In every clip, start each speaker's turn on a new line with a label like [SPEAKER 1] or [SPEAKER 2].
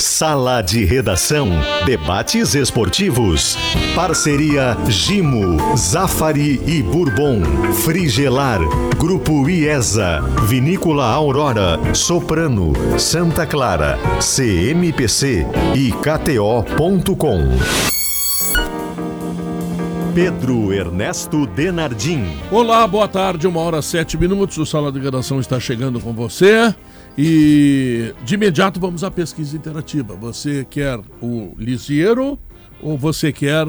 [SPEAKER 1] Sala de Redação. Debates esportivos. Parceria Gimo, Zafari e Bourbon. Frigelar. Grupo IESA. Vinícola Aurora. Soprano. Santa Clara. CMPC e KTO.com. Pedro Ernesto Denardim.
[SPEAKER 2] Olá, boa tarde, uma hora sete minutos. O Sala de Redação está chegando com você. E de imediato vamos à pesquisa interativa. Você quer o Lisiero ou você quer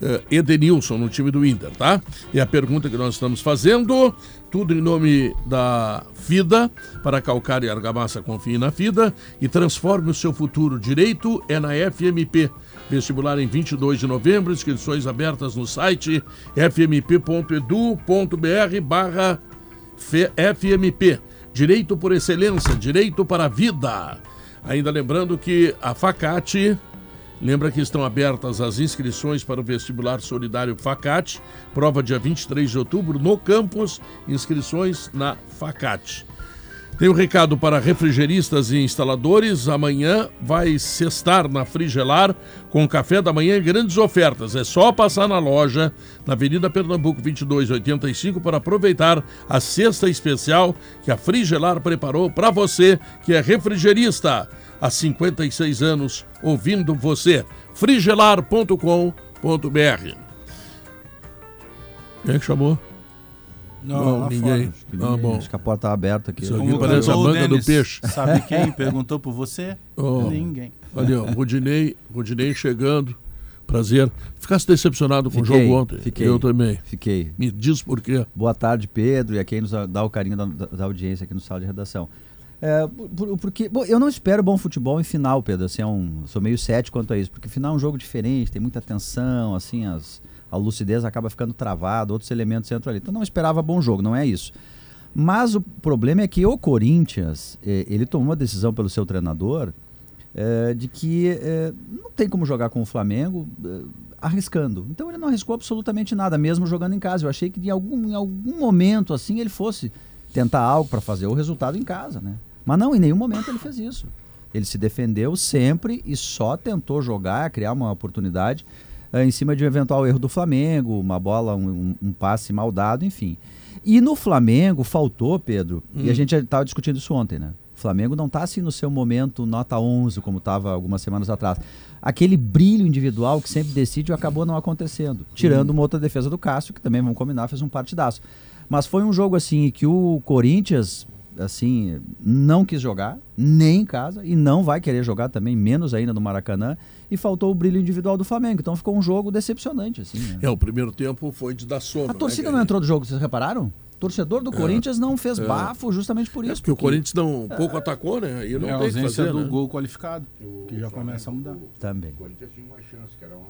[SPEAKER 2] eh, Edenilson no time do Inter, tá? E a pergunta que nós estamos fazendo, tudo em nome da FIDA, para calcar e argamassa confie na FIDA e transforme o seu futuro direito é na FMP. Vestibular em 22 de novembro, inscrições abertas no site fmp.edu.br barra FMP. Direito por excelência, direito para a vida. Ainda lembrando que a Facate Lembra que estão abertas as inscrições para o vestibular solidário Facate, prova dia 23 de outubro no campus, inscrições na Facate. Tem um recado para refrigeristas e instaladores. Amanhã vai cestar na Frigelar com café da manhã e grandes ofertas. É só passar na loja na Avenida Pernambuco 2285 para aproveitar a cesta especial que a Frigelar preparou para você que é refrigerista há 56 anos ouvindo você. frigelar.com.br. Quem é que chamou?
[SPEAKER 3] Não, lá
[SPEAKER 2] ninguém.
[SPEAKER 3] fora.
[SPEAKER 2] Ah, bom.
[SPEAKER 4] Acho que a porta tá aberta aqui.
[SPEAKER 2] Isso aqui parece a
[SPEAKER 3] Ô,
[SPEAKER 2] banda do
[SPEAKER 3] Denis,
[SPEAKER 2] peixe.
[SPEAKER 3] Sabe quem perguntou por você?
[SPEAKER 2] Oh.
[SPEAKER 3] Ninguém.
[SPEAKER 2] Olha, o Rodinei, Rodinei chegando. Prazer. Ficasse decepcionado com o
[SPEAKER 4] Fiquei,
[SPEAKER 2] jogo ontem.
[SPEAKER 4] fiquei.
[SPEAKER 2] Eu também.
[SPEAKER 4] Fiquei.
[SPEAKER 2] Me diz por quê.
[SPEAKER 4] Boa tarde, Pedro, e a quem nos dá o carinho da, da audiência aqui no Sala de Redação. É, por- por- porque, bom, eu não espero bom futebol em final, Pedro. Assim, é um, sou meio cético quanto a isso, porque final é um jogo diferente, tem muita tensão, assim, as- a lucidez acaba ficando travada, outros elementos entram ali. Então não esperava bom jogo, não é isso. Mas o problema é que o Corinthians, eh, ele tomou uma decisão pelo seu treinador eh, de que eh, não tem como jogar com o Flamengo eh, arriscando. Então ele não arriscou absolutamente nada, mesmo jogando em casa. Eu achei que de algum, em algum momento assim ele fosse tentar algo para fazer o resultado em casa, né? Mas não, em nenhum momento ele fez isso. Ele se defendeu sempre e só tentou jogar, criar uma oportunidade eh, em cima de um eventual erro do Flamengo, uma bola, um, um- um passe mal dado, enfim. E no Flamengo faltou, Pedro, e a gente estava discutindo isso ontem, né? O Flamengo não está assim no seu momento nota 11, como estava algumas semanas atrás. Aquele brilho individual que sempre decide acabou não acontecendo.
[SPEAKER 2] Uhum.
[SPEAKER 4] Tirando uma outra defesa do Cássio, que também, vamos combinar, fez um partidaço. Mas foi um jogo assim que o Corinthians assim não quis jogar, nem em casa, e não vai querer jogar também, menos ainda no Maracanã. E faltou o brilho individual do Flamengo. Então ficou um jogo decepcionante. assim. né?
[SPEAKER 2] É, o primeiro tempo foi de dar sono.
[SPEAKER 4] A
[SPEAKER 2] né,
[SPEAKER 4] torcida
[SPEAKER 2] cara?
[SPEAKER 4] não entrou do jogo, vocês repararam? O torcedor do Corinthians não fez bafo justamente por
[SPEAKER 2] É
[SPEAKER 4] isso.
[SPEAKER 2] porque o Corinthians não, um pouco atacou, né? E não
[SPEAKER 3] é
[SPEAKER 2] tem
[SPEAKER 3] a
[SPEAKER 2] o que
[SPEAKER 3] ausência
[SPEAKER 2] fazer,
[SPEAKER 3] do
[SPEAKER 2] né?
[SPEAKER 3] gol qualificado, que já começa a mudar.
[SPEAKER 4] Também.
[SPEAKER 5] O Corinthians tinha uma chance, que era ontem.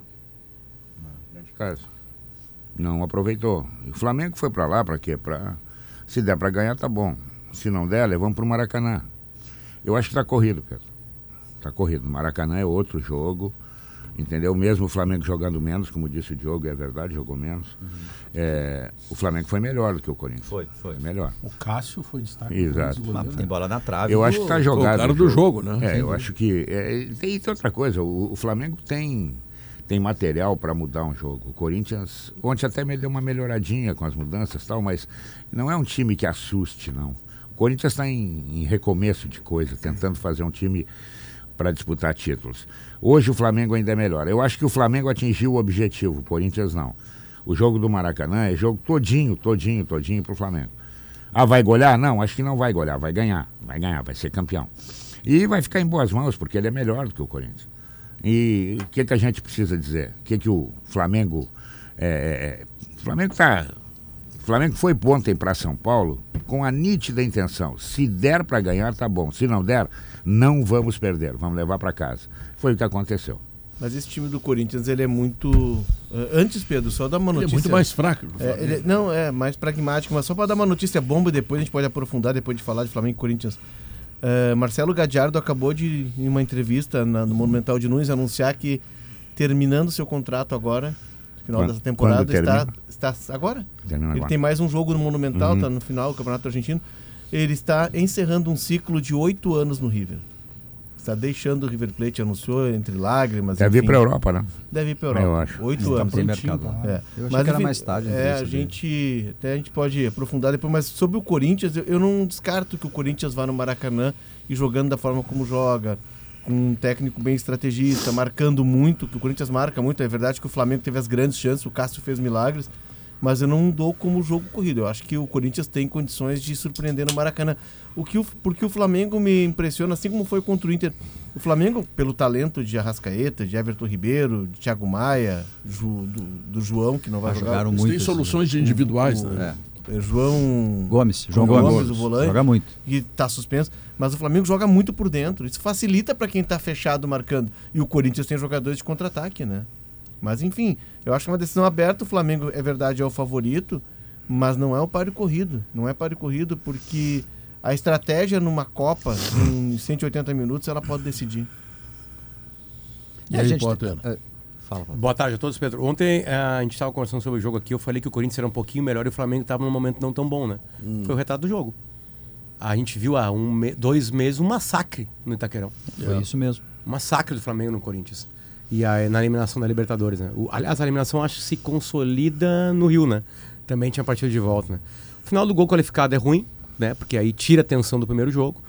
[SPEAKER 5] Grande caso. Não aproveitou. E O Flamengo foi pra lá, pra quê? Pra... Se der pra ganhar, tá bom. Se não der, levamos pro Maracanã. Eu acho que tá corrido, Pedro. Tá corrido. Maracanã é outro jogo. Entendeu? Mesmo o Flamengo jogando menos, como disse o Diogo, é verdade, jogou menos. É, o Flamengo foi melhor do que o Corinthians. Uhum. Foi, foi. melhor.
[SPEAKER 3] O Cássio foi destaque.
[SPEAKER 5] Exato.
[SPEAKER 3] Goleiro, né?
[SPEAKER 4] bola na trave.
[SPEAKER 5] Eu acho que tá jogado.
[SPEAKER 2] cara do jogo, né?
[SPEAKER 5] É, eu acho que. É, e tem e tem outra coisa, o, o Flamengo tem, tem material para mudar um jogo. O Corinthians, ontem até me deu uma melhoradinha com as mudanças e tal, mas não é um time que assuste, não. O Corinthians está em, em recomeço de coisa, tentando fazer um time para disputar títulos. Hoje o Flamengo ainda é melhor. Eu acho que o Flamengo atingiu o objetivo, o Corinthians não. O jogo do Maracanã é jogo todinho, todinho, todinho para o Flamengo. Ah, vai golear? Não, acho que não vai golear, vai ganhar, vai ganhar, vai ser campeão. E vai ficar em boas mãos, porque ele é melhor do que o Corinthians. E o que, que a gente precisa dizer? O que, que o Flamengo. É, é, o Flamengo tá. O Flamengo foi ontem para São Paulo com a nítida intenção. Se der para ganhar, tá bom. Se não der, não vamos perder. Vamos levar para casa. Foi o que aconteceu.
[SPEAKER 6] Mas esse time do Corinthians, ele é muito. eh, Antes, Pedro, só dar uma
[SPEAKER 2] Ele é
[SPEAKER 6] notícia.
[SPEAKER 2] muito mais fraco. que o
[SPEAKER 6] É,
[SPEAKER 2] Flamengo.
[SPEAKER 6] ele- não, é mais pragmático, mas só para dar uma notícia bomba e depois a gente pode aprofundar depois de falar de Flamengo e Corinthians. Eh, Marcelo Gadiardo acabou de, em uma entrevista na- no Monumental de Nunes, anunciar que terminando seu contrato agora, no final
[SPEAKER 5] Quando-
[SPEAKER 6] dessa temporada,
[SPEAKER 5] quando termina?
[SPEAKER 6] está, está agora?
[SPEAKER 5] Termina
[SPEAKER 6] Ele
[SPEAKER 5] agora. Uhum.
[SPEAKER 6] tem mais um jogo no Monumental, tá no final do Campeonato Argentino. Ele está encerrando um ciclo de oito anos no River. está deixando o River Plate, anunciou entre lágrimas.
[SPEAKER 5] Deve ir
[SPEAKER 6] enfim.
[SPEAKER 5] para a Europa, né?
[SPEAKER 6] Deve ir para Europa.
[SPEAKER 5] Eu acho.
[SPEAKER 6] Oito
[SPEAKER 4] Não,
[SPEAKER 6] anos.
[SPEAKER 4] tem mercado lá.
[SPEAKER 6] É.
[SPEAKER 4] Eu achei
[SPEAKER 6] Mas,
[SPEAKER 4] que era
[SPEAKER 6] enfim,
[SPEAKER 4] mais tarde. eu
[SPEAKER 6] É, a
[SPEAKER 4] sabia.
[SPEAKER 6] gente. Até a gente pode aprofundar depois, mas sobre o Corinthians, eu, eu não descarto que o Corinthians vá no Maracanã e jogando da forma como joga. Com um técnico bem estrategista, marcando muito, que o Corinthians marca muito. É verdade que o Flamengo teve as grandes chances, o Cássio fez milagres, mas eu não dou como jogo corrido. Eu acho que o Corinthians tem condições de surpreender no Maracanã. O que o, porque o Flamengo me impressiona, assim como foi contra o Inter. O Flamengo, pelo talento de Arrascaeta, de Everton Ribeiro, de Thiago Maia, Ju- do, do João, que não vai
[SPEAKER 4] Ah,
[SPEAKER 6] jogar.
[SPEAKER 4] jogaram
[SPEAKER 2] Eles
[SPEAKER 4] muito.
[SPEAKER 2] têm
[SPEAKER 4] esse-
[SPEAKER 2] soluções de individuais, né?
[SPEAKER 4] É.
[SPEAKER 6] É, João
[SPEAKER 4] Gomes, João
[SPEAKER 6] João
[SPEAKER 4] Gomes.
[SPEAKER 6] Gomes, o volante.
[SPEAKER 4] Joga muito.
[SPEAKER 6] que tá suspenso, mas o Flamengo joga muito por dentro. Isso facilita para quem tá fechado marcando. E o Corinthians tem jogadores de contra-ataque, né? Mas enfim, eu acho que é uma decisão aberta. O Flamengo, é verdade, é o favorito, mas não é o páreo corrido. Não é páreo corrido porque a estratégia numa Copa, em 180 minutos, ela pode decidir.
[SPEAKER 2] E
[SPEAKER 4] É,
[SPEAKER 2] aí,
[SPEAKER 4] gente-
[SPEAKER 2] Potter?
[SPEAKER 4] é, Fala, Potter.
[SPEAKER 7] Boa tarde a todos, Pedro. Ontem eh, a gente estava conversando sobre o jogo aqui, eu falei que o Corinthians era um pouquinho melhor e o Flamengo estava num momento não tão bom, né?
[SPEAKER 2] Hum.
[SPEAKER 7] Foi o retrato do jogo. A gente viu há um me- dois meses um massacre no Itaquerão.
[SPEAKER 4] Foi isso mesmo.
[SPEAKER 7] Um massacre do Flamengo no Corinthians. E aí, na eliminação da Libertadores, né? O- aliás, a eliminação acho que se consolida no Rio, né? Também tinha partida de volta, né? O final do gol qualificado é ruim, né? Porque aí tira a tensão do primeiro jogo.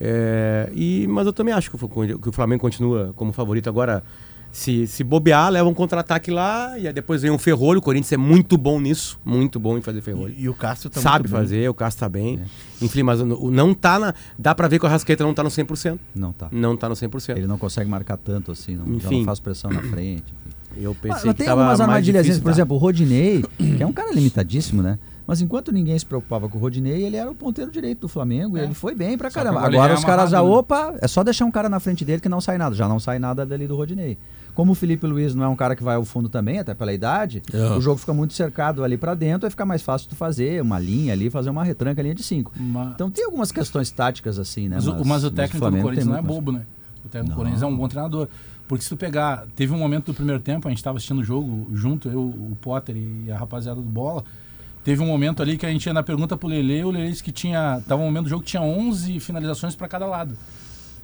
[SPEAKER 7] É, e, mas eu também acho que o, Fla- que o Flamengo continua como favorito agora. Se, se bobear, leva um contra-ataque lá e aí depois vem um ferrolho. O Corinthians é muito bom nisso, muito bom em fazer ferrolho
[SPEAKER 6] E, e o Cássio tá
[SPEAKER 7] sabe
[SPEAKER 6] muito bem.
[SPEAKER 7] fazer, o Cássio tá bem.
[SPEAKER 4] É.
[SPEAKER 7] Enfim, mas o- não tá na. Dá pra ver que o Rasqueta não tá no 100%.
[SPEAKER 4] Não tá.
[SPEAKER 7] Não tá no 100%.
[SPEAKER 4] Ele não consegue marcar tanto assim, não, já não
[SPEAKER 7] Enfim.
[SPEAKER 4] faz pressão na frente. enfim.
[SPEAKER 7] Eu pensei
[SPEAKER 4] Mas, mas
[SPEAKER 7] que
[SPEAKER 4] tem
[SPEAKER 7] tava
[SPEAKER 4] algumas
[SPEAKER 7] mais
[SPEAKER 4] armadilhazinhas,
[SPEAKER 7] difícil,
[SPEAKER 4] por
[SPEAKER 7] tá?
[SPEAKER 4] exemplo, o Rodinei, que é um cara limitadíssimo, né? Mas enquanto ninguém se preocupava com o Rodinei, ele era o ponteiro direito do Flamengo e ele foi bem pra
[SPEAKER 3] É. Só
[SPEAKER 4] caramba.
[SPEAKER 3] que agora ele
[SPEAKER 4] Agora
[SPEAKER 3] é
[SPEAKER 4] os caras já,
[SPEAKER 3] amarrado, né?
[SPEAKER 4] opa, é só deixar um cara na frente dele que não sai nada. Já não sai nada dali do Rodinei. Como o Felipe Luiz não é um cara que vai ao fundo também, até pela idade,
[SPEAKER 2] É.
[SPEAKER 4] o jogo fica muito cercado ali pra dentro, aí fica mais fácil tu fazer uma linha ali, fazer uma retranca, linha de cinco.
[SPEAKER 3] Ma-
[SPEAKER 4] Então tem algumas questões táticas assim, né?
[SPEAKER 3] Mas, o- mas o técnico do
[SPEAKER 4] Flamengo tem
[SPEAKER 3] Corinthians não é
[SPEAKER 4] muito mais.
[SPEAKER 3] bobo, né? O técnico do Corinthians é um bom treinador. Porque se tu pegar, teve um momento do primeiro tempo, a gente estava assistindo o jogo junto, eu, o Potter e a rapaziada do Bola. Teve um momento ali que a gente ia na pergunta pro Lele, o Lele disse que tinha, tava um momento do jogo que tinha 11 finalizações para cada lado.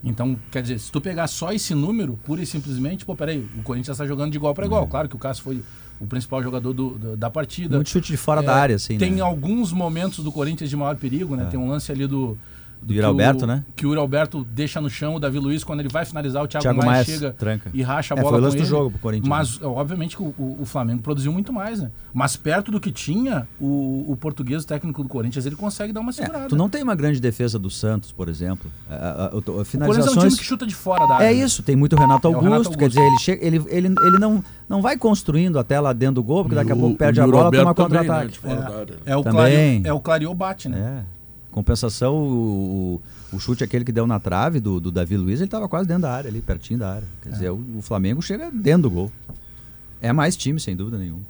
[SPEAKER 3] Então, quer dizer, se tu pegar só esse número, pura e simplesmente, pô, peraí, o Corinthians está jogando de igual para
[SPEAKER 4] É.
[SPEAKER 3] igual. Claro que o Cássio foi o principal jogador do- do- da partida.
[SPEAKER 4] Muito chute de fora
[SPEAKER 3] É,
[SPEAKER 4] da área, assim,
[SPEAKER 3] Tem
[SPEAKER 4] né? É.
[SPEAKER 3] alguns momentos do Corinthians de maior perigo, né? Tem um lance ali do.
[SPEAKER 4] Do Yuri
[SPEAKER 3] que
[SPEAKER 4] Alberto,
[SPEAKER 3] o,
[SPEAKER 4] né?
[SPEAKER 3] Que o Yuri Alberto deixa no chão o Davi Luiz, quando ele vai finalizar, o Thiago,
[SPEAKER 4] Thiago
[SPEAKER 3] Maia,
[SPEAKER 4] Maia
[SPEAKER 3] chega
[SPEAKER 4] tranca.
[SPEAKER 3] e racha a
[SPEAKER 4] É,
[SPEAKER 3] bola.
[SPEAKER 4] foi o
[SPEAKER 3] com
[SPEAKER 4] lance do
[SPEAKER 3] ele.
[SPEAKER 4] jogo pro Corinthians, né?
[SPEAKER 3] Mas, ó, obviamente, que o, o- o Flamengo produziu muito mais, né? Mas perto do que tinha, o, o português, o técnico do Corinthians, ele consegue
[SPEAKER 4] É,
[SPEAKER 3] dar uma segurada.
[SPEAKER 4] Tu não tem uma grande defesa do Santos, por exemplo. É, A- a- a- o-
[SPEAKER 3] O Corinthians é um time que
[SPEAKER 4] Finalizações.
[SPEAKER 3] chuta de fora da área.
[SPEAKER 4] É
[SPEAKER 3] né?
[SPEAKER 4] isso, tem muito Renato
[SPEAKER 3] É o
[SPEAKER 4] Augusto,
[SPEAKER 3] Renato
[SPEAKER 4] quer
[SPEAKER 3] Augusto.
[SPEAKER 4] dizer, ele, chega, ele, ele, ele não, não vai construindo até lá dentro do gol, porque daqui a
[SPEAKER 2] E o-
[SPEAKER 4] pouco perde
[SPEAKER 2] o
[SPEAKER 4] a bola,
[SPEAKER 2] Roberto
[SPEAKER 4] toma
[SPEAKER 2] também, né,
[SPEAKER 4] contra-ataque.
[SPEAKER 2] de fora da área.
[SPEAKER 3] É o,
[SPEAKER 4] Também.
[SPEAKER 3] Clario, é o Clario bate, né?
[SPEAKER 4] É. Compensação, o, o- o chute aquele que deu na trave do, do Davi Luiz, ele estava quase dentro da área ali, pertinho da área.
[SPEAKER 3] É.
[SPEAKER 4] Quer dizer, o, o Flamengo chega dentro do gol. É mais time, sem dúvida nenhuma.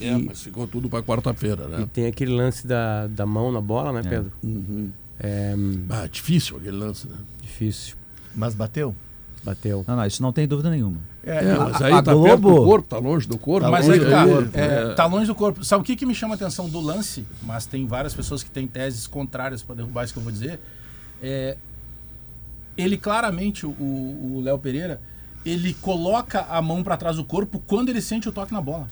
[SPEAKER 2] É, mas ficou tudo pra quarta-feira,
[SPEAKER 7] E
[SPEAKER 2] né?
[SPEAKER 7] tem aquele lance da, da mão na bola,
[SPEAKER 4] É.
[SPEAKER 7] né, Pedro?
[SPEAKER 2] Uhum.
[SPEAKER 7] É hum,
[SPEAKER 2] Ah, difícil aquele lance, né?
[SPEAKER 7] difícil.
[SPEAKER 6] Mas bateu?
[SPEAKER 7] Bateu.
[SPEAKER 4] Não, não, isso não tem dúvida nenhuma.
[SPEAKER 2] É, mas aí
[SPEAKER 4] a
[SPEAKER 2] tá perto do
[SPEAKER 4] Globo-
[SPEAKER 2] corpo, tá longe do corpo.
[SPEAKER 3] Tá mas
[SPEAKER 2] longe
[SPEAKER 3] é que tá,
[SPEAKER 2] do corpo.
[SPEAKER 3] é, tá longe do corpo. Sabe o que, que me chama a atenção do lance? Mas tem várias pessoas que têm teses contrárias para derrubar isso que eu vou dizer. É, ele claramente, o- o o Léo Pereira, ele coloca a mão para trás do corpo quando ele sente o toque na bola.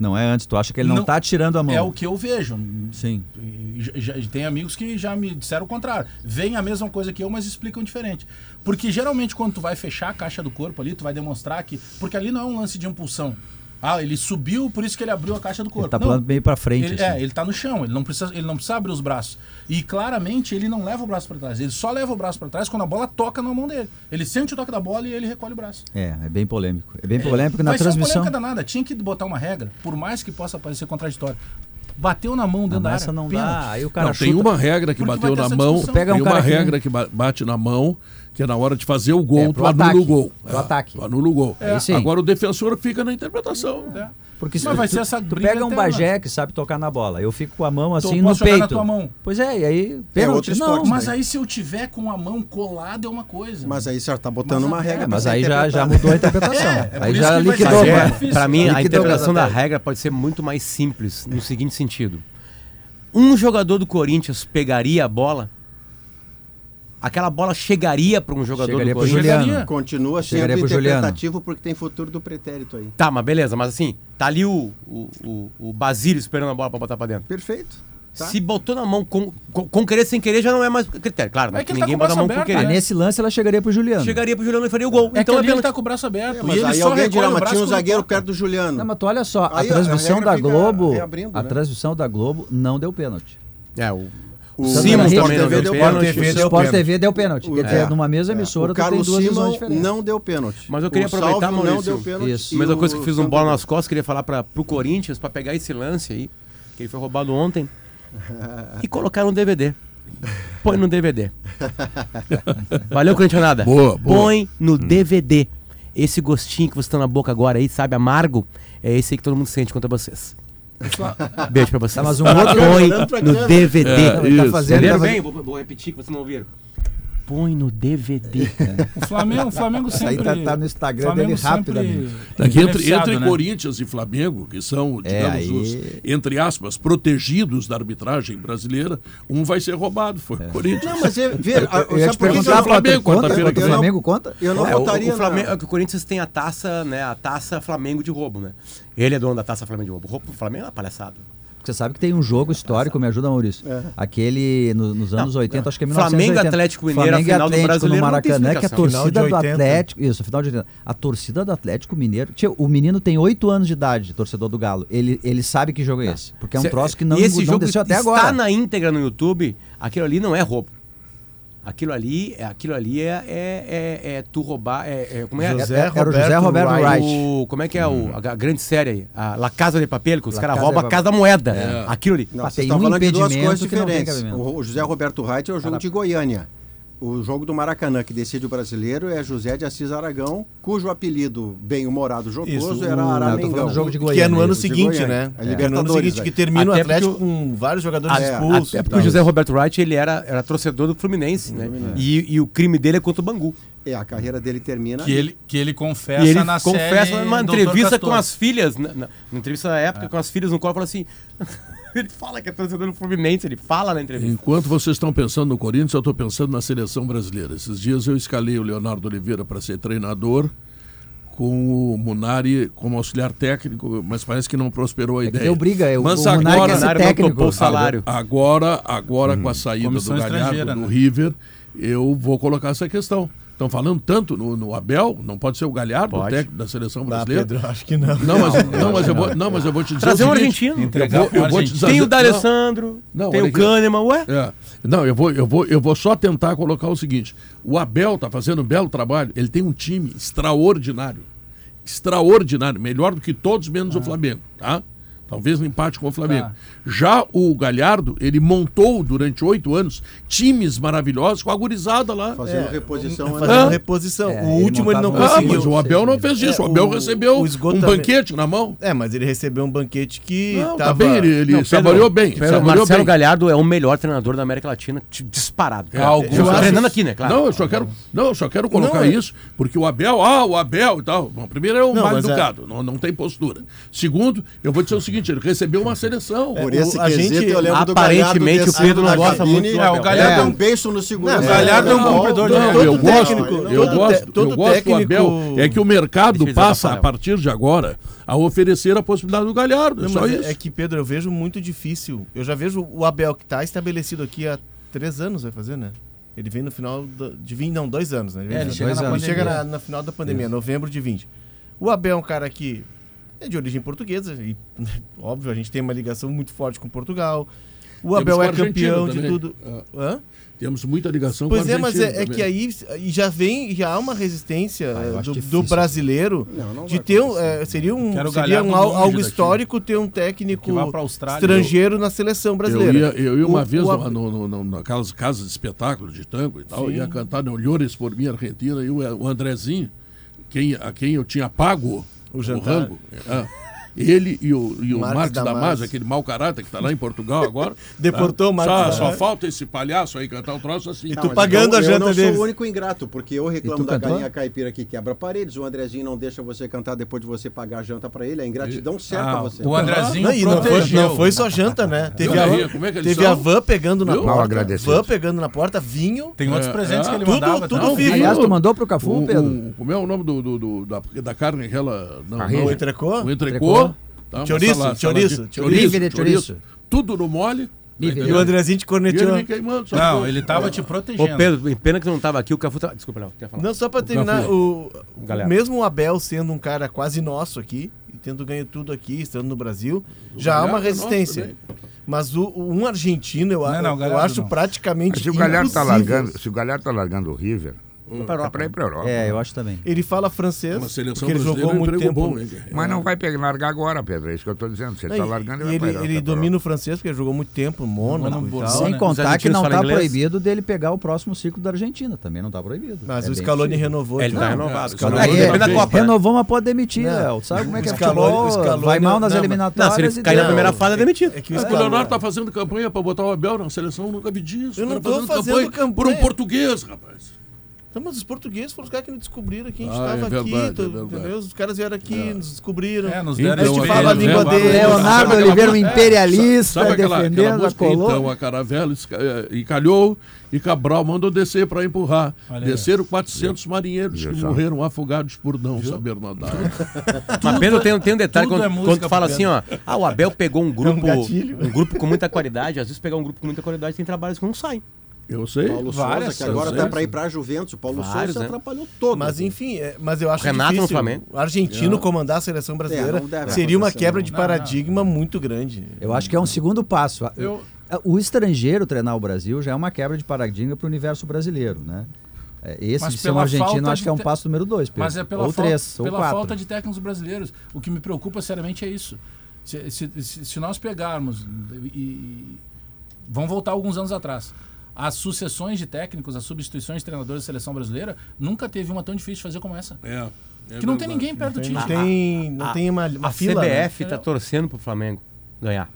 [SPEAKER 4] Não é antes, tu acha que ele não,
[SPEAKER 3] Não.
[SPEAKER 4] está tá tirando a mão.
[SPEAKER 3] É o que eu vejo.
[SPEAKER 4] Sim.
[SPEAKER 3] E já- já- tem amigos que já me disseram o contrário. Vem a mesma coisa que eu, mas explicam diferente. Porque geralmente quando tu vai fechar a caixa do corpo ali, tu vai demonstrar que. Porque ali não é um lance de impulsão. Ah, ele subiu, por isso que ele abriu a caixa do corpo.
[SPEAKER 4] Ele tá
[SPEAKER 3] Não.
[SPEAKER 4] pulando meio pra frente.
[SPEAKER 3] Ele,
[SPEAKER 4] assim.
[SPEAKER 3] É, ele tá no chão, ele não, precisa, ele não precisa abrir os braços. E claramente ele não leva o braço pra trás. Ele só leva o braço pra trás quando a bola toca na mão dele. Ele sente o toque da bola e ele recolhe o braço.
[SPEAKER 4] É, é bem polêmico. É bem polêmico na
[SPEAKER 3] Vai ser uma
[SPEAKER 4] transmissão.
[SPEAKER 3] polêmica danada. Tinha que botar uma regra, por mais que possa parecer contraditório. Bateu na mão dentro
[SPEAKER 4] Não,
[SPEAKER 3] da
[SPEAKER 4] Ah, essa
[SPEAKER 3] área,
[SPEAKER 4] não
[SPEAKER 3] pênalti.
[SPEAKER 4] dá. Aí o cara
[SPEAKER 2] Não, tem
[SPEAKER 4] chuta.
[SPEAKER 2] uma regra que
[SPEAKER 3] Porque
[SPEAKER 2] bateu
[SPEAKER 3] vai ter
[SPEAKER 2] na
[SPEAKER 3] essa
[SPEAKER 2] mão,
[SPEAKER 3] discussão.
[SPEAKER 4] Pega um
[SPEAKER 2] tem uma
[SPEAKER 4] cara que-
[SPEAKER 2] regra que ba- bate na mão, que é na hora de fazer o
[SPEAKER 4] É,
[SPEAKER 2] gol,
[SPEAKER 4] pro
[SPEAKER 2] tu anula o
[SPEAKER 4] ataque.
[SPEAKER 2] gol. É,
[SPEAKER 4] Pro ataque. É
[SPEAKER 2] tu anula o gol.
[SPEAKER 4] Aí sim.
[SPEAKER 2] Agora o defensor fica na interpretação.
[SPEAKER 3] É.
[SPEAKER 4] Porque se
[SPEAKER 3] Mas
[SPEAKER 4] tu,
[SPEAKER 3] vai ser essa
[SPEAKER 4] tu
[SPEAKER 3] briga
[SPEAKER 4] pega um
[SPEAKER 3] eterna.
[SPEAKER 4] Bagé que sabe tocar na bola. Eu fico com a mão assim
[SPEAKER 3] eu
[SPEAKER 4] no
[SPEAKER 3] posso jogar
[SPEAKER 4] peito.
[SPEAKER 3] na tua mão.
[SPEAKER 4] Pois é, e aí pênalti.
[SPEAKER 8] outro
[SPEAKER 4] não,
[SPEAKER 8] esporte,
[SPEAKER 4] mas,
[SPEAKER 3] Mas
[SPEAKER 2] né?
[SPEAKER 3] aí se eu tiver com a mão colada é uma coisa.
[SPEAKER 8] Mas aí você já tá botando uma regra.
[SPEAKER 4] é,
[SPEAKER 8] pra
[SPEAKER 4] mas
[SPEAKER 8] ser
[SPEAKER 4] aí já, já
[SPEAKER 8] interpretada.
[SPEAKER 4] mudou a interpretação.
[SPEAKER 3] é por
[SPEAKER 4] aí
[SPEAKER 3] isso
[SPEAKER 4] já
[SPEAKER 3] que vai ser
[SPEAKER 4] liquidou.
[SPEAKER 7] Mas é,
[SPEAKER 4] né?
[SPEAKER 3] difícil.
[SPEAKER 7] pra mim,
[SPEAKER 4] Liquidou
[SPEAKER 7] a interpretação da
[SPEAKER 4] pra-
[SPEAKER 7] regra pode ser muito mais simples, no seguinte sentido. Um jogador do Corinthians pegaria a bola? aquela bola chegaria para um jogador
[SPEAKER 4] Chegaria
[SPEAKER 7] do
[SPEAKER 4] pro
[SPEAKER 7] Corinthians.
[SPEAKER 4] Juliano.
[SPEAKER 8] Continua
[SPEAKER 4] Chegaria
[SPEAKER 8] sempre
[SPEAKER 4] pro Juliano.
[SPEAKER 8] interpretativo porque tem futuro do pretérito aí.
[SPEAKER 7] Tá, mas beleza, mas assim, tá ali o, o, o, o Basílio esperando a bola pra botar pra dentro.
[SPEAKER 8] Perfeito. Tá?
[SPEAKER 7] Se botou na mão com, com, com querer, sem querer, já não é mais critério. Claro, né?
[SPEAKER 3] É que
[SPEAKER 7] que
[SPEAKER 3] ele tá
[SPEAKER 7] ninguém
[SPEAKER 3] com o
[SPEAKER 7] bota a mão
[SPEAKER 3] braço
[SPEAKER 7] com
[SPEAKER 3] aberto,
[SPEAKER 7] querer.
[SPEAKER 3] né?
[SPEAKER 4] Nesse lance ela chegaria pro Juliano.
[SPEAKER 7] Chegaria pro Juliano e faria o gol.
[SPEAKER 3] É
[SPEAKER 7] então
[SPEAKER 3] que
[SPEAKER 7] é
[SPEAKER 3] ali ele
[SPEAKER 7] pênalti.
[SPEAKER 3] tá com o braço aberto.
[SPEAKER 8] Mas
[SPEAKER 3] e ele
[SPEAKER 8] aí
[SPEAKER 3] só
[SPEAKER 8] alguém dirá,
[SPEAKER 3] recolhe o
[SPEAKER 8] mas
[SPEAKER 3] braço
[SPEAKER 8] tinha um
[SPEAKER 3] quando
[SPEAKER 8] zagueiro
[SPEAKER 3] toca.
[SPEAKER 8] perto do Juliano.
[SPEAKER 4] Não, mas tu olha só,
[SPEAKER 8] Aí
[SPEAKER 4] a
[SPEAKER 8] a- a
[SPEAKER 4] transmissão
[SPEAKER 8] regra
[SPEAKER 4] da
[SPEAKER 8] fica
[SPEAKER 4] Globo,
[SPEAKER 8] reabrindo,
[SPEAKER 4] a
[SPEAKER 8] né?
[SPEAKER 4] transmissão da Globo não deu pênalti.
[SPEAKER 7] É, o, o
[SPEAKER 8] Sandra
[SPEAKER 7] Simon
[SPEAKER 4] Rede
[SPEAKER 7] também não deu
[SPEAKER 8] TV
[SPEAKER 7] pênalti.
[SPEAKER 8] deu
[SPEAKER 6] pênalti.
[SPEAKER 4] O
[SPEAKER 6] Ele deu
[SPEAKER 4] Sport
[SPEAKER 6] pênalti.
[SPEAKER 4] TV deu pênalti. Quer dizer,
[SPEAKER 8] É.
[SPEAKER 4] numa mesma emissora
[SPEAKER 8] O
[SPEAKER 4] tu tem
[SPEAKER 8] Carlos
[SPEAKER 4] duas visões
[SPEAKER 8] Simon
[SPEAKER 4] diferentes.
[SPEAKER 8] não deu pênalti.
[SPEAKER 7] Mas eu queria
[SPEAKER 8] o
[SPEAKER 7] aproveitar,
[SPEAKER 8] Salvio não
[SPEAKER 7] Maurício.
[SPEAKER 8] deu pênalti.
[SPEAKER 4] Isso.
[SPEAKER 8] e
[SPEAKER 7] Mesma
[SPEAKER 8] o
[SPEAKER 7] coisa que fiz um
[SPEAKER 8] Santa
[SPEAKER 7] bola
[SPEAKER 8] Cruz.
[SPEAKER 7] nas costas, queria falar pra, pro Corinthians pra pegar esse lance aí, que ele foi roubado ontem, e colocar no DVD. Põe no DVD. Valeu, Corintianada.
[SPEAKER 2] Boa, boa. Hum.
[SPEAKER 7] Põe no DVD. Esse gostinho que você tá na boca agora aí, sabe, amargo, é esse aí que todo mundo sente contra vocês. Beijo pra vocês.
[SPEAKER 4] Tá, mas um outro-
[SPEAKER 7] Põe
[SPEAKER 8] olhando pra
[SPEAKER 7] no
[SPEAKER 8] câmera.
[SPEAKER 7] DVD.
[SPEAKER 2] É,
[SPEAKER 4] Não, ele tá fazendo-
[SPEAKER 7] Entenderam
[SPEAKER 4] ele tá
[SPEAKER 7] bem? Vou, vou repetir que vocês não ouviram. Põe no DVD.
[SPEAKER 3] O Flamengo, o Flamengo
[SPEAKER 4] aí
[SPEAKER 3] sempre...
[SPEAKER 4] tá- tá no Instagram dele rapidamente.
[SPEAKER 2] Daqui entre,
[SPEAKER 3] beneficiado,
[SPEAKER 2] entre
[SPEAKER 3] né?
[SPEAKER 2] Corinthians e Flamengo, que são, digamos,
[SPEAKER 4] aí-
[SPEAKER 2] os, entre aspas, protegidos da arbitragem brasileira, um vai ser roubado, foi o Corinthians.
[SPEAKER 8] Não, mas é, vê, a-
[SPEAKER 4] Eu ia
[SPEAKER 8] sabe
[SPEAKER 4] te
[SPEAKER 8] por que que
[SPEAKER 4] perguntar,
[SPEAKER 8] eu-
[SPEAKER 4] Potter,
[SPEAKER 2] Flamengo,
[SPEAKER 4] conta,
[SPEAKER 2] quarta-feira
[SPEAKER 4] conta,
[SPEAKER 8] que
[SPEAKER 4] o
[SPEAKER 8] vem.
[SPEAKER 4] Flamengo conta?
[SPEAKER 8] Eu não
[SPEAKER 7] É, o-
[SPEAKER 8] votaria
[SPEAKER 7] o, Flamengo,
[SPEAKER 8] na-
[SPEAKER 7] é que o Corinthians tem a taça, né? A taça Flamengo de roubo, né? Ele é dono da taça Flamengo de roubo. O roubo do Flamengo é uma palhaçada.
[SPEAKER 4] Você sabe que tem um jogo histórico, me ajuda, Maurício.
[SPEAKER 8] É.
[SPEAKER 4] Aquele no- nos anos 80, acho que é
[SPEAKER 7] Flamengo e
[SPEAKER 4] 1980.
[SPEAKER 7] Atlético Mineiro,
[SPEAKER 4] Flamengo e
[SPEAKER 7] a final do
[SPEAKER 4] Atlético
[SPEAKER 7] Brasileiro,
[SPEAKER 4] no
[SPEAKER 7] não tem
[SPEAKER 4] Maracanã, que é a
[SPEAKER 7] explicação.
[SPEAKER 6] Final de
[SPEAKER 4] torcida do
[SPEAKER 6] 80.
[SPEAKER 4] Atlético, isso, final de 80. A torcida do Atlético Mineiro, Tio, o menino tem 8 anos de idade, torcedor do Galo. Ele ele sabe que jogo é esse, porque é um
[SPEAKER 7] Tá. Cê-
[SPEAKER 4] troço que não,
[SPEAKER 7] e esse
[SPEAKER 4] não
[SPEAKER 7] jogo
[SPEAKER 4] desceu até
[SPEAKER 7] está
[SPEAKER 4] agora.
[SPEAKER 7] na íntegra no YouTube, aquilo ali não é roubo. Aquilo ali, é- aquilo ali é, é, é- é tu roubar. É, é- como é?
[SPEAKER 6] José
[SPEAKER 4] Era o José
[SPEAKER 6] Roberto Uhum.
[SPEAKER 4] Roberto
[SPEAKER 7] É
[SPEAKER 4] Wright.
[SPEAKER 7] o- como é que é o- a, a grande série aí? A La Casa de Papel, que os
[SPEAKER 4] La
[SPEAKER 7] caras
[SPEAKER 4] Casa
[SPEAKER 7] roubam
[SPEAKER 4] de
[SPEAKER 7] a Casa é da Moeda. Aquilo ali.
[SPEAKER 8] Não,
[SPEAKER 4] Ah,
[SPEAKER 8] vocês
[SPEAKER 4] tem
[SPEAKER 8] estão
[SPEAKER 4] um
[SPEAKER 8] falando de duas
[SPEAKER 4] impedimento
[SPEAKER 8] coisas
[SPEAKER 4] que não tem
[SPEAKER 8] diferentes.
[SPEAKER 4] cabimento.
[SPEAKER 8] O o José Roberto Reit é o jogo de Goiânia. O jogo do Maracanã que decide o brasileiro é José de Assis Aragão, cujo apelido bem-humorado jocoso
[SPEAKER 6] Isso,
[SPEAKER 8] era
[SPEAKER 6] o-
[SPEAKER 4] Não, eu tô
[SPEAKER 8] Aramengão.
[SPEAKER 4] falando do jogo de
[SPEAKER 6] que é
[SPEAKER 4] Goiânia.
[SPEAKER 6] no ano
[SPEAKER 8] de
[SPEAKER 6] seguinte,
[SPEAKER 8] Goiânia.
[SPEAKER 6] né?
[SPEAKER 8] É
[SPEAKER 6] É no ano
[SPEAKER 8] Libertadores
[SPEAKER 6] seguinte
[SPEAKER 8] aí.
[SPEAKER 6] que termina o
[SPEAKER 7] Até porque
[SPEAKER 6] Atlético
[SPEAKER 7] o-
[SPEAKER 6] com vários jogadores
[SPEAKER 8] É,
[SPEAKER 6] expulsos.
[SPEAKER 7] Até porque o José Roberto Wright ele era, era torcedor do Fluminense, né? E, e o crime dele é contra o Bangu.
[SPEAKER 8] É, a carreira dele termina.
[SPEAKER 3] Que ele, que ele confessa
[SPEAKER 7] e ele
[SPEAKER 3] na
[SPEAKER 7] confessa
[SPEAKER 3] série
[SPEAKER 7] numa
[SPEAKER 3] Doutor
[SPEAKER 7] entrevista
[SPEAKER 3] Castor. É.
[SPEAKER 7] com as filhas, né? na, na- numa entrevista na época com as filhas no qual fala assim, ele fala que é torcedor do Fluminense, ele fala na entrevista.
[SPEAKER 2] Enquanto vocês estão pensando no Corinthians, eu estou pensando na seleção brasileira. Esses dias eu escalei o Leonardo Oliveira para ser treinador, com o Munari como auxiliar técnico, mas parece que não prosperou a
[SPEAKER 4] que
[SPEAKER 2] ideia.
[SPEAKER 4] deu briga, é, o-
[SPEAKER 2] mas
[SPEAKER 4] o Munari
[SPEAKER 2] agora,
[SPEAKER 4] quer ser
[SPEAKER 7] Leonardo
[SPEAKER 4] técnico,
[SPEAKER 7] não topou o salário. Hum.
[SPEAKER 2] Agora, agora com a saída
[SPEAKER 3] Comissão
[SPEAKER 2] do Galhardo,
[SPEAKER 3] estrangeira,
[SPEAKER 2] do
[SPEAKER 3] né?
[SPEAKER 2] River, eu vou colocar essa questão. Estão falando tanto no, no Abel, não pode ser o Galhardo, o
[SPEAKER 7] Pode.
[SPEAKER 2] técnico da seleção
[SPEAKER 6] Ah,
[SPEAKER 2] brasileira.
[SPEAKER 6] Pedro, acho que não.
[SPEAKER 2] Não, mas, não, mas eu vou, não, mas eu vou te dizer.
[SPEAKER 7] Trazer
[SPEAKER 2] o
[SPEAKER 7] um
[SPEAKER 2] seguinte,
[SPEAKER 7] argentino.
[SPEAKER 2] Eu vou, eu vou te dizer,
[SPEAKER 7] Tem o
[SPEAKER 2] não,
[SPEAKER 7] D'Alessandro,
[SPEAKER 2] Não,
[SPEAKER 7] tem
[SPEAKER 2] olha
[SPEAKER 7] o
[SPEAKER 2] aqui.
[SPEAKER 7] Kahneman, ué?
[SPEAKER 2] é. Não, eu vou, eu, vou, eu vou só tentar colocar o seguinte: o Abel tá fazendo um belo trabalho, ele tem um time extraordinário. Extraordinário, melhor do que todos, menos o
[SPEAKER 7] Ah.
[SPEAKER 2] Flamengo, tá? Talvez no empate com o Flamengo.
[SPEAKER 3] Tá.
[SPEAKER 2] Já o Galhardo, ele montou durante oito anos times maravilhosos com a gurizada lá.
[SPEAKER 7] É.
[SPEAKER 2] É.
[SPEAKER 8] Fazendo reposição. né?
[SPEAKER 6] Fazendo reposição.
[SPEAKER 4] É,
[SPEAKER 6] o
[SPEAKER 4] ele
[SPEAKER 6] último ele não
[SPEAKER 4] montava-
[SPEAKER 2] Ah,
[SPEAKER 6] conseguiu.
[SPEAKER 2] mas o Abel não fez isso.
[SPEAKER 6] É,
[SPEAKER 2] o Abel
[SPEAKER 6] o-
[SPEAKER 2] recebeu
[SPEAKER 6] o
[SPEAKER 2] um
[SPEAKER 6] esgotamento-
[SPEAKER 2] banquete na mão.
[SPEAKER 6] É, mas ele recebeu um banquete que
[SPEAKER 2] Não, tá
[SPEAKER 6] tava...
[SPEAKER 2] bem, ele, ele
[SPEAKER 7] Não, Pedro,
[SPEAKER 2] saboreou bem.
[SPEAKER 7] Pedro,
[SPEAKER 2] saboreou
[SPEAKER 7] Marcelo
[SPEAKER 2] bem.
[SPEAKER 7] Galhardo é o melhor treinador da América Latina, ti- disparado.
[SPEAKER 2] É, alguns-
[SPEAKER 7] Eu tô
[SPEAKER 2] acho-
[SPEAKER 7] treinando aqui, né? Claro.
[SPEAKER 2] Não, eu só quero, não, eu só quero colocar
[SPEAKER 6] Não, é-
[SPEAKER 2] isso, porque o Abel, ah, o Abel e tal. Bom, primeiro é um
[SPEAKER 6] Não,
[SPEAKER 2] mal
[SPEAKER 6] mas é-
[SPEAKER 2] educado, não, não tem postura. Segundo, eu vou dizer o seguinte, ele recebeu uma seleção.
[SPEAKER 8] Por esse
[SPEAKER 6] É, a gente-
[SPEAKER 8] quesito, eu lembro do
[SPEAKER 7] aparentemente,
[SPEAKER 8] Galhardo
[SPEAKER 7] o Pedro não
[SPEAKER 8] descendo na
[SPEAKER 7] gosta
[SPEAKER 8] cabine,
[SPEAKER 7] muito do Abel.
[SPEAKER 8] O Galhardo é
[SPEAKER 4] É.
[SPEAKER 8] um beijo no segundo.
[SPEAKER 6] Não,
[SPEAKER 8] É.
[SPEAKER 6] o Galhardo é um
[SPEAKER 2] Não,
[SPEAKER 6] cumpridor de
[SPEAKER 2] não,
[SPEAKER 6] regra.
[SPEAKER 2] eu
[SPEAKER 6] Todo
[SPEAKER 2] gosto,
[SPEAKER 6] técnico-
[SPEAKER 2] eu
[SPEAKER 6] todo
[SPEAKER 2] gosto,
[SPEAKER 6] te- todo
[SPEAKER 2] eu gosto do
[SPEAKER 6] técnico-
[SPEAKER 2] Abel. É que o
[SPEAKER 7] Deixa eu
[SPEAKER 2] mercado
[SPEAKER 7] avisar
[SPEAKER 2] passa,
[SPEAKER 7] pra
[SPEAKER 2] a
[SPEAKER 7] Rafael.
[SPEAKER 2] partir de agora, a oferecer a possibilidade do Galhardo, é
[SPEAKER 6] Não,
[SPEAKER 2] só
[SPEAKER 6] mas é-
[SPEAKER 2] isso.
[SPEAKER 6] é que, Pedro, eu vejo muito difícil. Eu já vejo o Abel que tá estabelecido aqui há três anos, vai fazer, né? Ele vem no final do- de 20, não, dois anos, né? Ele, vem
[SPEAKER 3] É, ele
[SPEAKER 6] no-
[SPEAKER 3] chega
[SPEAKER 6] ele
[SPEAKER 3] na pandemia.
[SPEAKER 6] chega na, na final da pandemia, novembro de 20. O Abel é um cara que é de origem portuguesa, e óbvio, a gente tem uma ligação muito forte com Portugal. O Abel
[SPEAKER 2] com a
[SPEAKER 6] é
[SPEAKER 2] Argentina
[SPEAKER 6] campeão de
[SPEAKER 2] também. É.
[SPEAKER 6] tudo. Hã?
[SPEAKER 2] Temos muita ligação
[SPEAKER 6] Pois
[SPEAKER 2] com a
[SPEAKER 6] é, mas
[SPEAKER 2] Argentina
[SPEAKER 6] é, é
[SPEAKER 2] também.
[SPEAKER 6] que aí e já vem, já há uma resistência eh,
[SPEAKER 4] Ah, eu acho
[SPEAKER 6] do, do
[SPEAKER 4] difícil.
[SPEAKER 6] brasileiro
[SPEAKER 8] Não, não
[SPEAKER 6] de
[SPEAKER 8] vai
[SPEAKER 6] ter um, é, seria um,
[SPEAKER 3] Quero o
[SPEAKER 6] seria
[SPEAKER 3] Galhardo
[SPEAKER 6] um al-
[SPEAKER 3] longe
[SPEAKER 6] algo
[SPEAKER 3] daqui.
[SPEAKER 6] histórico ter um técnico
[SPEAKER 3] Que vá pra Austrália.
[SPEAKER 6] estrangeiro na seleção
[SPEAKER 2] Eu
[SPEAKER 6] brasileira.
[SPEAKER 2] ia, eu ia uma
[SPEAKER 6] O-
[SPEAKER 2] vez
[SPEAKER 6] o-
[SPEAKER 2] numa- no, no, no- naquelas casas de espetáculo de tango e tal, ia cantar Não Llores por mim, Argentina, e o, o Andrezinho, quem, a quem eu tinha pago
[SPEAKER 6] O jantar.
[SPEAKER 2] rango, é, Ele e o, e o
[SPEAKER 6] Marcos
[SPEAKER 2] Marcos Damas,
[SPEAKER 6] Damasio,
[SPEAKER 2] aquele mau caráter que está lá em Portugal agora. Tá? né?
[SPEAKER 6] Deportou o Marcos
[SPEAKER 2] Só, só
[SPEAKER 6] Damasio.
[SPEAKER 2] falta esse palhaço aí cantar um troço assim.
[SPEAKER 6] tu pagando
[SPEAKER 8] eu,
[SPEAKER 6] a
[SPEAKER 8] eu
[SPEAKER 6] janta
[SPEAKER 8] não
[SPEAKER 6] deles.
[SPEAKER 8] sou o único ingrato, porque eu reclamo
[SPEAKER 4] E tu
[SPEAKER 8] da
[SPEAKER 4] cantou?
[SPEAKER 8] galinha caipira que quebra paredes, o Andrezinho não deixa você cantar depois de você pagar a janta pra ele, a ingratidão certa a você.
[SPEAKER 3] O Andrezinho
[SPEAKER 6] Não, e não foi,
[SPEAKER 3] protegeu.
[SPEAKER 6] não foi só janta, né? Teve, a,
[SPEAKER 2] aí, como é que eles
[SPEAKER 6] teve
[SPEAKER 2] são?
[SPEAKER 6] a van pegando na
[SPEAKER 2] Viu?
[SPEAKER 5] Mal
[SPEAKER 6] porta.
[SPEAKER 5] agradecido.
[SPEAKER 6] Van pegando na porta, vinho.
[SPEAKER 3] Tem outros
[SPEAKER 2] É,
[SPEAKER 3] presentes
[SPEAKER 2] é.
[SPEAKER 7] Ah.
[SPEAKER 3] que ele
[SPEAKER 6] Tudo-
[SPEAKER 3] mandava.
[SPEAKER 6] tudo
[SPEAKER 3] também.
[SPEAKER 6] vivo.
[SPEAKER 4] Aliás, tu mandou pro Cafu,
[SPEAKER 2] O- o-
[SPEAKER 4] Pedro?
[SPEAKER 2] como é o nome do, do- do- da, da carne aquela? Não,
[SPEAKER 5] Parrilha.
[SPEAKER 2] não. é.
[SPEAKER 6] O Ah, entrecô?
[SPEAKER 2] O entrecô. Tá, uma
[SPEAKER 6] Chouriço,
[SPEAKER 2] salada-
[SPEAKER 6] chouriço,
[SPEAKER 2] salada-
[SPEAKER 6] chouriço.
[SPEAKER 4] Nível de chouriço.
[SPEAKER 2] Tudo no mole.
[SPEAKER 4] Nível.
[SPEAKER 2] Tá
[SPEAKER 6] E o
[SPEAKER 2] entendendo?
[SPEAKER 6] Andrezinho te
[SPEAKER 2] E ele
[SPEAKER 6] corneteou.
[SPEAKER 2] me queimando. só
[SPEAKER 3] Não,
[SPEAKER 2] que-
[SPEAKER 3] ele tava te
[SPEAKER 7] Ô,
[SPEAKER 3] protegendo.
[SPEAKER 7] Pedro, pena que tu não tava aqui, o Cafu tava. Desculpa, Léo, quer falar.
[SPEAKER 6] Não, só pra terminar, o,
[SPEAKER 7] Galera.
[SPEAKER 6] mesmo o Abel sendo um cara quase nosso aqui, e tendo ganho tudo aqui, estando no Brasil, já há uma
[SPEAKER 2] Galhardo é nosso
[SPEAKER 6] resistência. Mas o, um argentino, eu,
[SPEAKER 3] Não, não,
[SPEAKER 6] eu
[SPEAKER 3] Galhardo
[SPEAKER 6] acho
[SPEAKER 3] não.
[SPEAKER 6] praticamente
[SPEAKER 5] Se o Galhardo tá
[SPEAKER 6] impossível.
[SPEAKER 5] largando, se o Galhardo tá largando o River, é pra ir pra Europa.
[SPEAKER 4] É, eu acho também.
[SPEAKER 6] Ele fala francês,
[SPEAKER 2] Uma seleção
[SPEAKER 6] porque ele
[SPEAKER 2] brasileira
[SPEAKER 6] jogou
[SPEAKER 2] é um
[SPEAKER 6] muito tempo.
[SPEAKER 2] emprego bom, hein, É. cara?
[SPEAKER 5] Mas não vai pegar, largar agora, Pedro. É isso que eu tô dizendo. Se ele
[SPEAKER 6] Não,
[SPEAKER 5] tá
[SPEAKER 6] e-
[SPEAKER 5] largando,
[SPEAKER 6] e
[SPEAKER 5] ele vai
[SPEAKER 6] ele,
[SPEAKER 5] pra
[SPEAKER 6] ele
[SPEAKER 5] Europa.
[SPEAKER 6] domina o francês, porque ele jogou muito tempo, Mônaco
[SPEAKER 3] Mônaco,
[SPEAKER 6] e tal.
[SPEAKER 3] Bordeaux,
[SPEAKER 4] Sem
[SPEAKER 3] né?
[SPEAKER 7] Os
[SPEAKER 4] contar que
[SPEAKER 7] argentinos
[SPEAKER 4] não tá
[SPEAKER 7] falam inglês?
[SPEAKER 4] proibido dele pegar o próximo ciclo da Argentina. Também não tá proibido.
[SPEAKER 6] Mas
[SPEAKER 4] É
[SPEAKER 6] o
[SPEAKER 4] bem
[SPEAKER 6] Scaloni
[SPEAKER 4] possível.
[SPEAKER 6] renovou.
[SPEAKER 7] É, ele tá
[SPEAKER 6] Não,
[SPEAKER 7] renovado.
[SPEAKER 6] o
[SPEAKER 7] Não,
[SPEAKER 4] É,
[SPEAKER 6] Scaloni-
[SPEAKER 7] Renovou,
[SPEAKER 4] é,
[SPEAKER 7] depende da Copa, né?
[SPEAKER 4] renovou, mas pode demitir,
[SPEAKER 6] Não.
[SPEAKER 4] Léo. Sabe como é que
[SPEAKER 6] O
[SPEAKER 4] é
[SPEAKER 6] Scaloni-
[SPEAKER 4] futebol?
[SPEAKER 6] o Scaloni
[SPEAKER 4] Vai mal
[SPEAKER 6] não-
[SPEAKER 4] nas
[SPEAKER 6] não, mas-
[SPEAKER 4] eliminatórias.
[SPEAKER 7] Não, se ele
[SPEAKER 4] e-
[SPEAKER 7] cair na
[SPEAKER 6] Não,
[SPEAKER 7] primeira fase, é demitido.
[SPEAKER 6] É que o
[SPEAKER 2] O Leonardo
[SPEAKER 6] Scaloni...
[SPEAKER 2] tá fazendo campanha pra botar o Abel na seleção, eu nunca vi disso.
[SPEAKER 6] Eu
[SPEAKER 2] O
[SPEAKER 6] não
[SPEAKER 2] cara
[SPEAKER 6] tô fazendo
[SPEAKER 2] por um
[SPEAKER 6] campanha.
[SPEAKER 2] português, rapaz.
[SPEAKER 6] Então, mas os portugueses foram os caras que nos descobriram aqui, a gente
[SPEAKER 2] Ah, é
[SPEAKER 6] estava
[SPEAKER 2] verdade,
[SPEAKER 6] aqui, tu-
[SPEAKER 2] é verdade.
[SPEAKER 6] entendeu? Os caras vieram aqui, nos descobriram.
[SPEAKER 3] É, nos
[SPEAKER 2] Então,
[SPEAKER 3] deram
[SPEAKER 6] a gente
[SPEAKER 3] esse
[SPEAKER 6] fala a
[SPEAKER 3] presente.
[SPEAKER 6] língua dele.
[SPEAKER 4] Leonardo
[SPEAKER 2] Sabe aquela
[SPEAKER 4] Oliveira, um
[SPEAKER 2] música?
[SPEAKER 4] imperialista,
[SPEAKER 2] Sabe aquela, aquela
[SPEAKER 4] defendendo a
[SPEAKER 2] música?
[SPEAKER 4] colônia.
[SPEAKER 2] Então, a caravela esca- eh, encalhou e Cabral mandou descer para empurrar.
[SPEAKER 3] Olha aí.
[SPEAKER 2] Desceram 400 marinheiros que
[SPEAKER 5] Viu só?
[SPEAKER 2] morreram afogados por não saber nadar.
[SPEAKER 7] Mas Pedro, tem, tem um detalhe
[SPEAKER 3] é tudo
[SPEAKER 7] quando,
[SPEAKER 3] é
[SPEAKER 7] quando
[SPEAKER 3] música
[SPEAKER 7] tu fala
[SPEAKER 3] pro É
[SPEAKER 7] assim, ó. Ah, o Abel pegou um grupo.
[SPEAKER 6] gatilho.
[SPEAKER 7] um, grupo com muita qualidade. Às vezes pegar um grupo com muita qualidade tem trabalhos que não saem.
[SPEAKER 2] Eu sei.
[SPEAKER 8] Paulo
[SPEAKER 3] Várias,
[SPEAKER 8] Souza, que agora
[SPEAKER 2] várias.
[SPEAKER 8] tá pra ir pra Juventus. O Paulo
[SPEAKER 7] né? Várias,
[SPEAKER 8] Souza
[SPEAKER 7] né?
[SPEAKER 8] atrapalhou todo.
[SPEAKER 6] Mas enfim, é- mas eu acho
[SPEAKER 7] Renato no
[SPEAKER 6] difícil.
[SPEAKER 7] Flamengo.
[SPEAKER 6] O
[SPEAKER 2] É.
[SPEAKER 6] argentino comandar a seleção brasileira
[SPEAKER 8] É, não deve
[SPEAKER 6] seria uma
[SPEAKER 8] acontecer,
[SPEAKER 6] quebra
[SPEAKER 8] não.
[SPEAKER 6] de
[SPEAKER 3] Não, não.
[SPEAKER 6] paradigma muito grande.
[SPEAKER 4] Eu acho que é um segundo passo. A-
[SPEAKER 2] Eu-
[SPEAKER 4] O estrangeiro treinar o Brasil já é uma quebra de paradigma para o universo brasileiro, né? É, Esse
[SPEAKER 3] Mas
[SPEAKER 4] de ser um
[SPEAKER 3] pela
[SPEAKER 4] argentino
[SPEAKER 3] falta
[SPEAKER 4] acho que é um
[SPEAKER 3] de te-
[SPEAKER 4] passo número dois, Pedro.
[SPEAKER 3] Mas é pela,
[SPEAKER 4] ou
[SPEAKER 3] falta,
[SPEAKER 4] três, ou
[SPEAKER 3] pela
[SPEAKER 4] quatro.
[SPEAKER 3] falta de técnicos brasileiros. O que me preocupa seriamente é isso. Se, se- se- se nós pegarmos e, e- vamos voltar alguns anos atrás, as sucessões de técnicos, as substituições de treinadores da seleção brasileira nunca teve uma tão difícil de fazer como essa.
[SPEAKER 2] É, é
[SPEAKER 3] que não
[SPEAKER 2] verdade.
[SPEAKER 3] tem ninguém perto do Tite.
[SPEAKER 6] Não tem, não tem uma, uma
[SPEAKER 7] a
[SPEAKER 6] fila. né?
[SPEAKER 7] CBF tá
[SPEAKER 3] É.
[SPEAKER 7] torcendo pro Flamengo ganhar.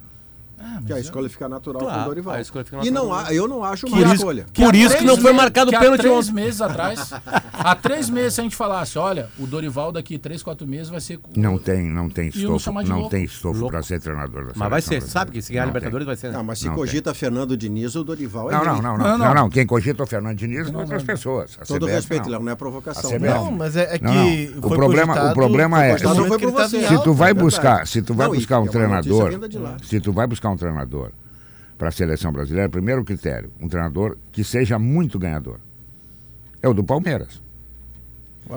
[SPEAKER 3] Ah,
[SPEAKER 8] Que a
[SPEAKER 3] mas eu-
[SPEAKER 8] escolha fica natural
[SPEAKER 7] Claro,
[SPEAKER 8] com o Dorival.
[SPEAKER 7] a escolha fica
[SPEAKER 8] e
[SPEAKER 7] natural
[SPEAKER 8] não
[SPEAKER 7] com o
[SPEAKER 8] há, eu não acho
[SPEAKER 7] Por
[SPEAKER 8] uma
[SPEAKER 7] isso-
[SPEAKER 8] escolha.
[SPEAKER 3] há
[SPEAKER 7] Por isso que
[SPEAKER 3] três
[SPEAKER 7] não foi
[SPEAKER 3] meses-
[SPEAKER 7] marcado
[SPEAKER 3] que
[SPEAKER 7] pênalti
[SPEAKER 3] Há três
[SPEAKER 7] ontem.
[SPEAKER 3] meses atrás, há três meses, se a gente falasse, olha, o Dorival daqui três, quatro meses vai ser.
[SPEAKER 5] Não tem, não tem
[SPEAKER 3] eu não sou
[SPEAKER 5] estofo,
[SPEAKER 3] mais
[SPEAKER 5] não
[SPEAKER 3] louco.
[SPEAKER 5] tem estofo
[SPEAKER 7] Louco.
[SPEAKER 5] para ser treinador da
[SPEAKER 7] Mas vai ser.
[SPEAKER 5] seleção
[SPEAKER 7] Sabe que se ganhar a
[SPEAKER 5] brasileira.
[SPEAKER 7] Libertadores vai ser. né?
[SPEAKER 8] Ah, mas se
[SPEAKER 5] Não tem.
[SPEAKER 8] cogita Fernando Diniz, o Dorival é
[SPEAKER 5] Não, não,
[SPEAKER 8] gringo.
[SPEAKER 5] não, não,
[SPEAKER 3] Não,
[SPEAKER 5] não,
[SPEAKER 3] não.
[SPEAKER 5] não, Quem cogita é o Fernando Diniz são outras pessoas. A
[SPEAKER 8] Todo
[SPEAKER 5] CBF
[SPEAKER 8] respeito,
[SPEAKER 5] não.
[SPEAKER 8] Léo, não é provocação.
[SPEAKER 5] A CBF.
[SPEAKER 6] Não,
[SPEAKER 8] Não.
[SPEAKER 6] mas é, é que.
[SPEAKER 5] Não, não. O
[SPEAKER 6] foi
[SPEAKER 5] problema- o
[SPEAKER 6] cogitado-
[SPEAKER 5] problema é-
[SPEAKER 6] cogitado
[SPEAKER 8] Não foi
[SPEAKER 6] que ele
[SPEAKER 8] por
[SPEAKER 6] tá
[SPEAKER 8] você.
[SPEAKER 6] em
[SPEAKER 5] Se
[SPEAKER 6] alta.
[SPEAKER 5] tu vai
[SPEAKER 8] É verdade.
[SPEAKER 5] buscar, se tu vai
[SPEAKER 8] Não, e
[SPEAKER 5] buscar
[SPEAKER 8] é
[SPEAKER 5] um
[SPEAKER 8] uma notícia
[SPEAKER 5] treinador,
[SPEAKER 8] vinda de lá.
[SPEAKER 5] se tu vai buscar um treinador para a seleção brasileira, primeiro critério, um treinador que seja muito ganhador. É o do Palmeiras.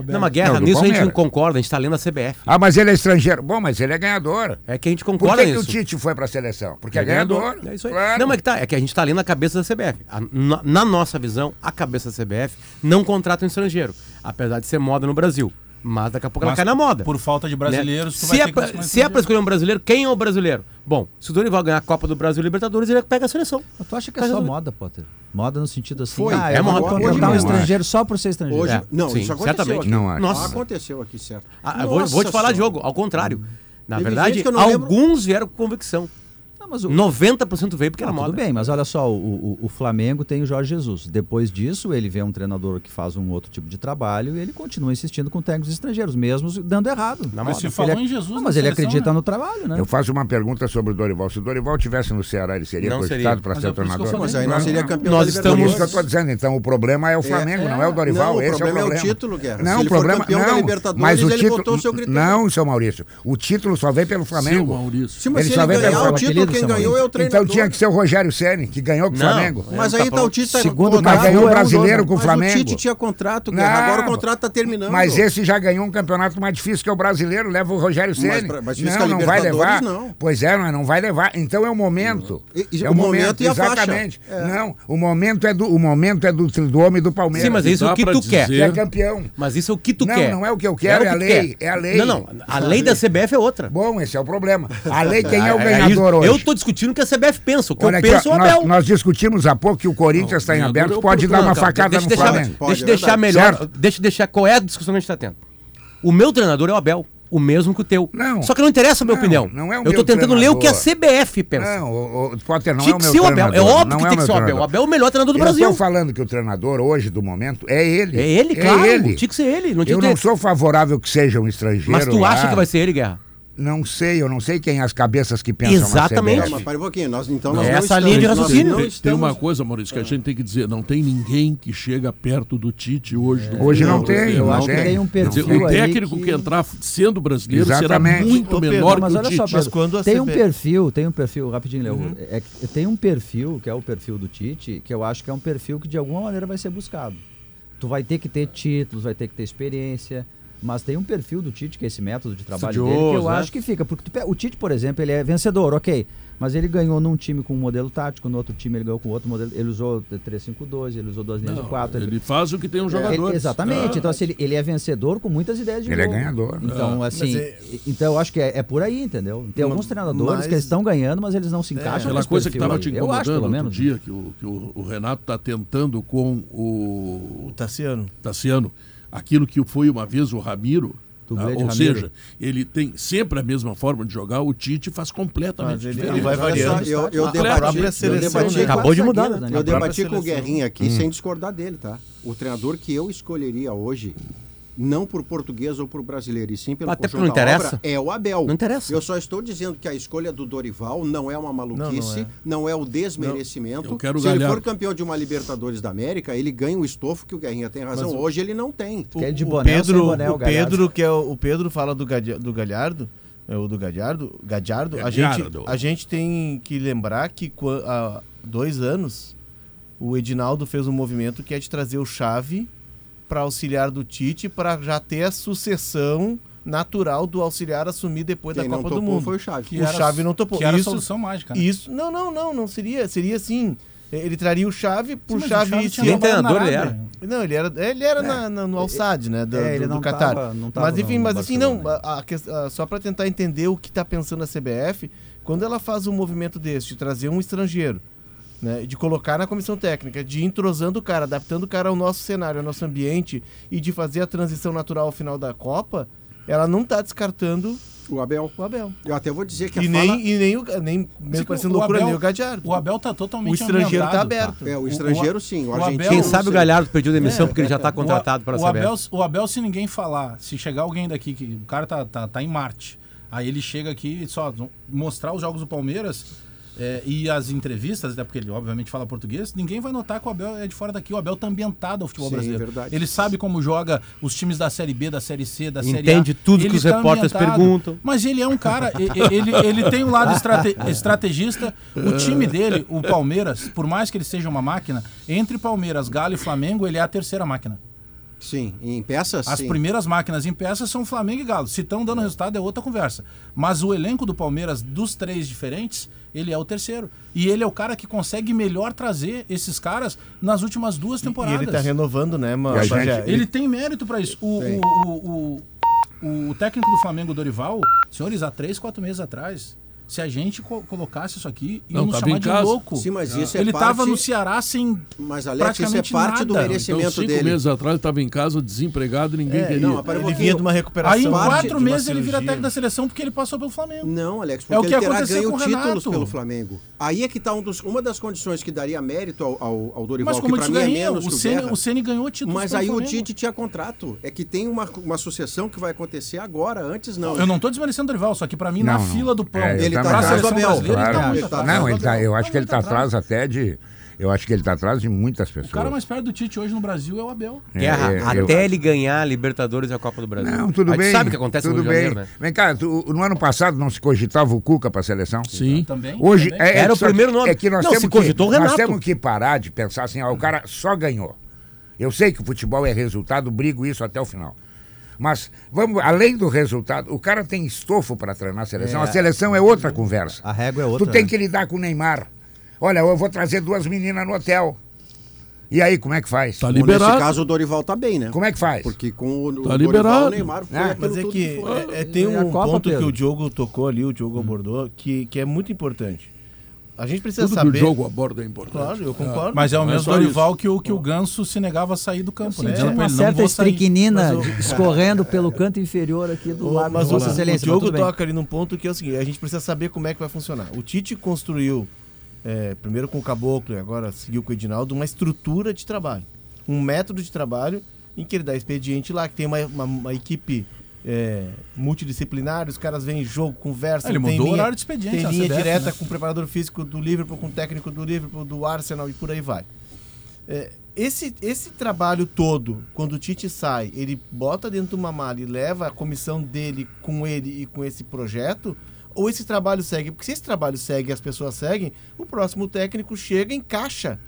[SPEAKER 7] Não, mas guerra
[SPEAKER 5] Não, do
[SPEAKER 7] nisso a gente não
[SPEAKER 5] Palmeiras.
[SPEAKER 7] concorda, a gente tá lendo a CBF.
[SPEAKER 5] Ah, mas ele é estrangeiro. Bom, mas ele é ganhador.
[SPEAKER 7] É que a gente
[SPEAKER 5] Por
[SPEAKER 7] concorda
[SPEAKER 5] que, que o
[SPEAKER 7] nisso.
[SPEAKER 5] Tite foi para a seleção? Porque
[SPEAKER 7] É
[SPEAKER 5] é ganhador.
[SPEAKER 7] É isso aí.
[SPEAKER 5] Claro.
[SPEAKER 7] Não, mas que tá, é que a gente tá lendo a cabeça da CBF. A- na, na nossa visão, a cabeça da CBF não contrata um estrangeiro, apesar de ser moda no Brasil. Mas daqui a pouco ela
[SPEAKER 3] Mas
[SPEAKER 7] cai na moda.
[SPEAKER 3] Por falta de brasileiros,
[SPEAKER 7] né?
[SPEAKER 3] tu
[SPEAKER 7] se,
[SPEAKER 3] vai
[SPEAKER 7] é
[SPEAKER 3] ter
[SPEAKER 7] pra,
[SPEAKER 3] que buscar um
[SPEAKER 7] se é pra
[SPEAKER 3] estrangeiro.
[SPEAKER 7] escolher um brasileiro, quem é o brasileiro? Bom, se o Dorival ganhar a Copa do Brasil e Libertadores, ele é pega a seleção.
[SPEAKER 4] Mas tu acha que é só moda, Potter? Moda no sentido assim,
[SPEAKER 8] Foi.
[SPEAKER 4] ah,
[SPEAKER 7] É
[SPEAKER 4] eu vou
[SPEAKER 7] moda. Hoje
[SPEAKER 4] contratar
[SPEAKER 7] não
[SPEAKER 4] um
[SPEAKER 7] é.
[SPEAKER 4] estrangeiro só por ser estrangeiro.
[SPEAKER 8] Hoje,
[SPEAKER 7] É,
[SPEAKER 8] não,
[SPEAKER 7] sim,
[SPEAKER 8] isso aconteceu
[SPEAKER 7] certamente.
[SPEAKER 8] aqui.
[SPEAKER 3] é.
[SPEAKER 5] Não acho.
[SPEAKER 8] Nossa.
[SPEAKER 7] Nossa.
[SPEAKER 8] Aconteceu aqui, certo.
[SPEAKER 7] Ah, vou, vou te
[SPEAKER 8] Nossa
[SPEAKER 7] falar de
[SPEAKER 8] Senhora.
[SPEAKER 7] jogo, ao contrário. Na
[SPEAKER 8] Teve
[SPEAKER 7] verdade,
[SPEAKER 8] gente que eu não lembro.
[SPEAKER 7] alguns vieram com convicção.
[SPEAKER 4] Não, mas o,
[SPEAKER 7] 90% veio porque
[SPEAKER 4] Ah,
[SPEAKER 7] era moda.
[SPEAKER 4] Tudo bem, mas olha só, o, o- o Flamengo tem o Jorge Jesus. Depois disso, ele vê um treinador que faz um outro tipo de trabalho e ele continua insistindo com técnicos estrangeiros, mesmo dando errado.
[SPEAKER 7] Mas se
[SPEAKER 4] Ele
[SPEAKER 3] falou
[SPEAKER 4] ac-
[SPEAKER 3] em Jesus
[SPEAKER 4] Não,
[SPEAKER 3] na
[SPEAKER 4] mas ele
[SPEAKER 3] seleção,
[SPEAKER 4] acredita
[SPEAKER 3] né?
[SPEAKER 4] no trabalho, né?
[SPEAKER 5] Eu faço uma pergunta sobre o Dorival. Se o Dorival tivesse no Ceará, ele seria
[SPEAKER 7] Não
[SPEAKER 5] cogitado
[SPEAKER 7] seria.
[SPEAKER 5] para
[SPEAKER 3] Mas
[SPEAKER 5] ser
[SPEAKER 3] é por isso que eu
[SPEAKER 5] treinador?
[SPEAKER 3] falei.
[SPEAKER 8] Mas aí nós seria campeão
[SPEAKER 7] Nós
[SPEAKER 8] da
[SPEAKER 7] estamos-
[SPEAKER 5] Por
[SPEAKER 8] Libertadores.
[SPEAKER 5] isso que eu estou dizendo. Então, o problema é o Flamengo, não é o Dorival.
[SPEAKER 8] Não, o
[SPEAKER 5] Esse
[SPEAKER 8] problema
[SPEAKER 5] é
[SPEAKER 8] é
[SPEAKER 5] o
[SPEAKER 8] o
[SPEAKER 5] problema.
[SPEAKER 8] título, Guerra.
[SPEAKER 5] Não,
[SPEAKER 8] Se
[SPEAKER 5] o
[SPEAKER 8] ele for
[SPEAKER 5] problema
[SPEAKER 8] campeão
[SPEAKER 5] não.
[SPEAKER 8] da Libertadores,
[SPEAKER 5] mas o
[SPEAKER 8] ele
[SPEAKER 5] título,
[SPEAKER 8] botou o seu critério.
[SPEAKER 5] Não, seu Maurício. O título só veio pelo
[SPEAKER 2] Seu
[SPEAKER 5] Flamengo.
[SPEAKER 2] Maurício.
[SPEAKER 8] Se, mas
[SPEAKER 5] Ele
[SPEAKER 8] se
[SPEAKER 5] só
[SPEAKER 8] ele
[SPEAKER 5] vem
[SPEAKER 8] ganhar
[SPEAKER 5] pelo
[SPEAKER 8] o título,
[SPEAKER 4] apelido,
[SPEAKER 8] quem
[SPEAKER 4] seu
[SPEAKER 8] ganhou é
[SPEAKER 4] Maurício.
[SPEAKER 8] o treinador.
[SPEAKER 5] Então tinha que ser o Rogério Ceni, que ganhou com o
[SPEAKER 7] Não.
[SPEAKER 5] Flamengo.
[SPEAKER 3] é,
[SPEAKER 8] Mas aí tá o Tite... tá
[SPEAKER 4] Segundo
[SPEAKER 8] contrato.
[SPEAKER 5] Mas ganhou o
[SPEAKER 4] Não, era um
[SPEAKER 5] brasileiro
[SPEAKER 4] dono.
[SPEAKER 5] com o
[SPEAKER 8] Mas
[SPEAKER 5] Flamengo.
[SPEAKER 8] o Tite tinha contrato, Guerra.
[SPEAKER 5] Não.
[SPEAKER 4] Ah,
[SPEAKER 8] Agora o contrato tá terminando.
[SPEAKER 5] Mas esse já ganhou um campeonato mais difícil que é o brasileiro, leva o Rogério Ceni.
[SPEAKER 8] pra- mas isso que a
[SPEAKER 5] não, não vai
[SPEAKER 8] Libertadores,
[SPEAKER 5] levar.
[SPEAKER 8] não.
[SPEAKER 5] Pois é, mas não vai levar. Então é o momento.
[SPEAKER 8] E- e-
[SPEAKER 5] é
[SPEAKER 8] o momento e a faixa. É.
[SPEAKER 5] exatamente. Não, o momento é do o momento é do, do homem do Palmeiras.
[SPEAKER 7] Sim, mas isso é
[SPEAKER 2] Dá
[SPEAKER 7] o que
[SPEAKER 2] pra
[SPEAKER 7] tu quer.
[SPEAKER 5] que é
[SPEAKER 2] dizer-
[SPEAKER 5] campeão.
[SPEAKER 7] Mas isso é o que tu
[SPEAKER 5] Não,
[SPEAKER 7] quer.
[SPEAKER 5] não é o que eu quero,
[SPEAKER 7] o
[SPEAKER 5] é a
[SPEAKER 7] tu
[SPEAKER 5] lei, é a lei.
[SPEAKER 7] Não, não. A lei da CBF é outra.
[SPEAKER 5] Bom, esse é o problema. A lei quem é o
[SPEAKER 7] É, é isso.
[SPEAKER 5] ganhador hoje?
[SPEAKER 7] Eu tô discutindo o que a CBF pensa. O que
[SPEAKER 5] Olha
[SPEAKER 7] eu
[SPEAKER 5] aqui,
[SPEAKER 7] penso
[SPEAKER 5] ó,
[SPEAKER 7] é o
[SPEAKER 5] nós,
[SPEAKER 7] Abel.
[SPEAKER 5] nós discutimos há pouco que o Corinthians está em
[SPEAKER 2] ganhador é
[SPEAKER 5] aberto,
[SPEAKER 2] o
[SPEAKER 5] pode dar uma
[SPEAKER 7] Não, calma,
[SPEAKER 5] facada
[SPEAKER 7] deixa
[SPEAKER 5] no
[SPEAKER 7] eu deixar,
[SPEAKER 5] Flamengo.
[SPEAKER 8] Pode,
[SPEAKER 7] Deixa
[SPEAKER 8] é
[SPEAKER 7] eu deixar
[SPEAKER 8] verdade.
[SPEAKER 7] melhor.
[SPEAKER 5] Certo.
[SPEAKER 7] Deixa eu deixar qual é a discussão que a gente tá tendo. O meu treinador é o Abel. o mesmo que o teu.
[SPEAKER 5] Não.
[SPEAKER 7] Só que não interessa a minha
[SPEAKER 5] Não,
[SPEAKER 7] opinião.
[SPEAKER 5] não é o
[SPEAKER 7] eu tô
[SPEAKER 5] meu
[SPEAKER 7] tentando ler o que a
[SPEAKER 5] treinador.
[SPEAKER 7] CBF pensa.
[SPEAKER 5] Não, o, o Potter não
[SPEAKER 7] Assim. tinha
[SPEAKER 5] é o
[SPEAKER 7] que
[SPEAKER 5] meu
[SPEAKER 7] ser o Abel. É
[SPEAKER 5] treinador,
[SPEAKER 7] óbvio
[SPEAKER 5] não
[SPEAKER 7] que tem
[SPEAKER 5] é
[SPEAKER 7] que
[SPEAKER 5] meu
[SPEAKER 7] ser o Abel. O
[SPEAKER 5] treinador.
[SPEAKER 7] Abel é o melhor treinador do
[SPEAKER 5] eu
[SPEAKER 7] Brasil.
[SPEAKER 5] tô falando que o treinador hoje, do momento, é ele.
[SPEAKER 7] É ele, claro.
[SPEAKER 5] É ele.
[SPEAKER 7] Tinha que ser ele. Não tinha
[SPEAKER 5] eu
[SPEAKER 7] que ter-
[SPEAKER 5] não sou favorável que seja um estrangeiro.
[SPEAKER 7] Mas tu
[SPEAKER 5] lá.
[SPEAKER 7] acha que vai ser ele, Guerra?
[SPEAKER 5] Não sei, eu não sei quem é as cabeças que pensam na
[SPEAKER 7] Exatamente.
[SPEAKER 5] CBF.
[SPEAKER 8] Não, mas para um pouquinho. Nós, então, nós
[SPEAKER 7] É
[SPEAKER 8] não
[SPEAKER 7] essa
[SPEAKER 8] estamos-
[SPEAKER 7] linha de
[SPEAKER 8] nós
[SPEAKER 7] raciocínio.
[SPEAKER 8] não
[SPEAKER 2] Tem, tem
[SPEAKER 8] estamos-
[SPEAKER 2] uma coisa, Maurício, que a gente tem que dizer: não tem ninguém que chega perto do Tite hoje. no
[SPEAKER 5] Hoje
[SPEAKER 2] futebol
[SPEAKER 5] não tem,
[SPEAKER 2] brasileiro.
[SPEAKER 5] não
[SPEAKER 4] acho que
[SPEAKER 5] tem.
[SPEAKER 4] tem um
[SPEAKER 2] Quer dizer,
[SPEAKER 4] perfil
[SPEAKER 2] o
[SPEAKER 4] aí
[SPEAKER 2] técnico que...
[SPEAKER 4] que-
[SPEAKER 2] entrar sendo brasileiro será
[SPEAKER 5] Exatamente.
[SPEAKER 2] muito
[SPEAKER 6] Ô, Pedro,
[SPEAKER 2] menor
[SPEAKER 4] mas
[SPEAKER 2] que o
[SPEAKER 4] olha
[SPEAKER 2] Tite.
[SPEAKER 4] só,
[SPEAKER 6] Mas
[SPEAKER 4] Pedro,
[SPEAKER 6] quando a Uhum.
[SPEAKER 4] tem um
[SPEAKER 6] CB
[SPEAKER 4] perfil, tem um perfil, rapidinho, Léo, é que tem um perfil, que é o perfil do Tite, que eu acho que é um perfil que de alguma maneira vai ser buscado. Tu vai ter que ter títulos, vai ter que ter experiência, mas tem um perfil do Tite, que é esse método de trabalho dele, que eu
[SPEAKER 7] Estudioso, né?
[SPEAKER 4] acho que fica. Porque tu pe- o Tite, por exemplo, ele é vencedor, ok, mas ele ganhou num time com um modelo tático, no outro time ele ganhou com outro modelo, ele usou 3-5-2, ele usou duas linhas de quatro, ele-
[SPEAKER 2] Ele faz o que tem um jogador.
[SPEAKER 7] É,
[SPEAKER 4] ele- É, exatamente. Então, assim, ele, ele é vencedor com muitas ideias de
[SPEAKER 5] Ele é
[SPEAKER 4] jogo.
[SPEAKER 5] ganhador.
[SPEAKER 4] Então, assim,
[SPEAKER 6] Mas é-
[SPEAKER 4] e- então eu acho que é, é por aí, entendeu? Tem alguns treinadores
[SPEAKER 6] mas-
[SPEAKER 4] que eles estão ganhando, mas eles não se encaixam.
[SPEAKER 2] É, Aquela
[SPEAKER 4] nesse
[SPEAKER 2] coisa que
[SPEAKER 4] perfil
[SPEAKER 2] estava
[SPEAKER 4] aí.
[SPEAKER 2] te
[SPEAKER 4] Eu acho,
[SPEAKER 2] incomodando
[SPEAKER 4] pelo
[SPEAKER 2] outro
[SPEAKER 4] menos.
[SPEAKER 2] dia, que o, que o, o Renato está tentando com o
[SPEAKER 6] Tassiano.
[SPEAKER 2] Tassiano, aquilo que foi uma vez o Ramiro.
[SPEAKER 4] Do
[SPEAKER 2] tá?
[SPEAKER 4] grande
[SPEAKER 2] Ou
[SPEAKER 4] Ramiro.
[SPEAKER 2] seja, ele tem sempre a mesma forma de jogar, o Tite faz completamente
[SPEAKER 6] Mas ele-
[SPEAKER 2] diferente.
[SPEAKER 6] ele vai
[SPEAKER 8] Olha só,
[SPEAKER 6] variando.
[SPEAKER 8] Eu, eu
[SPEAKER 2] A
[SPEAKER 8] debati,
[SPEAKER 2] própria
[SPEAKER 8] eu
[SPEAKER 6] seleção,
[SPEAKER 8] debati
[SPEAKER 6] né?
[SPEAKER 8] com
[SPEAKER 7] Acabou de
[SPEAKER 8] o
[SPEAKER 7] mudar,
[SPEAKER 8] zagueiro,
[SPEAKER 7] né?
[SPEAKER 8] Eu
[SPEAKER 6] própria
[SPEAKER 8] debati com o
[SPEAKER 6] seleção.
[SPEAKER 8] Guerrinha aqui
[SPEAKER 4] Hum.
[SPEAKER 8] sem discordar dele, tá? O treinador que eu escolheria hoje, não por português ou por brasileiro, e sim pelo
[SPEAKER 7] Até porque
[SPEAKER 8] conjunto
[SPEAKER 7] não
[SPEAKER 8] da
[SPEAKER 7] interessa.
[SPEAKER 8] obra, é o Abel.
[SPEAKER 7] Não interessa.
[SPEAKER 8] Eu só estou dizendo que a escolha do Dorival não é uma maluquice,
[SPEAKER 6] Não,
[SPEAKER 8] não é, o desmerecimento.
[SPEAKER 2] Não, eu quero
[SPEAKER 8] Se ele
[SPEAKER 2] Galhardo.
[SPEAKER 8] for campeão de uma Libertadores da América, ele ganha um estofo que o Guerrinha tem razão. Hoje ele não tem.
[SPEAKER 3] é
[SPEAKER 4] Quer de
[SPEAKER 6] o
[SPEAKER 4] boné ou sem
[SPEAKER 6] Pedro,
[SPEAKER 4] boné, o
[SPEAKER 6] o
[SPEAKER 4] Galhardo?
[SPEAKER 6] Pedro que é o, o Pedro fala do Gadi- do Galhardo, é o do Gadiardo, Gadiardo, a gente
[SPEAKER 2] Gadiardo.
[SPEAKER 6] a gente tem que lembrar que qua- há dois anos o Edinaldo fez um movimento que é de trazer o Chave para auxiliar do Tite para já ter a sucessão natural do auxiliar assumir depois
[SPEAKER 8] Quem
[SPEAKER 6] da
[SPEAKER 8] não
[SPEAKER 6] Copa do
[SPEAKER 8] topou
[SPEAKER 6] Mundo.
[SPEAKER 8] foi o Xavi.
[SPEAKER 6] o Xavi não topou.
[SPEAKER 3] Que era a
[SPEAKER 6] Isso-
[SPEAKER 3] solução mágica. né?
[SPEAKER 6] Isso, não, não, não, não seria, seria assim. Ele traria o Chave, por
[SPEAKER 3] Sim, mas
[SPEAKER 6] Chave,
[SPEAKER 3] Xavi
[SPEAKER 6] e
[SPEAKER 3] tinha
[SPEAKER 6] se-
[SPEAKER 7] Nem treinador ele
[SPEAKER 3] Arábia. É.
[SPEAKER 6] não, ele era, ele era na- na- no Alçad, né? Do,
[SPEAKER 4] é, ele
[SPEAKER 6] do, do
[SPEAKER 4] não
[SPEAKER 6] Catar.
[SPEAKER 4] tava- não tava
[SPEAKER 6] mas enfim,
[SPEAKER 4] no
[SPEAKER 6] mas assim, não,
[SPEAKER 4] Barcelona.
[SPEAKER 6] a- a ques- a- só para tentar entender o que tá pensando a CBF, quando ela faz um movimento desse, de trazer um estrangeiro, né, de colocar na comissão técnica, de ir entrosando o cara, adaptando o cara ao nosso cenário, ao nosso ambiente e de fazer a transição natural ao final da Copa, ela não tá descartando
[SPEAKER 8] O Abel.
[SPEAKER 6] o Abel.
[SPEAKER 8] Eu até vou dizer que a
[SPEAKER 6] E
[SPEAKER 8] fala...
[SPEAKER 6] nem, e nem o
[SPEAKER 3] Mas
[SPEAKER 6] nem
[SPEAKER 3] é
[SPEAKER 6] mesmo
[SPEAKER 3] que
[SPEAKER 6] parecendo loucura,
[SPEAKER 3] Abel-
[SPEAKER 6] nem o Gadiardo.
[SPEAKER 3] O Abel tá totalmente
[SPEAKER 6] O estrangeiro
[SPEAKER 3] ambientado,
[SPEAKER 6] tá aberto.
[SPEAKER 8] É, o
[SPEAKER 3] O-
[SPEAKER 8] estrangeiro
[SPEAKER 3] o-
[SPEAKER 8] sim, o
[SPEAKER 3] o
[SPEAKER 8] argentino.
[SPEAKER 3] Abel-
[SPEAKER 7] Quem
[SPEAKER 8] não
[SPEAKER 7] sabe o
[SPEAKER 8] sei.
[SPEAKER 7] Galhardo perdeu demissão porque ele já tá contratado para
[SPEAKER 3] É, o,
[SPEAKER 7] a
[SPEAKER 3] o Abel,
[SPEAKER 7] CBF.
[SPEAKER 3] o Abel, se ninguém falar, se chegar alguém daqui, que o cara tá, tá, tá em Marte, aí ele chega aqui e só mostrar os jogos do Palmeiras é, e as entrevistas, até porque ele obviamente fala português, ninguém vai notar que o Abel é de fora daqui. O Abel tá ambientado ao futebol
[SPEAKER 8] Sim,
[SPEAKER 3] brasileiro.
[SPEAKER 8] verdade.
[SPEAKER 3] Ele sabe como joga os times da Série B, da Série C, da Série A.
[SPEAKER 7] Entende tudo que
[SPEAKER 3] Ele tá
[SPEAKER 7] os repórteres perguntam.
[SPEAKER 3] Mas ele é um cara, e- e- ele, ele tem um lado estrate- estrategista. O time dele, o Palmeiras, por mais que ele seja uma máquina, entre Palmeiras, Galo e Flamengo, ele é a terceira máquina.
[SPEAKER 8] Sim, em peças,
[SPEAKER 3] As
[SPEAKER 8] sim.
[SPEAKER 3] primeiras máquinas em peças são Flamengo e Galo. Se estão dando resultado é outra conversa. Mas o elenco do Palmeiras, dos três diferentes, ele é o terceiro. E ele é o cara que consegue melhor trazer esses caras nas últimas duas
[SPEAKER 6] E
[SPEAKER 3] temporadas.
[SPEAKER 6] ele tá renovando, né, mano?
[SPEAKER 5] E a gente-
[SPEAKER 6] Bagé?
[SPEAKER 3] é? Ele tem mérito pra isso. O,
[SPEAKER 8] Tem.
[SPEAKER 3] o, o, o, o técnico do Flamengo, Dorival, senhores, há três, quatro meses atrás, se a gente co- colocasse isso aqui,
[SPEAKER 2] Não,
[SPEAKER 3] iam nos
[SPEAKER 2] tava
[SPEAKER 3] chamar
[SPEAKER 2] em
[SPEAKER 3] de
[SPEAKER 2] casa.
[SPEAKER 3] louco.
[SPEAKER 8] Sim, mas isso é
[SPEAKER 3] ele
[SPEAKER 8] parte-
[SPEAKER 3] tava no Ceará sem.
[SPEAKER 8] Mas, Alex, isso é
[SPEAKER 3] praticamente
[SPEAKER 8] parte do
[SPEAKER 3] nada.
[SPEAKER 8] merecimento
[SPEAKER 2] Então, cinco
[SPEAKER 8] dele.
[SPEAKER 2] meses atrás estava em casa desempregado,
[SPEAKER 3] É,
[SPEAKER 2] ninguém queria.
[SPEAKER 8] É, não, um apare-
[SPEAKER 6] Ele vinha de uma recuperação.
[SPEAKER 3] um Aí em
[SPEAKER 8] parte
[SPEAKER 3] quatro
[SPEAKER 6] de uma
[SPEAKER 3] meses ele vira
[SPEAKER 6] cirurgia.
[SPEAKER 3] técnico da seleção porque ele passou pelo Flamengo.
[SPEAKER 8] Não, Alex,
[SPEAKER 3] É o
[SPEAKER 8] porque
[SPEAKER 3] que
[SPEAKER 8] ele terá
[SPEAKER 3] aconteceu
[SPEAKER 8] ganho
[SPEAKER 3] com o
[SPEAKER 8] títulos
[SPEAKER 3] Renato.
[SPEAKER 8] pelo Flamengo. Aí é que tá um dos, uma das condições que daria mérito ao, ao, ao Dorival,
[SPEAKER 3] Mas como
[SPEAKER 8] que
[SPEAKER 3] eu
[SPEAKER 8] pra
[SPEAKER 3] te
[SPEAKER 8] mim é
[SPEAKER 3] ganhei,
[SPEAKER 8] menos
[SPEAKER 3] o
[SPEAKER 8] que o
[SPEAKER 3] Ceni
[SPEAKER 8] Guerra.
[SPEAKER 3] o Ceni ganhou título.
[SPEAKER 8] Mas aí o Tite tinha contrato. É que tem uma, uma sucessão que vai acontecer agora, antes não.
[SPEAKER 3] Eu não tô desmerecendo o Dorival, só que pra mim, na
[SPEAKER 5] Não, não.
[SPEAKER 3] fila do pão,
[SPEAKER 5] É, eu
[SPEAKER 3] pra
[SPEAKER 8] Ele tá
[SPEAKER 5] também
[SPEAKER 8] atrás
[SPEAKER 5] acho,
[SPEAKER 8] do
[SPEAKER 3] seleção
[SPEAKER 8] Abel.
[SPEAKER 3] brasileira, ele
[SPEAKER 8] Claro.
[SPEAKER 3] tá muito
[SPEAKER 8] Ele tá-
[SPEAKER 3] atrás.
[SPEAKER 8] Mas
[SPEAKER 5] Não, ele tá, eu
[SPEAKER 3] Tá
[SPEAKER 5] acho que ele
[SPEAKER 3] muito
[SPEAKER 5] tá atrás até de. Eu acho que ele tá atrás de muitas pessoas.
[SPEAKER 3] O cara mais perto do Tite hoje no Brasil é o Abel.
[SPEAKER 5] É,
[SPEAKER 7] Guerra,
[SPEAKER 5] é, eu-
[SPEAKER 7] até ele ganhar a Libertadores e a Copa do Brasil.
[SPEAKER 5] Não, tudo
[SPEAKER 7] a gente
[SPEAKER 5] bem.
[SPEAKER 7] sabe o que acontece
[SPEAKER 5] tudo
[SPEAKER 7] no Rio de
[SPEAKER 5] bem.
[SPEAKER 7] Janeiro, né?
[SPEAKER 5] Vem cá, tu- no ano passado não se cogitava o Cuca para a seleção?
[SPEAKER 2] Sim.
[SPEAKER 3] Também.
[SPEAKER 5] Hoje
[SPEAKER 3] também.
[SPEAKER 5] é, é
[SPEAKER 7] Era o
[SPEAKER 5] só-
[SPEAKER 7] primeiro nome.
[SPEAKER 5] É que nós
[SPEAKER 7] Não,
[SPEAKER 5] temos
[SPEAKER 7] se cogitou o
[SPEAKER 5] que, nós
[SPEAKER 7] Renato.
[SPEAKER 5] temos que parar de pensar assim, ó, o cara só ganhou. Eu sei que o futebol é resultado, brigo isso até o final. Mas vamos além do resultado, o cara tem estofo para treinar a seleção. a seleção é outra conversa.
[SPEAKER 4] A régua é outra,
[SPEAKER 5] Tu tem
[SPEAKER 4] né?
[SPEAKER 5] que lidar com o Neymar. Olha, eu vou trazer duas meninas no hotel. E aí, como é que faz?
[SPEAKER 2] Tá
[SPEAKER 8] Bom,
[SPEAKER 2] liberado.
[SPEAKER 8] Nesse caso, o Dorival tá bem, né?
[SPEAKER 5] Como é que faz?
[SPEAKER 8] Porque com o, o
[SPEAKER 2] Tá
[SPEAKER 8] Dorival,
[SPEAKER 2] liberado.
[SPEAKER 8] o Neymar foi
[SPEAKER 5] É,
[SPEAKER 8] aquilo
[SPEAKER 6] Mas é
[SPEAKER 8] tudo
[SPEAKER 6] que
[SPEAKER 8] foi.
[SPEAKER 6] é- é- tem
[SPEAKER 4] E a
[SPEAKER 6] um
[SPEAKER 4] Copa,
[SPEAKER 6] ponto que
[SPEAKER 4] Pedro?
[SPEAKER 6] Hum. o Diogo tocou ali, o Diogo abordou, que, que é muito importante. a gente precisa
[SPEAKER 2] Tudo
[SPEAKER 6] saber.
[SPEAKER 2] que o jogo aborda é importante.
[SPEAKER 6] Claro, eu concordo.
[SPEAKER 3] Mas é o
[SPEAKER 6] Não
[SPEAKER 3] mesmo
[SPEAKER 6] só
[SPEAKER 3] Dorival que o, que o Ganso se negava a sair do campo, né?
[SPEAKER 4] Senti
[SPEAKER 3] Dizendo pra
[SPEAKER 4] uma
[SPEAKER 3] ele, não
[SPEAKER 4] certa
[SPEAKER 3] vou sair.
[SPEAKER 4] estriquinina
[SPEAKER 6] Mas o-
[SPEAKER 4] escorrendo pelo canto inferior aqui do
[SPEAKER 6] Ô,
[SPEAKER 4] lado
[SPEAKER 6] mas
[SPEAKER 4] de
[SPEAKER 6] o,
[SPEAKER 4] Vossa
[SPEAKER 6] o
[SPEAKER 4] Excelência. mas
[SPEAKER 6] Diogo
[SPEAKER 4] tudo bem.
[SPEAKER 6] toca ali num ponto que é o seguinte, a gente precisa saber como é que vai funcionar. O Tite construiu, é, primeiro com o Caboclo e agora seguiu com o Edinaldo, uma estrutura de trabalho, um método de trabalho em que ele dá expediente lá, que tem uma, uma- uma equipe é, multidisciplinar, os caras vêm em jogo, conversam,
[SPEAKER 3] Ele
[SPEAKER 6] tem
[SPEAKER 3] mudou o
[SPEAKER 6] linha-
[SPEAKER 3] horário de expediente
[SPEAKER 6] tem
[SPEAKER 3] na
[SPEAKER 6] linha
[SPEAKER 3] CBF,
[SPEAKER 6] direta
[SPEAKER 3] né?
[SPEAKER 6] com o preparador físico do Liverpool, com o técnico do Liverpool, do Arsenal e por aí vai. É, esse, esse trabalho todo, quando o Tite sai, ele bota dentro de uma mala e leva a comissão dele com ele e com esse projeto? Ou esse trabalho segue? Porque se esse trabalho segue e as pessoas seguem, o próximo técnico chega, encaixa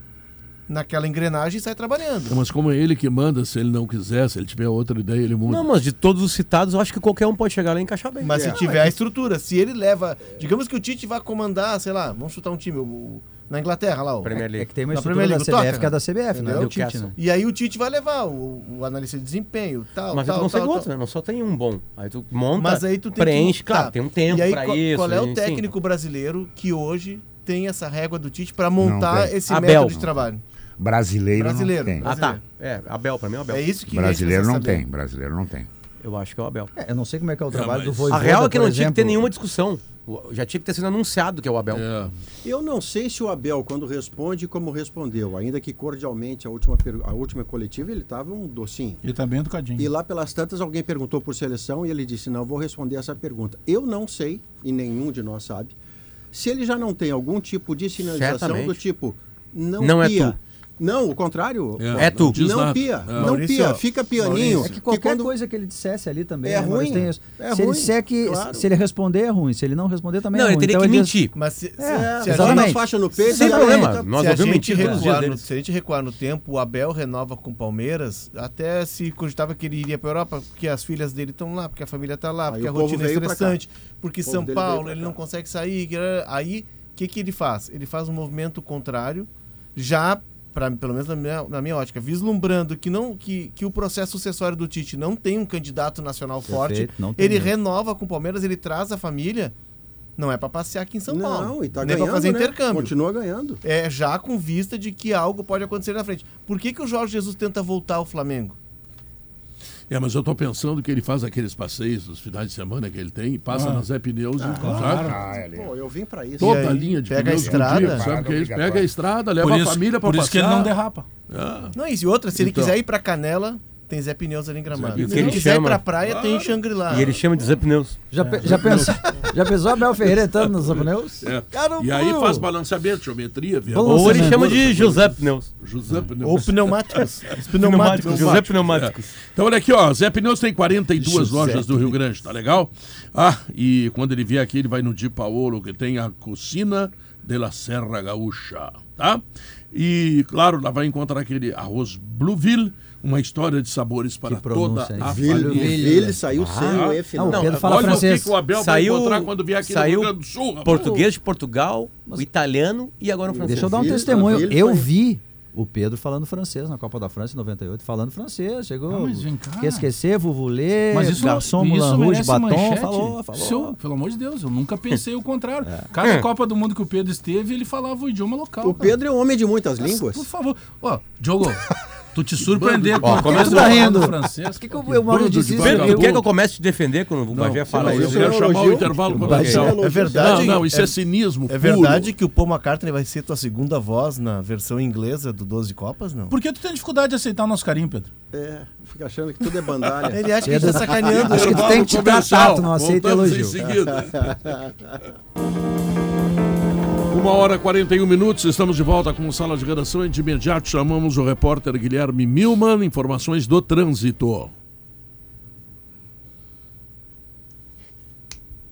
[SPEAKER 6] naquela engrenagem e sai trabalhando.
[SPEAKER 2] Mas como é ele que manda, se ele não quiser, se ele tiver outra ideia, ele muda.
[SPEAKER 7] Não, mas de todos os citados, eu acho que qualquer um pode chegar lá e encaixar bem.
[SPEAKER 6] Mas se tiver a estrutura, se ele leva. Digamos que o Tite vai comandar, sei lá, vamos chutar um time, o- o- na Inglaterra lá, o,
[SPEAKER 7] Premier
[SPEAKER 4] É
[SPEAKER 7] League.
[SPEAKER 4] que tem uma
[SPEAKER 6] Na
[SPEAKER 4] estrutura
[SPEAKER 6] Premier
[SPEAKER 4] da
[SPEAKER 6] League,
[SPEAKER 4] CBF
[SPEAKER 6] o
[SPEAKER 4] que é da CBF, né?
[SPEAKER 7] Entendeu?
[SPEAKER 4] É o Tite, né?
[SPEAKER 6] E aí o Tite vai levar o, o analista de desempenho, tal,
[SPEAKER 7] Mas aí
[SPEAKER 6] tal,
[SPEAKER 7] tu consegue
[SPEAKER 6] tal, tal.
[SPEAKER 7] outro, né? Não só tem um bom. Aí tu monta,
[SPEAKER 6] Mas aí tu tem
[SPEAKER 7] preenche,
[SPEAKER 6] que...
[SPEAKER 7] claro,
[SPEAKER 6] tá.
[SPEAKER 7] tem um tempo
[SPEAKER 6] e aí,
[SPEAKER 7] pra
[SPEAKER 6] qual,
[SPEAKER 7] isso.
[SPEAKER 6] Qual é o
[SPEAKER 7] enfim.
[SPEAKER 6] técnico brasileiro que hoje tem essa régua do Tite pra montar
[SPEAKER 5] tem.
[SPEAKER 6] esse
[SPEAKER 7] Abel.
[SPEAKER 6] método de trabalho?
[SPEAKER 5] Brasileiro,
[SPEAKER 6] Brasileiro.
[SPEAKER 5] não tem.
[SPEAKER 7] Ah, tá. É, Abel, pra mim é o Abel.
[SPEAKER 6] É isso que a gente
[SPEAKER 5] Brasileiro
[SPEAKER 6] precisa
[SPEAKER 5] não
[SPEAKER 6] saber.
[SPEAKER 5] tem, brasileiro não tem.
[SPEAKER 7] Eu acho que é o Abel.
[SPEAKER 4] É, eu não sei como é que é o trabalho do
[SPEAKER 2] mas-
[SPEAKER 4] Voivoda,
[SPEAKER 7] a real é que
[SPEAKER 4] por
[SPEAKER 7] não tinha que ter
[SPEAKER 4] exemplo.
[SPEAKER 7] nenhuma discussão. O- Já tinha que ter sido anunciado que é o Abel.
[SPEAKER 2] É.
[SPEAKER 8] Eu não sei se o Abel, quando responde, como respondeu. Ainda que cordialmente, a última, per- a última coletiva, ele estava um docinho.
[SPEAKER 3] Ele tá bem
[SPEAKER 8] E
[SPEAKER 3] educadinho.
[SPEAKER 8] lá pelas tantas, alguém perguntou por seleção e ele disse: Não, vou responder essa pergunta. Eu não sei, e nenhum de nós sabe, se ele já não tem algum tipo de sinalização
[SPEAKER 7] Certamente.
[SPEAKER 8] do tipo: Não,
[SPEAKER 7] Não é
[SPEAKER 8] pia.
[SPEAKER 7] tu.
[SPEAKER 8] Não, o contrário.
[SPEAKER 2] É.
[SPEAKER 8] Não
[SPEAKER 7] É tu.
[SPEAKER 2] Diz lá.
[SPEAKER 8] pia.
[SPEAKER 2] É.
[SPEAKER 8] Não
[SPEAKER 6] Maurício, ó,
[SPEAKER 8] pia. Fica pianinho.
[SPEAKER 6] Maurício.
[SPEAKER 4] É que qualquer
[SPEAKER 8] quando-
[SPEAKER 4] coisa que ele dissesse ali também.
[SPEAKER 8] É
[SPEAKER 4] né, Maurício,
[SPEAKER 8] ruim.
[SPEAKER 4] tem isso.
[SPEAKER 8] É
[SPEAKER 4] se ele
[SPEAKER 8] ruim,
[SPEAKER 4] disser que.
[SPEAKER 8] claro.
[SPEAKER 4] Se ele responder é ruim, se ele não responder também
[SPEAKER 7] Não,
[SPEAKER 4] é ruim.
[SPEAKER 7] ele teria
[SPEAKER 4] Então
[SPEAKER 7] que
[SPEAKER 4] ele diz-
[SPEAKER 7] mentir.
[SPEAKER 6] Mas se, se-
[SPEAKER 4] É,
[SPEAKER 6] se a
[SPEAKER 4] exatamente.
[SPEAKER 8] Joga
[SPEAKER 6] gente-
[SPEAKER 8] a faixa no peito
[SPEAKER 7] Sem
[SPEAKER 8] e
[SPEAKER 6] é.
[SPEAKER 7] problema.
[SPEAKER 8] arrebenta.
[SPEAKER 7] Nós
[SPEAKER 6] se a
[SPEAKER 7] ouvimos
[SPEAKER 6] gente
[SPEAKER 7] mentir todos os dias
[SPEAKER 6] recuar no,
[SPEAKER 7] deles.
[SPEAKER 6] se a gente recuar no tempo, o Abel renova com o Palmeiras, até se cogitava que ele iria pra Europa, porque as filhas dele estão lá, porque a família tá lá, porque
[SPEAKER 8] o
[SPEAKER 6] a
[SPEAKER 8] povo
[SPEAKER 6] rotina é
[SPEAKER 8] veio pra cá.
[SPEAKER 6] estressante, porque
[SPEAKER 8] O povo
[SPEAKER 6] São
[SPEAKER 8] dele veio
[SPEAKER 6] Paulo,
[SPEAKER 8] pra
[SPEAKER 6] ele
[SPEAKER 8] cá.
[SPEAKER 6] não consegue sair. que- Aí, o que, que ele faz? Ele faz um movimento contrário, já, pra, pelo menos na minha, na minha ótica, vislumbrando que, não, que, que o processo sucessório do Tite não tem um candidato nacional forte.
[SPEAKER 4] Perfeito, não tem
[SPEAKER 6] Ele
[SPEAKER 4] mesmo.
[SPEAKER 6] renova com o Palmeiras, ele traz a família. Não é pra passear aqui em São Paulo.
[SPEAKER 8] Não, e tá
[SPEAKER 6] nem
[SPEAKER 8] ganhando.
[SPEAKER 6] pra fazer
[SPEAKER 8] né?
[SPEAKER 6] intercâmbio
[SPEAKER 8] Continua ganhando.
[SPEAKER 6] é, já com vista de que algo pode acontecer na frente. Por que, que o Jorge Jesus tenta voltar ao Flamengo?
[SPEAKER 2] É, mas eu tô pensando que ele faz aqueles passeios nos finais de semana que ele tem e passa nas Zé Pneus e sabe?
[SPEAKER 5] Ah, é ali.
[SPEAKER 8] Pô, eu vim pra isso.
[SPEAKER 2] toda
[SPEAKER 6] Ah. E aí,
[SPEAKER 2] a linha de
[SPEAKER 6] pega a
[SPEAKER 2] pneus do
[SPEAKER 6] estrada.
[SPEAKER 2] dia, sabe o que é isso? Pega a estrada, leva a família pra passear.
[SPEAKER 3] por
[SPEAKER 2] É.
[SPEAKER 3] isso que ele não derrapa.
[SPEAKER 6] Não, isso. E outra, se ele
[SPEAKER 2] Então.
[SPEAKER 6] quiser ir pra Canela, tem Zé Pneus ali em Gramado.
[SPEAKER 2] Zé
[SPEAKER 6] Se ele
[SPEAKER 7] Pneus.
[SPEAKER 6] quiser ir
[SPEAKER 7] Chama.
[SPEAKER 6] pra praia, tem Xangri-Lá.
[SPEAKER 7] E ele chama de É. Zé Pneus.
[SPEAKER 4] Já, pe- já, pensou, já pensou Abel Ferreira entrando nos pneus?
[SPEAKER 2] É.
[SPEAKER 4] Cara,
[SPEAKER 2] E aí
[SPEAKER 4] pô.
[SPEAKER 2] faz balanceamento, geometria,
[SPEAKER 4] Ou
[SPEAKER 7] Ou
[SPEAKER 2] violão.
[SPEAKER 4] Nossa,
[SPEAKER 7] ele
[SPEAKER 4] né?
[SPEAKER 7] chama de José Pneus.
[SPEAKER 2] José Pneus.
[SPEAKER 6] Ou pneumáticos. Os pneumáticos.
[SPEAKER 7] José Pneumáticos.
[SPEAKER 2] Então olha aqui, ó, Zé Pneus tem 42 lojas do Rio Grande, tá legal? Ah, e quando ele vier aqui, ele vai no Di Paolo, que tem a Cocina de la Serra Gaúcha, tá? E, claro, lá vai encontrar aquele arroz Blueville, uma história de sabores para toda
[SPEAKER 4] pronúncia, hein?
[SPEAKER 2] a
[SPEAKER 8] Ele,
[SPEAKER 2] família. Ah,
[SPEAKER 8] ele saiu
[SPEAKER 7] Ah.
[SPEAKER 8] sem o E
[SPEAKER 4] Não,
[SPEAKER 8] final.
[SPEAKER 4] o Pedro fala
[SPEAKER 2] Olha o
[SPEAKER 4] francês.
[SPEAKER 2] que que o Abel
[SPEAKER 7] Saiu-
[SPEAKER 2] vai encontrar quando vier aqui
[SPEAKER 7] saiu
[SPEAKER 2] no Rio Grande do Sul, rapaz.
[SPEAKER 7] Português de Portugal, o italiano e agora o francês.
[SPEAKER 4] Deixa eu dar um
[SPEAKER 8] Ele-
[SPEAKER 4] testemunho.
[SPEAKER 8] ele
[SPEAKER 4] eu
[SPEAKER 8] foi-
[SPEAKER 4] vi o Pedro falando francês na Copa da França em 98, falando francês. Chegou.
[SPEAKER 3] Ah, mas vem cá.
[SPEAKER 4] Quer esquecer, Vuvulê,
[SPEAKER 3] Mas isso,
[SPEAKER 4] É, garçom,
[SPEAKER 3] isso
[SPEAKER 4] Moulin Rouge,
[SPEAKER 3] merece
[SPEAKER 4] batom.
[SPEAKER 3] manchete?
[SPEAKER 4] Falou, falou. É.
[SPEAKER 3] Seu, pelo amor de Deus, eu nunca pensei o contrário. Cada Copa do Mundo que o Pedro esteve, ele falava o idioma local.
[SPEAKER 8] O
[SPEAKER 3] cara.
[SPEAKER 8] Pedro é um homem de muitas línguas.
[SPEAKER 3] Por favor. Ó, Diogo, tu te surpreender com o
[SPEAKER 4] começou.
[SPEAKER 3] Pedro
[SPEAKER 4] Tá
[SPEAKER 3] falando
[SPEAKER 4] rindo.
[SPEAKER 3] francês.
[SPEAKER 4] que, que o- o Mauro
[SPEAKER 2] Bruto
[SPEAKER 4] disse
[SPEAKER 2] de
[SPEAKER 4] isso?
[SPEAKER 7] Pedro,
[SPEAKER 2] Vai,
[SPEAKER 7] tu
[SPEAKER 4] Eu-
[SPEAKER 7] quer que eu comece te defender quando o Bagé fala
[SPEAKER 2] Não, eu
[SPEAKER 7] isso?
[SPEAKER 2] quero
[SPEAKER 8] é um
[SPEAKER 2] chamar o
[SPEAKER 8] elogio.
[SPEAKER 2] intervalo
[SPEAKER 8] Isso é um
[SPEAKER 2] comercial.
[SPEAKER 8] elogio.
[SPEAKER 6] É
[SPEAKER 2] Não,
[SPEAKER 6] verdade.
[SPEAKER 2] não, isso é,
[SPEAKER 6] é,
[SPEAKER 2] cinismo
[SPEAKER 6] é
[SPEAKER 2] puro.
[SPEAKER 6] verdade que o Paul McCartney vai ser tua segunda voz na versão inglesa do 12 Copas, não?
[SPEAKER 3] Por que tu tem dificuldade de aceitar o nosso carinho, Pedro?
[SPEAKER 8] É, fica achando que tudo é bandalha.
[SPEAKER 6] Ele acha que a gente tá sacaneando.
[SPEAKER 4] Acho que tu tem que te dar
[SPEAKER 2] Comercial.
[SPEAKER 4] tato, não aceita
[SPEAKER 2] Voltamos
[SPEAKER 4] elogio.
[SPEAKER 2] Em seguida. Uma hora e 41 minutos, estamos de volta com o Sala de Redação e de imediato chamamos o repórter Guilherme Milman, informações do trânsito.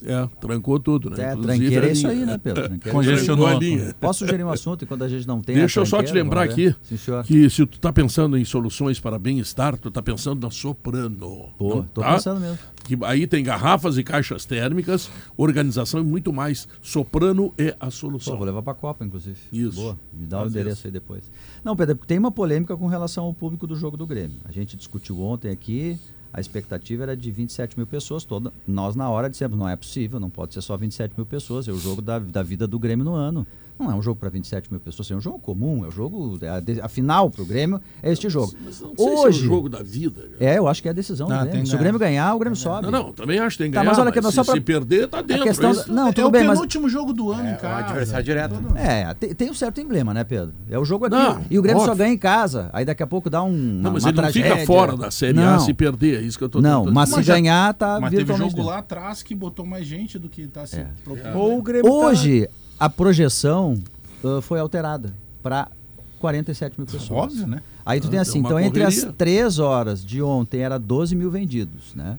[SPEAKER 2] É, trancou tudo, né?
[SPEAKER 4] É,
[SPEAKER 2] Inclusive
[SPEAKER 4] tranqueira é
[SPEAKER 2] a
[SPEAKER 4] isso
[SPEAKER 2] linha.
[SPEAKER 4] aí, né, Pedro? Tranqueira.
[SPEAKER 3] Congestionou.
[SPEAKER 2] Trancou a linha.
[SPEAKER 4] Posso sugerir um assunto enquanto a gente não tem a
[SPEAKER 2] Deixa eu só te
[SPEAKER 4] tranqueira?
[SPEAKER 2] lembrar
[SPEAKER 4] Vamos ver.
[SPEAKER 2] aqui
[SPEAKER 4] Sim, senhor.
[SPEAKER 2] que se tu tá pensando em soluções para bem-estar, tu tá pensando na Soprano.
[SPEAKER 4] Pô,
[SPEAKER 2] não
[SPEAKER 4] tô
[SPEAKER 2] tá?
[SPEAKER 4] pensando mesmo.
[SPEAKER 2] Que aí tem garrafas e caixas térmicas, organização e muito mais. Soprano é a
[SPEAKER 4] Pô,
[SPEAKER 2] solução.
[SPEAKER 4] vou levar pra Copa, inclusive.
[SPEAKER 2] Isso.
[SPEAKER 4] é Boa. Me dá o
[SPEAKER 2] Faz
[SPEAKER 4] endereço
[SPEAKER 2] isso.
[SPEAKER 4] aí depois. Não, Pedro, é porque tem uma polêmica com relação ao público do jogo do Grêmio. A gente discutiu ontem aqui, a expectativa era de 27 mil pessoas. Toda, nós, na hora, dissemos: não é possível, não pode ser só 27 mil pessoas. É o jogo da, da vida do Grêmio no ano. Não é um jogo para 27 mil pessoas, é um jogo comum, é um jogo. A, de- a final pro Grêmio é este jogo.
[SPEAKER 2] Mas não sei se
[SPEAKER 4] Hoje.
[SPEAKER 2] é o jogo da vida. cara.
[SPEAKER 4] É, eu acho que é a decisão do
[SPEAKER 3] Ah, tem
[SPEAKER 4] Grêmio.
[SPEAKER 3] que
[SPEAKER 4] Se o Grêmio ganhar, o Grêmio
[SPEAKER 2] Não,
[SPEAKER 4] sobe.
[SPEAKER 2] não, também acho que tem que
[SPEAKER 4] Tá,
[SPEAKER 2] ganhar.
[SPEAKER 4] mas olha aqui,
[SPEAKER 2] mas
[SPEAKER 4] só
[SPEAKER 2] se,
[SPEAKER 4] pra-
[SPEAKER 2] se perder, tá dentro.
[SPEAKER 4] questão
[SPEAKER 2] isso.
[SPEAKER 4] da- não, tudo
[SPEAKER 3] é
[SPEAKER 4] bem,
[SPEAKER 3] o
[SPEAKER 4] mas-
[SPEAKER 3] penúltimo jogo do ano, em
[SPEAKER 2] um
[SPEAKER 3] cara.
[SPEAKER 7] adversário direto.
[SPEAKER 4] É, te- tem, um certo emblema, né, Pedro? É o jogo aqui.
[SPEAKER 2] Não,
[SPEAKER 4] e o Grêmio só
[SPEAKER 2] óbvio.
[SPEAKER 4] ganha em casa. Aí daqui a pouco dá um.
[SPEAKER 2] Não,
[SPEAKER 4] uma,
[SPEAKER 2] mas
[SPEAKER 4] uma
[SPEAKER 2] ele não
[SPEAKER 4] tragédia.
[SPEAKER 2] fica fora da Série A
[SPEAKER 4] Não.
[SPEAKER 2] se perder, é isso que eu tô
[SPEAKER 4] Não,
[SPEAKER 2] tentando-
[SPEAKER 4] mas,
[SPEAKER 3] Mas
[SPEAKER 4] se
[SPEAKER 3] já-
[SPEAKER 4] ganhar, tá
[SPEAKER 3] Mas teve
[SPEAKER 4] virtualmente
[SPEAKER 3] jogo
[SPEAKER 4] dentro. É.
[SPEAKER 3] lá atrás que botou mais gente do que tá se propondo.
[SPEAKER 7] Ou o Grêmio tá-
[SPEAKER 4] Hoje, a projeção ah, foi alterada para 47 mil pessoas.
[SPEAKER 3] Óbvio, né?
[SPEAKER 4] Aí tu
[SPEAKER 8] É
[SPEAKER 4] tem assim,
[SPEAKER 2] uma
[SPEAKER 4] então entre as
[SPEAKER 2] correria.
[SPEAKER 4] 3 horas de ontem era 12 mil vendidos, né?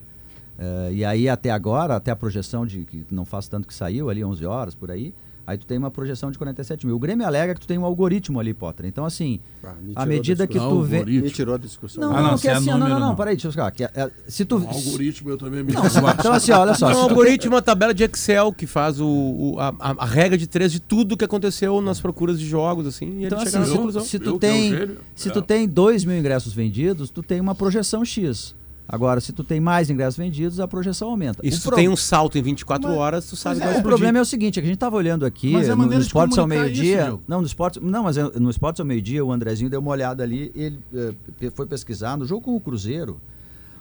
[SPEAKER 4] Eh, e aí até agora, até a projeção de que não faz tanto que saiu ali, 11 horas por aí, aí tu tem uma projeção de 47 mil. O Grêmio alega que tu tem um algoritmo ali, Potter. Então assim,
[SPEAKER 8] Ah, me
[SPEAKER 4] à
[SPEAKER 8] tirou
[SPEAKER 4] medida
[SPEAKER 8] desse-
[SPEAKER 4] que tu vê...
[SPEAKER 8] Me
[SPEAKER 2] algoritmo.
[SPEAKER 8] tirou da discussão.
[SPEAKER 4] Não,
[SPEAKER 3] Ah,
[SPEAKER 4] não,
[SPEAKER 3] não,
[SPEAKER 4] não,
[SPEAKER 3] se
[SPEAKER 4] que
[SPEAKER 3] é
[SPEAKER 4] assim, ó, não,
[SPEAKER 3] número,
[SPEAKER 4] não,
[SPEAKER 3] não.
[SPEAKER 4] não, peraí, deixa eu ficar. que, eh, eh, se tu...
[SPEAKER 2] Algoritmo eu também me
[SPEAKER 4] Não, se- então assim, ó, olha só.
[SPEAKER 7] Não,
[SPEAKER 4] se
[SPEAKER 7] o
[SPEAKER 4] tu-
[SPEAKER 7] algoritmo é uma tabela de Excel que faz o, o- a, a- a regra de três de tudo que aconteceu nas procuras de jogos, assim, e
[SPEAKER 4] Então,
[SPEAKER 7] ele chega
[SPEAKER 4] assim,
[SPEAKER 7] na
[SPEAKER 4] se tu,
[SPEAKER 7] conclusão.
[SPEAKER 4] se
[SPEAKER 2] Eu
[SPEAKER 4] tu
[SPEAKER 2] que é um
[SPEAKER 4] tem,
[SPEAKER 2] gênio.
[SPEAKER 4] se
[SPEAKER 2] É.
[SPEAKER 4] tu tem 2 mil ingressos vendidos, tu tem uma projeção X. Agora, se tu tem mais ingressos vendidos, a projeção aumenta.
[SPEAKER 7] E
[SPEAKER 4] O
[SPEAKER 7] se tu
[SPEAKER 4] pro-
[SPEAKER 7] tem um salto em 24
[SPEAKER 3] Mas-
[SPEAKER 7] horas, tu sabe
[SPEAKER 3] mas
[SPEAKER 7] que vai
[SPEAKER 3] é,
[SPEAKER 4] O
[SPEAKER 7] explodir.
[SPEAKER 4] problema é o seguinte, é que a gente estava olhando aqui,
[SPEAKER 3] Mas é a
[SPEAKER 4] no, no
[SPEAKER 3] maneira de
[SPEAKER 4] Esportes ao
[SPEAKER 3] comunicar isso,
[SPEAKER 4] meio-dia.
[SPEAKER 3] Diogo.
[SPEAKER 4] Não, no Esportes, não, mas eu- no Esportes ao meio-dia, o Andrezinho deu uma olhada ali, ele eh, pe- foi pesquisar, no jogo com o Cruzeiro,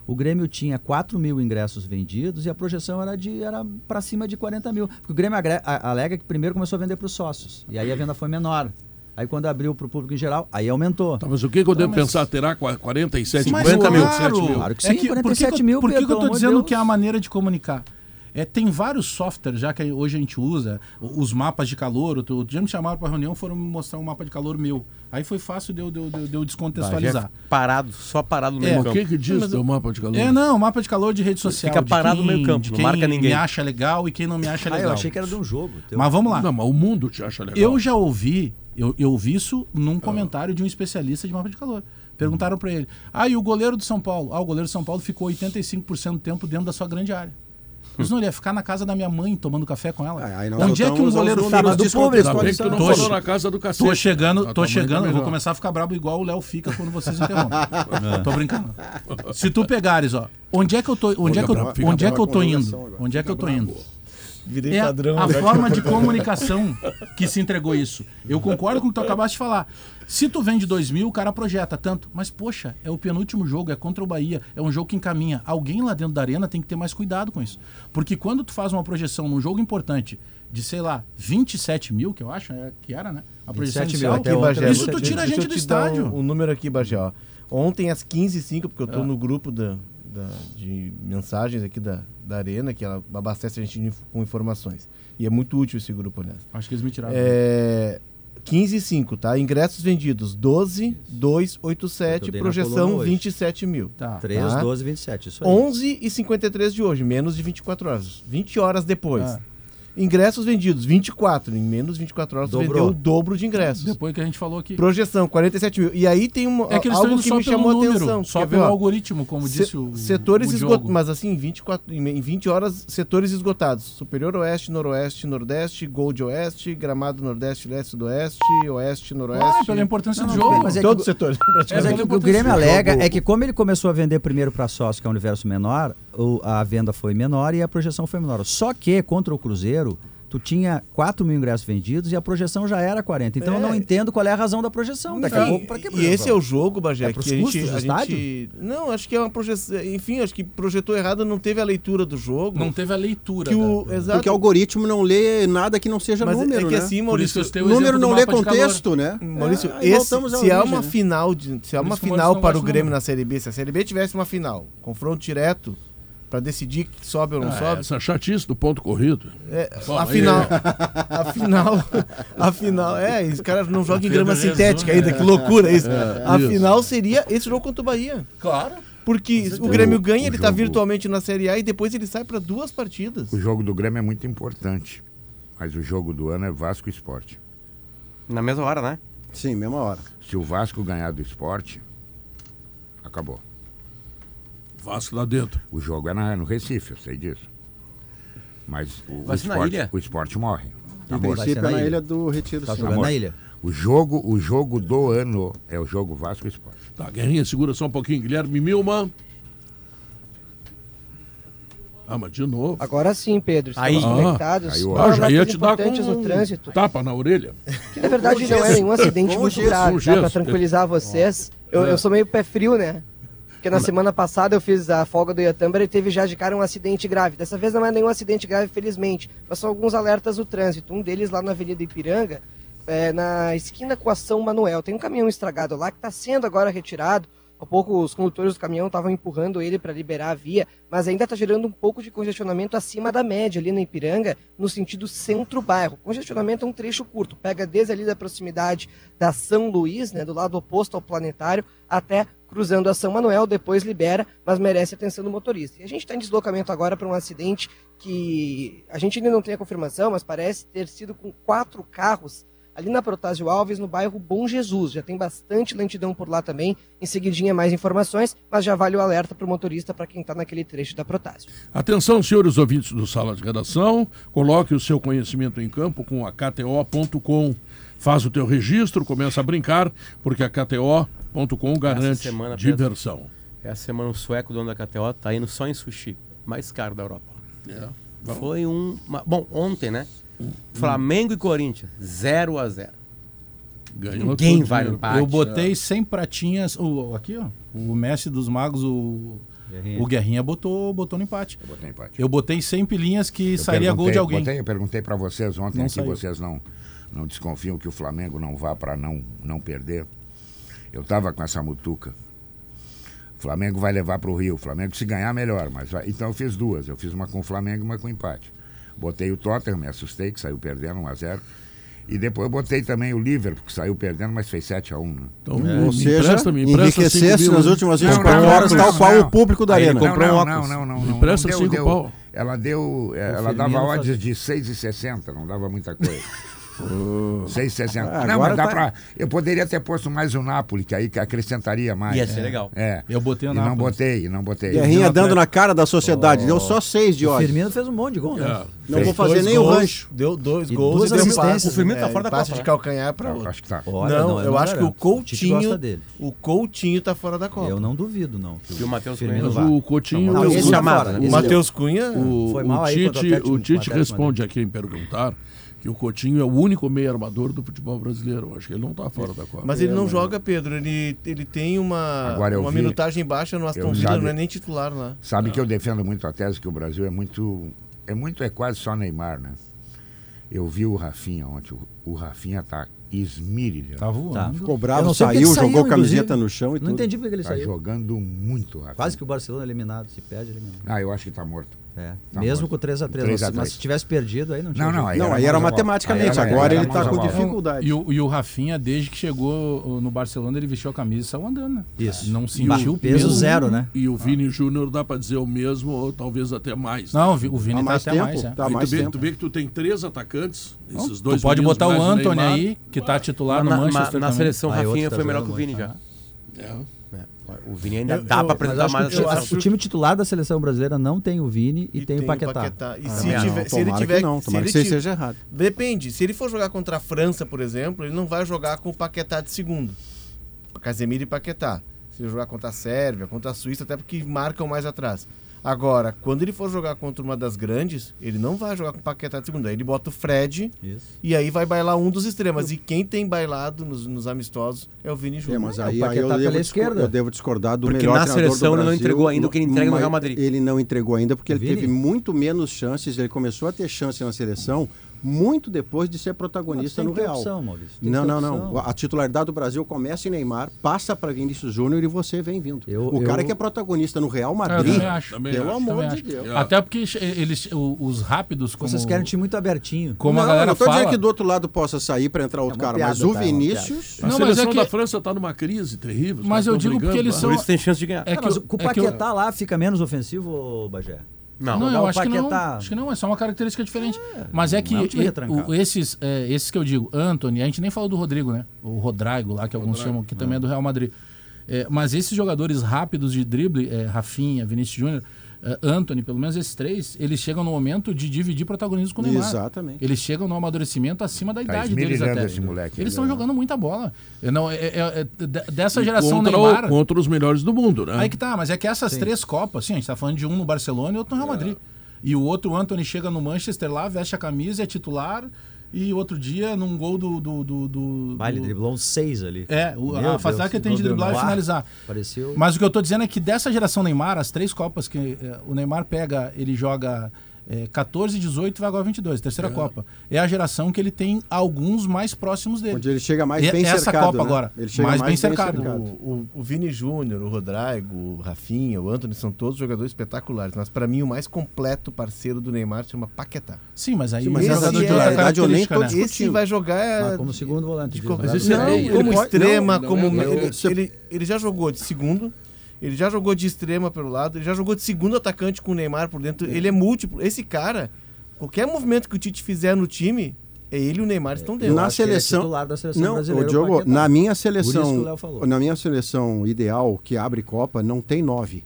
[SPEAKER 4] o Grêmio tinha 4 mil ingressos vendidos e a projeção era de era para cima de 40 mil. Porque o Grêmio agre- a- alega que primeiro começou a vender para os sócios, e aí a venda foi menor. Aí quando abriu para o público em geral, aí aumentou.
[SPEAKER 2] Tá,
[SPEAKER 4] Então,
[SPEAKER 2] mas o que, que eu devo
[SPEAKER 3] mas-
[SPEAKER 2] pensar? Terá qua- 47
[SPEAKER 3] Mas
[SPEAKER 7] 50 mil,
[SPEAKER 3] claro,
[SPEAKER 7] mil.
[SPEAKER 4] Claro que
[SPEAKER 3] é
[SPEAKER 4] sim, 47
[SPEAKER 3] por que,
[SPEAKER 4] mil,
[SPEAKER 3] Por que, que
[SPEAKER 4] pelo
[SPEAKER 3] eu tô
[SPEAKER 4] amor de
[SPEAKER 3] dizendo
[SPEAKER 4] Deus.
[SPEAKER 3] que é a maneira de comunicar? É, tem vários softwares, já que hoje a gente usa, o- os mapas de calor. Outro outro dia me chamaram para reunião, foram me mostrar um mapa de calor meu. Aí foi fácil de eu, de eu- de eu- de eu descontextualizar.
[SPEAKER 7] Vai, já parado, só parado no meio
[SPEAKER 2] O
[SPEAKER 7] campo.
[SPEAKER 2] que, que diz o teu mapa de calor?
[SPEAKER 3] É, não, mapa de calor de rede social.
[SPEAKER 7] Fica
[SPEAKER 3] de
[SPEAKER 7] parado no
[SPEAKER 3] quem-
[SPEAKER 7] meio campo,
[SPEAKER 3] de
[SPEAKER 7] não
[SPEAKER 3] quem
[SPEAKER 7] marca ninguém.
[SPEAKER 3] me acha legal e quem não me acha
[SPEAKER 4] Ah,
[SPEAKER 3] legal.
[SPEAKER 4] eu achei que era de um jogo. teu.
[SPEAKER 3] Mas vamos lá.
[SPEAKER 2] Não, mas o mundo te acha legal.
[SPEAKER 3] Eu já ouvi, eu, eu ouvi isso num comentário de um especialista de mapa de calor. Perguntaram pra ele: "Ah, e o goleiro do São Paulo? Ah, o goleiro do São Paulo ficou 85% do tempo dentro da sua grande área." Mas não, ele ia ficar na casa da minha mãe tomando café com ela.
[SPEAKER 8] Ah, aí nós
[SPEAKER 3] Onde é que um
[SPEAKER 8] voltamos aos
[SPEAKER 3] goleiro
[SPEAKER 8] números
[SPEAKER 3] fica?
[SPEAKER 4] do
[SPEAKER 3] Desculpa,
[SPEAKER 4] público,
[SPEAKER 2] Ainda bem que tu não
[SPEAKER 3] Tô
[SPEAKER 2] falou
[SPEAKER 3] che-
[SPEAKER 2] na casa do cacete.
[SPEAKER 3] Tô chegando,
[SPEAKER 2] A
[SPEAKER 3] tô
[SPEAKER 2] tua mãe tá
[SPEAKER 3] chegando, eu vou
[SPEAKER 2] melhor.
[SPEAKER 3] começar a ficar brabo igual o Léo fica quando vocês interrompem. É.
[SPEAKER 2] É.
[SPEAKER 3] Tô brincando. Se tu pegares, ó, onde é que eu tô, onde é que eu,
[SPEAKER 2] bravo, fica
[SPEAKER 3] onde é que eu
[SPEAKER 8] bravo
[SPEAKER 3] tô
[SPEAKER 8] com a conjugação
[SPEAKER 3] indo?
[SPEAKER 8] agora.
[SPEAKER 3] Onde é que eu tô indo?
[SPEAKER 6] Virei
[SPEAKER 3] É
[SPEAKER 6] padrão.
[SPEAKER 3] a
[SPEAKER 6] né?
[SPEAKER 3] forma de comunicação que se entregou isso. Eu concordo com o que tu acabaste de falar. Se tu vende 2 mil, o cara projeta tanto. Mas, poxa, é o penúltimo jogo, é contra o Bahia, é um jogo que encaminha. Alguém lá dentro da arena tem que ter mais cuidado com isso. Porque quando tu faz uma projeção num jogo importante de, sei lá, 27 mil, que eu acho é, que era, né? A projeção
[SPEAKER 4] 27 mil,
[SPEAKER 3] inicial,
[SPEAKER 4] até ontem
[SPEAKER 3] isso
[SPEAKER 6] deixa
[SPEAKER 3] tu
[SPEAKER 6] eu
[SPEAKER 3] tira a
[SPEAKER 6] te-
[SPEAKER 3] gente do
[SPEAKER 6] deixa eu te dar
[SPEAKER 3] estádio. É.
[SPEAKER 6] Um, um número aqui, Bagé, ó. Ontem às 15h05, porque eu tô no grupo da, da- de mensagens aqui da, da Arena, que ela abastece a gente de inf- com informações. E é muito útil esse grupo, aliás.
[SPEAKER 3] Acho que eles me tiraram. né?
[SPEAKER 6] É, 15 e 5, tá? Ingressos vendidos 12, 287,
[SPEAKER 4] É Eu dei na
[SPEAKER 6] projeção
[SPEAKER 4] coluna hoje.
[SPEAKER 6] 27 mil.
[SPEAKER 3] Tá.
[SPEAKER 4] 3,
[SPEAKER 6] Tá.
[SPEAKER 4] 12, 27, isso aí.
[SPEAKER 6] 11 e 53 de hoje, menos de 24 horas. 20 horas depois.
[SPEAKER 3] Ah.
[SPEAKER 6] Ingressos vendidos 24, em menos de 24 horas tu
[SPEAKER 4] Dobrou.
[SPEAKER 6] vendeu o dobro de ingressos.
[SPEAKER 3] Depois que a gente falou aqui.
[SPEAKER 6] Projeção, 47 mil. E aí tem uma,
[SPEAKER 3] É que eles estão
[SPEAKER 6] algo
[SPEAKER 3] indo
[SPEAKER 6] que
[SPEAKER 3] só
[SPEAKER 6] me
[SPEAKER 3] pelo
[SPEAKER 6] chamou a
[SPEAKER 3] número,
[SPEAKER 6] atenção.
[SPEAKER 3] só
[SPEAKER 6] Quer
[SPEAKER 3] pelo
[SPEAKER 6] ver, ó?
[SPEAKER 3] algoritmo, como
[SPEAKER 6] Se-
[SPEAKER 3] disse o
[SPEAKER 6] setores
[SPEAKER 3] o
[SPEAKER 6] esgotados,
[SPEAKER 3] Diogo.
[SPEAKER 6] mas assim, 24, em em 20 horas, setores esgotados. Superior Oeste, Noroeste, Nordeste, Gol de Oeste, Gramado Nordeste, Leste do Oeste, Oeste,
[SPEAKER 3] Ah,
[SPEAKER 6] Noroeste.
[SPEAKER 3] pela importância do
[SPEAKER 4] Não,
[SPEAKER 3] jogo.
[SPEAKER 4] mas é que-
[SPEAKER 6] todos os setores.
[SPEAKER 4] Mas é que o que o Grêmio alega é que como ele começou a vender primeiro para sócio, que é um universo menor, o- a venda foi menor e a projeção foi menor. Só que contra o Cruzeiro, tu tinha 4 mil ingressos vendidos e a projeção já era 40. Então eu não entendo qual é a razão da projeção. Daqui a pouco, pra que
[SPEAKER 6] e esse é o jogo, Bagé,
[SPEAKER 4] É pros
[SPEAKER 6] que a gente,
[SPEAKER 4] custos do
[SPEAKER 6] a
[SPEAKER 4] estádio?
[SPEAKER 6] gente- Não, acho que é uma projeção. Enfim, acho que projetou errado, não teve a leitura do jogo.
[SPEAKER 3] Não teve a leitura.
[SPEAKER 6] que o,
[SPEAKER 3] da-
[SPEAKER 6] exato,
[SPEAKER 8] Porque o algoritmo não lê nada que não seja
[SPEAKER 6] mas
[SPEAKER 8] número,
[SPEAKER 6] é que
[SPEAKER 8] né?
[SPEAKER 6] assim,
[SPEAKER 3] Por isso
[SPEAKER 6] Maurício, é
[SPEAKER 3] que eu citei
[SPEAKER 8] o
[SPEAKER 3] o
[SPEAKER 8] número
[SPEAKER 3] exemplo do
[SPEAKER 8] não lê
[SPEAKER 3] mapa de calor.
[SPEAKER 8] contexto, né?
[SPEAKER 6] Maurício,
[SPEAKER 8] É, aí
[SPEAKER 6] esse, se
[SPEAKER 8] voltamos à
[SPEAKER 6] há
[SPEAKER 8] origem,
[SPEAKER 6] uma
[SPEAKER 8] né?
[SPEAKER 6] final, de, se há
[SPEAKER 3] Por
[SPEAKER 6] uma
[SPEAKER 3] isso que o Maurício
[SPEAKER 6] final
[SPEAKER 3] não
[SPEAKER 6] para o
[SPEAKER 3] gosta de
[SPEAKER 6] Grêmio
[SPEAKER 3] número.
[SPEAKER 6] na Série B, se a Série B tivesse uma final, confronto direto para decidir que sobe ou não
[SPEAKER 3] é,
[SPEAKER 2] Ah,
[SPEAKER 6] sobe,
[SPEAKER 2] Essa chatice do ponto corrido.
[SPEAKER 6] é,
[SPEAKER 2] Fala
[SPEAKER 6] a
[SPEAKER 2] aí. é.
[SPEAKER 6] final, a final, a final, é, esse cara não joga em grama
[SPEAKER 2] Pedro
[SPEAKER 6] sintética ainda, que loucura isso. A final seria esse jogo contra o Bahia.
[SPEAKER 3] Claro.
[SPEAKER 6] Porque o
[SPEAKER 5] certeza.
[SPEAKER 6] Grêmio
[SPEAKER 5] O-
[SPEAKER 6] ganha,
[SPEAKER 5] o
[SPEAKER 6] ele tá
[SPEAKER 5] jogo-
[SPEAKER 6] virtualmente na Série A e depois ele sai para duas partidas.
[SPEAKER 5] O jogo do Grêmio é muito importante. Mas o jogo do ano é Vasco e Esporte.
[SPEAKER 7] Na mesma hora, né?
[SPEAKER 8] Sim, mesma hora.
[SPEAKER 5] Se o Vasco ganhar do esporte, acabou.
[SPEAKER 2] Vasco lá dentro.
[SPEAKER 5] O jogo é na- no Recife, eu sei disso. Mas o, o
[SPEAKER 7] Vai ser na
[SPEAKER 5] esporte,
[SPEAKER 7] ilha?
[SPEAKER 5] o esporte morre. Tá
[SPEAKER 8] Em
[SPEAKER 5] morto.
[SPEAKER 8] princípio é
[SPEAKER 4] na
[SPEAKER 8] na
[SPEAKER 4] ilha.
[SPEAKER 8] ilha, do Retiro.
[SPEAKER 4] Tá
[SPEAKER 8] sim.
[SPEAKER 4] jogando na ilha.
[SPEAKER 5] O jogo, o jogo do ano é o jogo Vasco e Esporte.
[SPEAKER 2] Tá, Guerrinha, segura só um pouquinho. Guilherme Milman. Ah, mas de novo.
[SPEAKER 9] Agora sim, Pedro.
[SPEAKER 7] Aí-
[SPEAKER 9] estamos
[SPEAKER 2] Ah,
[SPEAKER 9] conectados.
[SPEAKER 5] aí eu-
[SPEAKER 9] Sobre
[SPEAKER 2] Ah, já ia
[SPEAKER 9] matérias
[SPEAKER 2] te dar com
[SPEAKER 9] importantes
[SPEAKER 2] um
[SPEAKER 9] no trânsito.
[SPEAKER 2] tapa na orelha.
[SPEAKER 9] Que na verdade não é nenhum acidente muito grave,
[SPEAKER 2] Com
[SPEAKER 9] tá? Pra
[SPEAKER 2] gesso.
[SPEAKER 9] tranquilizar vocês. Eu, eu sou meio pé frio, né? Porque na semana passada eu fiz a folga do Iatâmbara e teve já de cara um acidente grave. Dessa vez não é nenhum acidente grave, felizmente. Mas são alguns alertas no trânsito. Um deles lá na Avenida Ipiranga, é, na esquina com a São Manuel. Tem um caminhão estragado lá que está sendo agora retirado. Há pouco os condutores do caminhão estavam empurrando ele para liberar a via, mas ainda está gerando um pouco de congestionamento acima da média ali na Ipiranga, no sentido centro-bairro. Congestionamento é um trecho curto, pega desde ali da proximidade da São Luís, né, do lado oposto ao planetário, até cruzando a São Manuel, depois libera, mas merece atenção do motorista. E a gente está em deslocamento agora para um acidente que a gente ainda não tem a confirmação, mas parece ter sido com quatro carros ali na Protásio Alves, no bairro Bom Jesus. Já tem bastante lentidão por lá também. Em seguidinha mais informações, mas já vale o alerta para o motorista para quem está naquele trecho da Protásio.
[SPEAKER 2] Atenção, senhores ouvintes do Sala de Redação, coloque o seu conhecimento em campo com a KTO.com. Faz o teu registro, começa a brincar, porque a KTO.com garante
[SPEAKER 7] semana, Pedro.
[SPEAKER 2] diversão.
[SPEAKER 7] Essa semana o sueco, dono da KTO, tá indo só em sushi. Mais caro da Europa. Foi um. uma- Bom, ontem, né? Flamengo e Corinthians, 0 a 0
[SPEAKER 2] Ganhou
[SPEAKER 7] Ninguém
[SPEAKER 2] todo
[SPEAKER 7] vai no
[SPEAKER 2] dinheiro.
[SPEAKER 7] empate.
[SPEAKER 3] né?
[SPEAKER 7] né?
[SPEAKER 3] Eu botei 100 pratinhas. O, aqui, ó. O mestre dos magos, o. O Guerrinha botou, botou no empate.
[SPEAKER 5] Eu botei empate.
[SPEAKER 3] Eu botei 100 pilinhas que
[SPEAKER 5] Eu
[SPEAKER 3] sairia gol de
[SPEAKER 5] perguntei-
[SPEAKER 3] alguém.
[SPEAKER 5] botei- eu perguntei para vocês ontem
[SPEAKER 3] Não
[SPEAKER 5] que
[SPEAKER 3] saiu.
[SPEAKER 5] vocês não, não desconfiam que o Flamengo não vá para não, não perder. Eu estava com essa mutuca. O Flamengo vai levar para o Rio. O Flamengo se ganhar, melhor. Mas vai- Então eu fiz duas. Eu fiz uma com o Flamengo e uma com empate. Botei o Tottenham, me assustei, que saiu perdendo 1x0. E depois eu botei também o Liverpool, que saiu perdendo, mas fez 7x1. Né?
[SPEAKER 2] Então,
[SPEAKER 8] Ou seja, enriquecesse nas últimas
[SPEAKER 5] Não,
[SPEAKER 8] 24
[SPEAKER 5] não, não,
[SPEAKER 8] horas,
[SPEAKER 5] não,
[SPEAKER 8] tal
[SPEAKER 5] não.
[SPEAKER 8] qual o público da
[SPEAKER 7] Aí ele
[SPEAKER 5] Não,
[SPEAKER 8] Arena.
[SPEAKER 7] comprou
[SPEAKER 5] não,
[SPEAKER 7] um
[SPEAKER 5] não,
[SPEAKER 7] óculos.
[SPEAKER 5] não, não, não.
[SPEAKER 2] Empresta
[SPEAKER 5] Não
[SPEAKER 2] cinco pau.
[SPEAKER 5] Ela deu. eh, Ela
[SPEAKER 4] Firmino
[SPEAKER 5] dava
[SPEAKER 4] faz
[SPEAKER 5] odds de 6,60, não dava muita coisa. 6,60.
[SPEAKER 8] Ah,
[SPEAKER 5] não,
[SPEAKER 8] agora
[SPEAKER 5] mas dá
[SPEAKER 8] tá-
[SPEAKER 5] pra. Eu poderia ter posto mais o Napoli, que aí que acrescentaria mais.
[SPEAKER 7] Ia ser legal.
[SPEAKER 5] É.
[SPEAKER 3] Eu botei o
[SPEAKER 5] e não
[SPEAKER 3] Napoli.
[SPEAKER 5] botei, e não botei.
[SPEAKER 8] Guerrinha dando na cara da sociedade. Deu só seis de
[SPEAKER 4] O
[SPEAKER 8] ódio.
[SPEAKER 4] Firmino fez um monte de gol,
[SPEAKER 8] É.
[SPEAKER 4] né?
[SPEAKER 8] Não vou
[SPEAKER 6] Fez
[SPEAKER 8] fazer
[SPEAKER 6] dois
[SPEAKER 8] nem
[SPEAKER 6] gols,
[SPEAKER 8] o rancho.
[SPEAKER 6] Deu dois
[SPEAKER 4] E
[SPEAKER 6] gols
[SPEAKER 4] duas
[SPEAKER 6] e deu
[SPEAKER 4] assistências. É,
[SPEAKER 6] passes,
[SPEAKER 7] O Firmino tá
[SPEAKER 6] né?
[SPEAKER 7] fora da
[SPEAKER 6] passe
[SPEAKER 7] Copa,
[SPEAKER 6] de
[SPEAKER 7] né?
[SPEAKER 6] calcanhar para
[SPEAKER 5] Não,
[SPEAKER 6] outro.
[SPEAKER 5] acho que tá.
[SPEAKER 4] Ora,
[SPEAKER 6] não, eu acho
[SPEAKER 4] garanto.
[SPEAKER 6] que o Coutinho,
[SPEAKER 4] Tite gosta dele.
[SPEAKER 6] o Coutinho tá fora da Copa.
[SPEAKER 4] Eu não duvido, não. que
[SPEAKER 7] E o Matheus
[SPEAKER 4] Firmino
[SPEAKER 2] Mas
[SPEAKER 4] vá.
[SPEAKER 2] o Coutinho. é
[SPEAKER 4] Não,
[SPEAKER 2] o-
[SPEAKER 7] esse
[SPEAKER 4] Coutinho
[SPEAKER 7] amado,
[SPEAKER 4] fora,
[SPEAKER 7] né?
[SPEAKER 4] esse é
[SPEAKER 6] O Matheus Cunha,
[SPEAKER 2] O,
[SPEAKER 4] Foi
[SPEAKER 2] o
[SPEAKER 4] mal aí
[SPEAKER 2] Tite,
[SPEAKER 4] contra o Atlético-
[SPEAKER 2] o Tite
[SPEAKER 4] Atlético
[SPEAKER 2] responde aqui em perguntar que o Coutinho é o único meio armador do futebol brasileiro. Acho que ele não está fora da Copa.
[SPEAKER 6] mas ele não joga, Pedro. Ele, ele tem uma,
[SPEAKER 5] É, Agora eu
[SPEAKER 6] uma
[SPEAKER 5] vi.
[SPEAKER 6] minutagem baixa no Aston
[SPEAKER 5] Eu
[SPEAKER 6] Villa,
[SPEAKER 5] sabe-
[SPEAKER 6] não é nem titular lá.
[SPEAKER 5] Sabe que eu defendo muito a tese que o Brasil é muito. É muito, é quase só Neymar, né? Eu vi o Rafinha ontem. O, o Rafinha tá esmirilhão.
[SPEAKER 3] Tá voando.
[SPEAKER 4] Tá.
[SPEAKER 8] Ficou
[SPEAKER 4] Eu
[SPEAKER 8] bravo,
[SPEAKER 4] não sei porque
[SPEAKER 8] saiu,
[SPEAKER 4] que
[SPEAKER 8] jogou
[SPEAKER 4] inclusive.
[SPEAKER 8] camiseta no chão e
[SPEAKER 4] Não
[SPEAKER 8] tudo.
[SPEAKER 4] entendi porque ele
[SPEAKER 5] Tá
[SPEAKER 4] saiu.
[SPEAKER 5] jogando muito, Rafinha.
[SPEAKER 4] Quase que o Barcelona é eliminado, se perde, é eliminado.
[SPEAKER 5] Ah, eu acho que tá morto.
[SPEAKER 4] É.
[SPEAKER 5] Tá
[SPEAKER 4] Mesmo com
[SPEAKER 5] bom.
[SPEAKER 4] 3x3.
[SPEAKER 5] 3 a
[SPEAKER 4] mas,
[SPEAKER 5] 3.
[SPEAKER 4] mas se tivesse perdido, aí não tinha.
[SPEAKER 5] Não, não,
[SPEAKER 4] jeito.
[SPEAKER 5] aí,
[SPEAKER 8] Não, aí era
[SPEAKER 5] mãos à bola.
[SPEAKER 8] matematicamente.
[SPEAKER 5] Aí era-
[SPEAKER 8] Agora
[SPEAKER 5] era
[SPEAKER 8] ele tá
[SPEAKER 5] mãos à
[SPEAKER 8] com
[SPEAKER 5] bola.
[SPEAKER 8] dificuldade.
[SPEAKER 3] E o, e o Rafinha, desde que chegou uh, no Barcelona, ele vestiu a camisa e saiu andando, né?
[SPEAKER 4] Isso.
[SPEAKER 3] Não
[SPEAKER 4] Bah,
[SPEAKER 3] sentiu o
[SPEAKER 4] peso
[SPEAKER 3] peso.
[SPEAKER 4] zero, né?
[SPEAKER 2] E o Vini Júnior dá para dizer o mesmo, ou talvez até mais.
[SPEAKER 3] Não, o Vi- o Vini tá
[SPEAKER 8] Há mais
[SPEAKER 3] até
[SPEAKER 8] tempo,
[SPEAKER 3] mais, é.
[SPEAKER 8] tá
[SPEAKER 2] Aí
[SPEAKER 8] mais
[SPEAKER 2] tu, vê,
[SPEAKER 8] tempo.
[SPEAKER 2] tu vê que tu tem três atacantes,
[SPEAKER 3] Não,
[SPEAKER 2] esses dois
[SPEAKER 3] tu pode
[SPEAKER 2] meninos,
[SPEAKER 3] botar o
[SPEAKER 2] mais
[SPEAKER 3] Antony
[SPEAKER 2] Neymar.
[SPEAKER 3] aí, que tá titular no
[SPEAKER 7] na, na-
[SPEAKER 3] Manchester
[SPEAKER 7] na
[SPEAKER 3] também.
[SPEAKER 7] seleção,
[SPEAKER 4] Ah, e outro
[SPEAKER 7] Rafinha
[SPEAKER 4] tá
[SPEAKER 7] foi melhor que o
[SPEAKER 4] jogando
[SPEAKER 7] Vini já.
[SPEAKER 2] É.
[SPEAKER 7] É, O Vini ainda dá pra
[SPEAKER 4] Mas
[SPEAKER 7] apresentar
[SPEAKER 4] acho
[SPEAKER 7] mais a
[SPEAKER 4] que, o-
[SPEAKER 7] seleção.
[SPEAKER 4] acho que o time titular da seleção brasileira não tem o Vini e, tem, o Paquetá.
[SPEAKER 6] E
[SPEAKER 4] Ah,
[SPEAKER 6] se,
[SPEAKER 7] não,
[SPEAKER 6] tiver, se ele
[SPEAKER 8] Tomara
[SPEAKER 6] tiver.
[SPEAKER 8] que não,
[SPEAKER 6] se
[SPEAKER 8] tomara
[SPEAKER 6] ele
[SPEAKER 8] que isso
[SPEAKER 6] tiver-
[SPEAKER 8] seja errado.
[SPEAKER 6] Depende. Se ele for jogar contra a França, por exemplo, ele não vai jogar com o Paquetá de segundo. Casemiro e Paquetá. Se ele jogar contra a Sérvia, contra a Suíça, até porque marcam mais atrás. Agora, quando ele for jogar contra uma das grandes, ele não vai jogar com o Paquetá de segundo. Aí ele bota o Fred
[SPEAKER 4] Isso.
[SPEAKER 6] e aí vai bailar um dos extremos. E quem tem bailado nos, nos amistosos é o Vini
[SPEAKER 8] É,
[SPEAKER 6] Júnior.
[SPEAKER 8] mas
[SPEAKER 4] É, o
[SPEAKER 8] aí, aí eu,
[SPEAKER 4] Paquetá
[SPEAKER 8] devo
[SPEAKER 4] pela
[SPEAKER 8] discor-
[SPEAKER 4] esquerda.
[SPEAKER 8] eu devo discordar do
[SPEAKER 7] Porque
[SPEAKER 8] melhor
[SPEAKER 7] na
[SPEAKER 8] treinador do
[SPEAKER 7] seleção ele não
[SPEAKER 8] Brasil,
[SPEAKER 7] entregou ainda o que ele entrega no
[SPEAKER 8] mas
[SPEAKER 7] Real Madrid.
[SPEAKER 8] Ele não entregou ainda porque ele
[SPEAKER 4] Vini?
[SPEAKER 8] teve muito menos chances, ele começou a ter chance na seleção muito depois de ser protagonista
[SPEAKER 4] Mas
[SPEAKER 8] no
[SPEAKER 4] Ah, tem que ter
[SPEAKER 8] Real.
[SPEAKER 4] opção, Maurício, tem
[SPEAKER 8] não,
[SPEAKER 4] que ter
[SPEAKER 8] não, não.
[SPEAKER 4] opção.
[SPEAKER 8] A titularidade do Brasil começa em Neymar, passa para Vinícius Júnior e você vem vindo.
[SPEAKER 4] Eu-
[SPEAKER 8] o cara
[SPEAKER 4] eu-
[SPEAKER 8] que é protagonista no Real
[SPEAKER 3] É, eu
[SPEAKER 8] Madrid,
[SPEAKER 3] também acho.
[SPEAKER 2] Também
[SPEAKER 8] pelo
[SPEAKER 2] acho,
[SPEAKER 8] amor
[SPEAKER 3] Também
[SPEAKER 8] de
[SPEAKER 3] acho.
[SPEAKER 8] Deus.
[SPEAKER 3] Até porque eles, o- os rápidos, como,
[SPEAKER 4] Vocês querem um time muito abertinho.
[SPEAKER 3] como a
[SPEAKER 8] não,
[SPEAKER 3] galera
[SPEAKER 8] não tô
[SPEAKER 3] fala...
[SPEAKER 8] dizendo que do outro lado possa sair para entrar outro
[SPEAKER 4] É uma
[SPEAKER 8] cara, mas
[SPEAKER 4] piada,
[SPEAKER 8] o
[SPEAKER 4] tá? É uma
[SPEAKER 8] Vinícius...
[SPEAKER 2] A
[SPEAKER 3] Não, mas
[SPEAKER 2] seleção
[SPEAKER 3] é que-
[SPEAKER 2] da França está numa crise terrível. os
[SPEAKER 3] Mas
[SPEAKER 2] caras
[SPEAKER 3] eu
[SPEAKER 2] tão
[SPEAKER 3] digo porque
[SPEAKER 2] brigando, né?
[SPEAKER 3] eles
[SPEAKER 2] pá.
[SPEAKER 3] são-
[SPEAKER 7] Por isso tem chance de ganhar.
[SPEAKER 3] É
[SPEAKER 4] Ah, mas
[SPEAKER 3] que eu-
[SPEAKER 4] com o
[SPEAKER 3] é que eu-
[SPEAKER 4] Paquetá lá fica menos ofensivo, ô, Bagé.
[SPEAKER 7] Não,
[SPEAKER 3] Não,
[SPEAKER 4] Não,
[SPEAKER 3] eu acho que não.
[SPEAKER 4] Paquetá.
[SPEAKER 3] Acho que não, é só uma característica diferente. Mas é que
[SPEAKER 4] não é um time
[SPEAKER 3] e-
[SPEAKER 4] retrancado.
[SPEAKER 3] o- esses, é, esses que eu digo, Anthony, a gente nem falou do Rodrigo, né? O Rodrigo lá, que alguns chamam, que também é do Real Madrid. É, mas esses jogadores rápidos de drible, é, Rafinha, Vinícius Júnior, é, Anthony, pelo menos esses três, eles chegam no momento de dividir protagonismo com o Neymar.
[SPEAKER 8] Exatamente.
[SPEAKER 3] Eles chegam no amadurecimento acima da idade deles
[SPEAKER 5] Tá esmirilhando
[SPEAKER 3] até.
[SPEAKER 5] esse moleque. né?
[SPEAKER 3] eles estão jogando muita bola. Eu não, é- é- é- de- dessa
[SPEAKER 2] E
[SPEAKER 3] geração
[SPEAKER 2] contra, o-
[SPEAKER 3] Neymar...
[SPEAKER 2] contra os melhores do mundo, né?
[SPEAKER 4] Ah.
[SPEAKER 3] Aí que tá, mas é que essas três Copas, sim, a gente tá falando de um no Barcelona e outro no Real Madrid. E o outro Anthony chega no Manchester lá, veste a camisa, é titular. E outro dia, num gol do. do, do, do-
[SPEAKER 4] Vai, ele
[SPEAKER 3] do-
[SPEAKER 4] driblou uns seis ali.
[SPEAKER 3] É, o-
[SPEAKER 4] Meu
[SPEAKER 3] a
[SPEAKER 4] Deus,
[SPEAKER 3] facilidade que ele tem de
[SPEAKER 4] driblou
[SPEAKER 3] driblar e
[SPEAKER 4] no ar,
[SPEAKER 3] finalizar.
[SPEAKER 4] Pareceu.
[SPEAKER 3] Mas o que eu tô dizendo é que dessa geração Neymar, as três Copas que eh, o Neymar pega, ele joga eh, 14, 18 e vai agora 22, terceira Copa. É a geração que ele tem alguns mais próximos dele.
[SPEAKER 8] Onde ele chega mais
[SPEAKER 3] E
[SPEAKER 8] bem
[SPEAKER 3] essa
[SPEAKER 8] cercado.
[SPEAKER 3] Copa
[SPEAKER 8] né?
[SPEAKER 3] agora,
[SPEAKER 8] Ele chega
[SPEAKER 3] mais
[SPEAKER 8] mais,
[SPEAKER 3] bem cercado.
[SPEAKER 6] O, o, o Vini Júnior, o Rodrigo, o Rafinha, o Anthony são todos jogadores espetaculares, mas pra mim o mais completo parceiro do Neymar se chama Paquetá.
[SPEAKER 3] Sim, mas aí
[SPEAKER 8] Sim,
[SPEAKER 3] é
[SPEAKER 8] mas
[SPEAKER 6] esse é-
[SPEAKER 3] outra
[SPEAKER 6] na
[SPEAKER 8] verdade, eu nem
[SPEAKER 3] característica,
[SPEAKER 8] tô
[SPEAKER 3] né?
[SPEAKER 8] dizendo-
[SPEAKER 6] Esse
[SPEAKER 8] Discutível.
[SPEAKER 6] vai jogar
[SPEAKER 3] é
[SPEAKER 4] Mas como segundo volante. diz,
[SPEAKER 6] de qualquer-
[SPEAKER 4] mas-
[SPEAKER 6] Mas ele-
[SPEAKER 8] Não,
[SPEAKER 6] ele-
[SPEAKER 8] é como
[SPEAKER 6] como
[SPEAKER 8] pode-
[SPEAKER 6] extrema,
[SPEAKER 8] não,
[SPEAKER 6] como
[SPEAKER 8] não,
[SPEAKER 6] é ele,
[SPEAKER 8] não.
[SPEAKER 6] ele, ele já jogou de segundo, ele já jogou de extrema pelo lado, ele já jogou de segundo atacante com o Neymar por dentro. Ele é múltiplo. Esse cara, qualquer movimento que o Tite fizer no time, é ele e o Neymar estão dentro.
[SPEAKER 8] Na
[SPEAKER 4] acho que ele é
[SPEAKER 8] seleção-
[SPEAKER 4] titular da seleção
[SPEAKER 8] Não,
[SPEAKER 4] brasileira,
[SPEAKER 8] ô, Diogo,
[SPEAKER 4] Paquetá.
[SPEAKER 8] na minha
[SPEAKER 4] Por isso que o
[SPEAKER 8] seleção,
[SPEAKER 4] Léo falou.
[SPEAKER 8] na minha seleção ideal que abre Copa, não tem nove.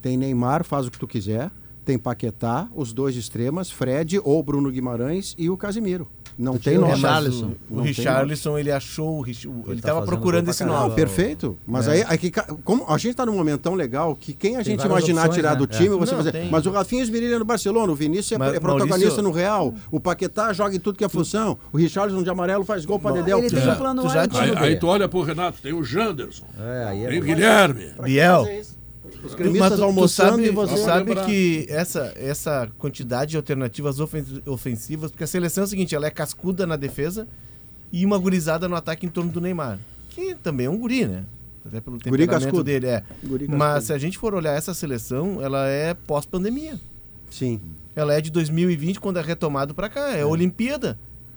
[SPEAKER 8] Tem Neymar, faz o que tu quiser. Tem Paquetá, os dois extremas, Fred ou Bruno Guimarães e o Casimiro. Não tem
[SPEAKER 6] É, mas
[SPEAKER 8] nove.
[SPEAKER 4] Richarlison.
[SPEAKER 6] O, o
[SPEAKER 8] Não tem
[SPEAKER 6] Richarlison, ele achou, o Rich- o- ele,
[SPEAKER 4] tá
[SPEAKER 6] estava
[SPEAKER 4] fazendo gol
[SPEAKER 6] procurando
[SPEAKER 4] pra
[SPEAKER 6] esse
[SPEAKER 4] caramba. É.
[SPEAKER 8] Não,
[SPEAKER 6] nome.
[SPEAKER 8] perfeito. Mas aí, aí que ca- como a gente está num momento tão legal que quem a gente
[SPEAKER 4] várias
[SPEAKER 8] imaginar
[SPEAKER 4] opções,
[SPEAKER 8] tirar
[SPEAKER 4] né?
[SPEAKER 8] do time, você
[SPEAKER 6] Não,
[SPEAKER 8] vai dizer,
[SPEAKER 6] tem.
[SPEAKER 8] mas o Rafinha esmerilha no Barcelona, o Vinícius é,
[SPEAKER 6] Mas,
[SPEAKER 8] é protagonista
[SPEAKER 6] Maurício-
[SPEAKER 8] no Real, o Paquetá joga em tudo que é função, o Richarlison de amarelo faz gol para Dedéu.
[SPEAKER 4] Ele
[SPEAKER 8] Tu
[SPEAKER 4] tem
[SPEAKER 8] já-
[SPEAKER 4] um plano
[SPEAKER 8] tu
[SPEAKER 4] A
[SPEAKER 8] já-
[SPEAKER 4] e um
[SPEAKER 2] Aí,
[SPEAKER 4] plano
[SPEAKER 2] aí
[SPEAKER 4] B.
[SPEAKER 2] tu olha pro Renato, tem o Janderson,
[SPEAKER 4] É, aí é
[SPEAKER 2] tem o
[SPEAKER 4] bom.
[SPEAKER 2] Guilherme.
[SPEAKER 6] Biel,
[SPEAKER 8] Os
[SPEAKER 6] Mas
[SPEAKER 8] gremistas
[SPEAKER 6] tu- tu
[SPEAKER 8] almoçando
[SPEAKER 6] sabe,
[SPEAKER 8] e você...
[SPEAKER 6] tu
[SPEAKER 2] Vamos
[SPEAKER 6] sabe
[SPEAKER 2] lembrar.
[SPEAKER 6] que essa, essa quantidade de alternativas ofen- ofensivas, porque a seleção é o seguinte, ela é cascuda na defesa e uma gurizada no ataque em torno do Neymar, que também é um guri, né? Até pelo
[SPEAKER 8] Guri
[SPEAKER 6] temperamento
[SPEAKER 8] cascudo.
[SPEAKER 6] dele, é.
[SPEAKER 8] Guri cascudo.
[SPEAKER 6] Mas se a gente for olhar essa seleção, ela é pós-pandemia.
[SPEAKER 8] Sim.
[SPEAKER 6] Ela é de 2020, quando é retomado pra cá. É, a Olimpíada.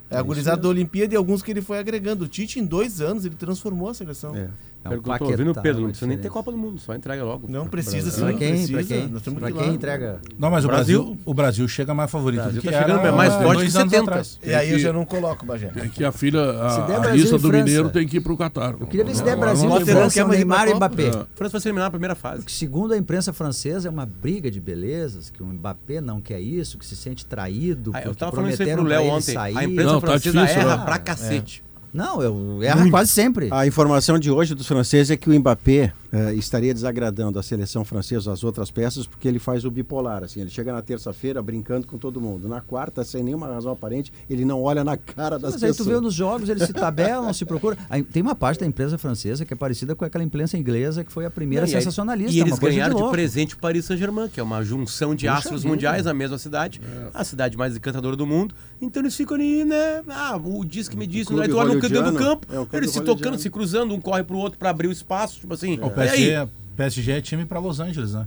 [SPEAKER 6] É a gurizada da Olimpíada e alguns que ele foi agregando. O Tite, em dois anos, ele transformou a seleção.
[SPEAKER 8] É.
[SPEAKER 4] É um
[SPEAKER 7] Perguntou,
[SPEAKER 4] Paquetá,
[SPEAKER 7] ouvindo o Pedro,
[SPEAKER 4] uma
[SPEAKER 7] não precisa nem ter
[SPEAKER 4] diferença.
[SPEAKER 7] Copa do Mundo, só entrega logo.
[SPEAKER 6] Não precisa, sim,
[SPEAKER 4] Pra quem,
[SPEAKER 6] precisa.
[SPEAKER 4] pra quem,
[SPEAKER 6] Nós temos
[SPEAKER 4] pra
[SPEAKER 6] que ir
[SPEAKER 4] quem
[SPEAKER 6] lá.
[SPEAKER 4] entrega.
[SPEAKER 3] Não, mas o
[SPEAKER 7] Brasil-
[SPEAKER 3] Brasil, o Brasil chega mais favorito
[SPEAKER 7] Brasil
[SPEAKER 3] do que
[SPEAKER 7] tá chegando,
[SPEAKER 3] era,
[SPEAKER 7] é mais
[SPEAKER 3] há
[SPEAKER 7] forte
[SPEAKER 3] dois
[SPEAKER 7] que
[SPEAKER 3] anos
[SPEAKER 7] 70.
[SPEAKER 3] atrás.
[SPEAKER 6] E aí eu
[SPEAKER 2] que-
[SPEAKER 6] já não coloco, Bagé.
[SPEAKER 2] É que a filha,
[SPEAKER 4] Se der
[SPEAKER 2] a, a
[SPEAKER 4] Brasil
[SPEAKER 2] lista
[SPEAKER 4] e
[SPEAKER 2] do
[SPEAKER 4] França.
[SPEAKER 2] Mineiro tem que ir pro Catar.
[SPEAKER 4] Eu queria ver se der
[SPEAKER 2] Agora
[SPEAKER 4] Brasil
[SPEAKER 2] não
[SPEAKER 4] e
[SPEAKER 2] tem
[SPEAKER 6] lateral que é
[SPEAKER 4] França,
[SPEAKER 6] mais
[SPEAKER 4] Neymar e
[SPEAKER 6] pra Copa.
[SPEAKER 4] Mbappé.
[SPEAKER 2] É.
[SPEAKER 7] A França vai se eliminar na primeira fase.
[SPEAKER 4] Porque, segundo a imprensa francesa, é uma briga de belezas, que o Mbappé não quer isso, que se sente traído,
[SPEAKER 7] Ah,
[SPEAKER 4] porque
[SPEAKER 7] eu tava falando isso aí
[SPEAKER 4] prometeram
[SPEAKER 7] pro Léo
[SPEAKER 4] pra ele
[SPEAKER 7] ontem.
[SPEAKER 4] sair.
[SPEAKER 7] A imprensa
[SPEAKER 2] Não, tá
[SPEAKER 7] francesa
[SPEAKER 2] difícil,
[SPEAKER 7] erra
[SPEAKER 2] né?
[SPEAKER 7] pra cacete.
[SPEAKER 4] Não, eu erra quase sempre.
[SPEAKER 8] A informação de hoje dos franceses é que o Mbappé eh, estaria desagradando a seleção francesa as outras peças porque ele faz o bipolar, assim, ele chega na terça-feira brincando com todo mundo, na quarta sem nenhuma razão aparente, ele não olha na cara das
[SPEAKER 4] Mas aí
[SPEAKER 8] pessoas.
[SPEAKER 4] tu vê um nos jogos, eles se tabelam, se procuram. Aí tem uma parte da imprensa francesa que é parecida com aquela imprensa inglesa que foi a primeira
[SPEAKER 7] Não, e aí-
[SPEAKER 4] sensacionalista. é
[SPEAKER 7] E eles
[SPEAKER 4] uma coisa
[SPEAKER 7] ganharam de,
[SPEAKER 4] louco.
[SPEAKER 7] presente o Paris Saint-Germain, que é uma junção de
[SPEAKER 4] Puxa
[SPEAKER 7] astros
[SPEAKER 4] vida. É.
[SPEAKER 7] mundiais na mesma cidade, a cidade mais encantadora do mundo. Então eles ficam ali, né? Ah, o diz que me diz,
[SPEAKER 8] clube
[SPEAKER 7] aí tu olha no canto do
[SPEAKER 8] hollywoodiano,
[SPEAKER 7] campo,
[SPEAKER 8] é o clube
[SPEAKER 7] eles se
[SPEAKER 8] hollywoodiano.
[SPEAKER 7] tocando, se cruzando, um corre pro outro pra abrir o espaço, tipo assim.
[SPEAKER 3] O
[SPEAKER 7] E aí?
[SPEAKER 3] PSG, é- PSG é time pra Los Angeles, né?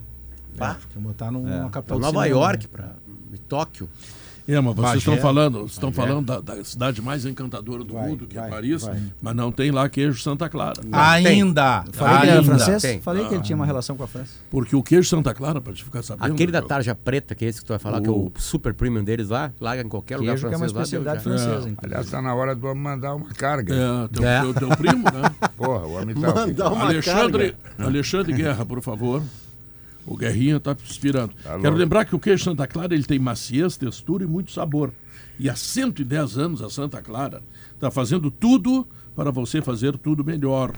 [SPEAKER 7] Pá. É.
[SPEAKER 3] Tem que botar num- numa
[SPEAKER 7] Pra
[SPEAKER 3] capital do
[SPEAKER 7] Nova
[SPEAKER 3] cinema,
[SPEAKER 7] York,
[SPEAKER 3] né?
[SPEAKER 7] pra Tóquio.
[SPEAKER 2] É, mas vocês
[SPEAKER 3] Bagé.
[SPEAKER 2] estão falando, estão falando da, da cidade mais encantadora do mundo, que é Paris, mas não tem lá queijo Santa Clara. Ah,
[SPEAKER 3] Ainda!
[SPEAKER 4] Falei que ele era
[SPEAKER 3] ainda.
[SPEAKER 4] francês?
[SPEAKER 7] Tem.
[SPEAKER 4] Falei que ele tinha uma relação com a França.
[SPEAKER 2] Porque o queijo Santa Clara, pra te ficar sabendo.
[SPEAKER 7] Aquele da
[SPEAKER 2] eu-
[SPEAKER 7] tarja preta, que é esse que tu vai falar, que é o super premium deles lá, larga em qualquer lugar
[SPEAKER 4] Queijo que é uma
[SPEAKER 7] francês lá, deu
[SPEAKER 4] especialidade
[SPEAKER 7] já.
[SPEAKER 4] francesa. inclusive.
[SPEAKER 5] Aliás, tá na hora do homem mandar uma carga.
[SPEAKER 2] É, teu, teu- teu primo, né?
[SPEAKER 5] Porra, o homem tá.
[SPEAKER 8] Mandar uma
[SPEAKER 2] Alexandre,
[SPEAKER 8] carga.
[SPEAKER 2] Alexandre Guerra, por favor. O Guerrinha tá inspirando.
[SPEAKER 5] louco.
[SPEAKER 2] Quero lembrar que o queijo Santa Clara ele tem maciez, textura e muito sabor. E há 110 anos a Santa Clara está fazendo tudo para você fazer tudo melhor.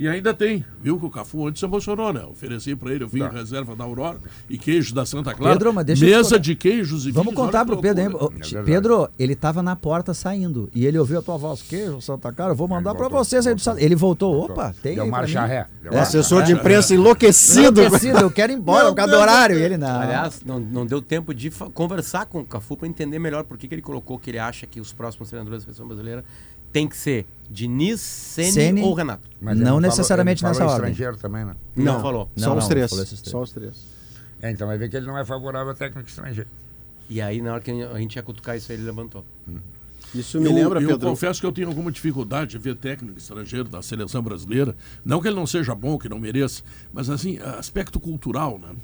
[SPEAKER 2] E ainda tem, viu que o Cafu antes se emocionou, né? Ofereci para ele o
[SPEAKER 5] Tá.
[SPEAKER 2] vinho reserva da Aurora e queijo da Santa Clara.
[SPEAKER 4] Pedro, mas deixa eu te
[SPEAKER 2] Mesa
[SPEAKER 4] contar.
[SPEAKER 2] de queijos e
[SPEAKER 4] Vamos
[SPEAKER 2] vinhos,
[SPEAKER 4] contar
[SPEAKER 2] olha
[SPEAKER 4] pro
[SPEAKER 2] que
[SPEAKER 4] Pedro, hein?
[SPEAKER 2] loucura.
[SPEAKER 4] Ô,
[SPEAKER 5] É verdade.
[SPEAKER 4] Pedro, ele tava na porta saindo e ele ouviu a tua voz, queijo, Santa Cara, eu vou mandar pra
[SPEAKER 5] voltou,
[SPEAKER 4] vocês aí do salão. Ele voltou, opa, tem
[SPEAKER 5] Deu
[SPEAKER 4] aí pra
[SPEAKER 5] marcha
[SPEAKER 4] mim.
[SPEAKER 5] ré.
[SPEAKER 4] É,
[SPEAKER 5] Deu
[SPEAKER 8] O
[SPEAKER 5] marcha
[SPEAKER 8] assessor de imprensa enlouquecido.
[SPEAKER 4] Enlouquecido, eu quero ir embora por causa do horário. E ele não.
[SPEAKER 7] Aliás, não, não deu tempo de fa- conversar com o Cafu para entender melhor por que, que ele colocou que ele acha que os próximos treinadores da seleção brasileira tem que ser Diniz, Ceni
[SPEAKER 4] Ceni.
[SPEAKER 7] ou Renato.
[SPEAKER 5] Mas ele
[SPEAKER 4] Não
[SPEAKER 5] falou-
[SPEAKER 4] necessariamente
[SPEAKER 5] ele falou
[SPEAKER 4] nessa ordem.
[SPEAKER 5] estrangeiro também, né?
[SPEAKER 7] Não, falou.
[SPEAKER 4] Não,
[SPEAKER 8] Só os
[SPEAKER 4] não,
[SPEAKER 8] três.
[SPEAKER 4] falou esses três.
[SPEAKER 8] Só os três.
[SPEAKER 5] É, então vai ver que ele não é favorável a técnico estrangeiro.
[SPEAKER 7] E aí, na hora que a gente ia cutucar isso, aí, ele levantou.
[SPEAKER 8] Hum. Isso me
[SPEAKER 2] eu,
[SPEAKER 8] lembra,
[SPEAKER 2] eu
[SPEAKER 8] Pedro.
[SPEAKER 2] confesso que eu tenho alguma dificuldade de ver técnico estrangeiro da seleção brasileira. Não que ele não seja bom, que não mereça, mas assim, aspecto cultural, né?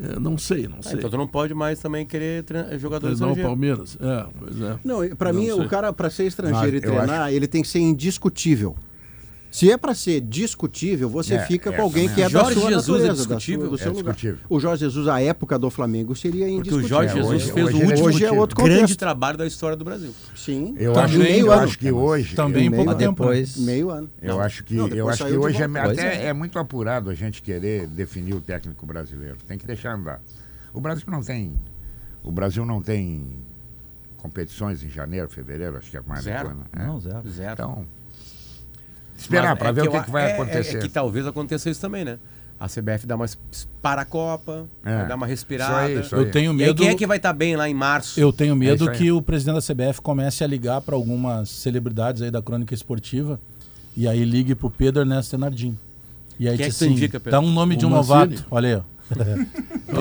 [SPEAKER 2] É, não sei, não
[SPEAKER 7] Ah,
[SPEAKER 2] sei.
[SPEAKER 7] então tu não pode mais também querer é tre- jogador
[SPEAKER 2] Mas não o
[SPEAKER 7] estrangeiro.
[SPEAKER 2] Palmeiras. É, pois é.
[SPEAKER 8] Não, para
[SPEAKER 2] Não
[SPEAKER 8] mim,
[SPEAKER 2] sei.
[SPEAKER 8] o cara, para ser estrangeiro
[SPEAKER 5] Ah,
[SPEAKER 8] e
[SPEAKER 5] eu
[SPEAKER 8] treinar, ele tem que ser indiscutível. Se é para ser discutível, você
[SPEAKER 5] É,
[SPEAKER 8] fica
[SPEAKER 5] é,
[SPEAKER 8] com alguém
[SPEAKER 5] também
[SPEAKER 8] que é
[SPEAKER 7] acho.
[SPEAKER 8] da
[SPEAKER 7] Jorge
[SPEAKER 8] sua
[SPEAKER 7] Jesus é
[SPEAKER 8] natureza, da sua,
[SPEAKER 7] discutível?
[SPEAKER 8] do seu
[SPEAKER 5] É
[SPEAKER 8] lugar.
[SPEAKER 5] discutível.
[SPEAKER 8] O Jorge Jesus, à época do Flamengo, seria
[SPEAKER 7] Porque o
[SPEAKER 8] indiscutível.
[SPEAKER 7] Jorge
[SPEAKER 5] É,
[SPEAKER 7] Jesus
[SPEAKER 5] hoje-
[SPEAKER 7] fez
[SPEAKER 5] hoje
[SPEAKER 7] o
[SPEAKER 5] ele é
[SPEAKER 7] último
[SPEAKER 8] Hoje é outro
[SPEAKER 7] grande
[SPEAKER 8] contexto.
[SPEAKER 7] trabalho da história do Brasil.
[SPEAKER 8] Sim.
[SPEAKER 5] Eu,
[SPEAKER 8] Tá
[SPEAKER 5] acho,
[SPEAKER 8] meio
[SPEAKER 5] eu
[SPEAKER 8] ano.
[SPEAKER 5] acho que hoje. é
[SPEAKER 3] Também em
[SPEAKER 8] Meio
[SPEAKER 3] pouco
[SPEAKER 8] ano.
[SPEAKER 3] tempo. né?
[SPEAKER 4] Depois.
[SPEAKER 8] Meio ano.
[SPEAKER 5] Eu acho que,
[SPEAKER 8] Não,
[SPEAKER 5] eu
[SPEAKER 8] depois
[SPEAKER 5] acho que
[SPEAKER 8] saiu de
[SPEAKER 5] hoje é,
[SPEAKER 8] volta.
[SPEAKER 4] Pois
[SPEAKER 5] até
[SPEAKER 4] é.
[SPEAKER 5] é muito apurado a gente querer definir o técnico brasileiro. Tem que deixar andar. O Brasil não tem O Brasil não tem competições em janeiro, fevereiro, acho que é mais.
[SPEAKER 7] Zero.
[SPEAKER 5] né?
[SPEAKER 4] Não, zero.
[SPEAKER 7] Zero.
[SPEAKER 5] Então, esperar
[SPEAKER 7] Mas
[SPEAKER 5] para
[SPEAKER 7] é
[SPEAKER 5] ver o
[SPEAKER 7] eu
[SPEAKER 5] que,
[SPEAKER 7] a-
[SPEAKER 5] que vai
[SPEAKER 7] é- é-
[SPEAKER 5] acontecer.
[SPEAKER 7] É, que talvez aconteça isso também, né? A CBF dá uma es- para a Copa,
[SPEAKER 5] É.
[SPEAKER 7] vai dar uma respirada.
[SPEAKER 5] Isso aí, isso aí.
[SPEAKER 3] Eu tenho
[SPEAKER 7] E aí,
[SPEAKER 3] medo.
[SPEAKER 7] quem é que vai estar bem lá em março?
[SPEAKER 3] Eu tenho medo
[SPEAKER 5] aí.
[SPEAKER 3] que o presidente da CBF comece a ligar para algumas celebridades aí da crônica esportiva e aí ligue pro Pedro Ernesto Tenardim. E aí
[SPEAKER 7] Quem é
[SPEAKER 3] diz
[SPEAKER 7] que tu
[SPEAKER 3] assim,
[SPEAKER 7] indica, Pedro?
[SPEAKER 3] dá um nome
[SPEAKER 2] O
[SPEAKER 3] de um
[SPEAKER 2] Mancini?
[SPEAKER 3] novato. Olha aí. ó.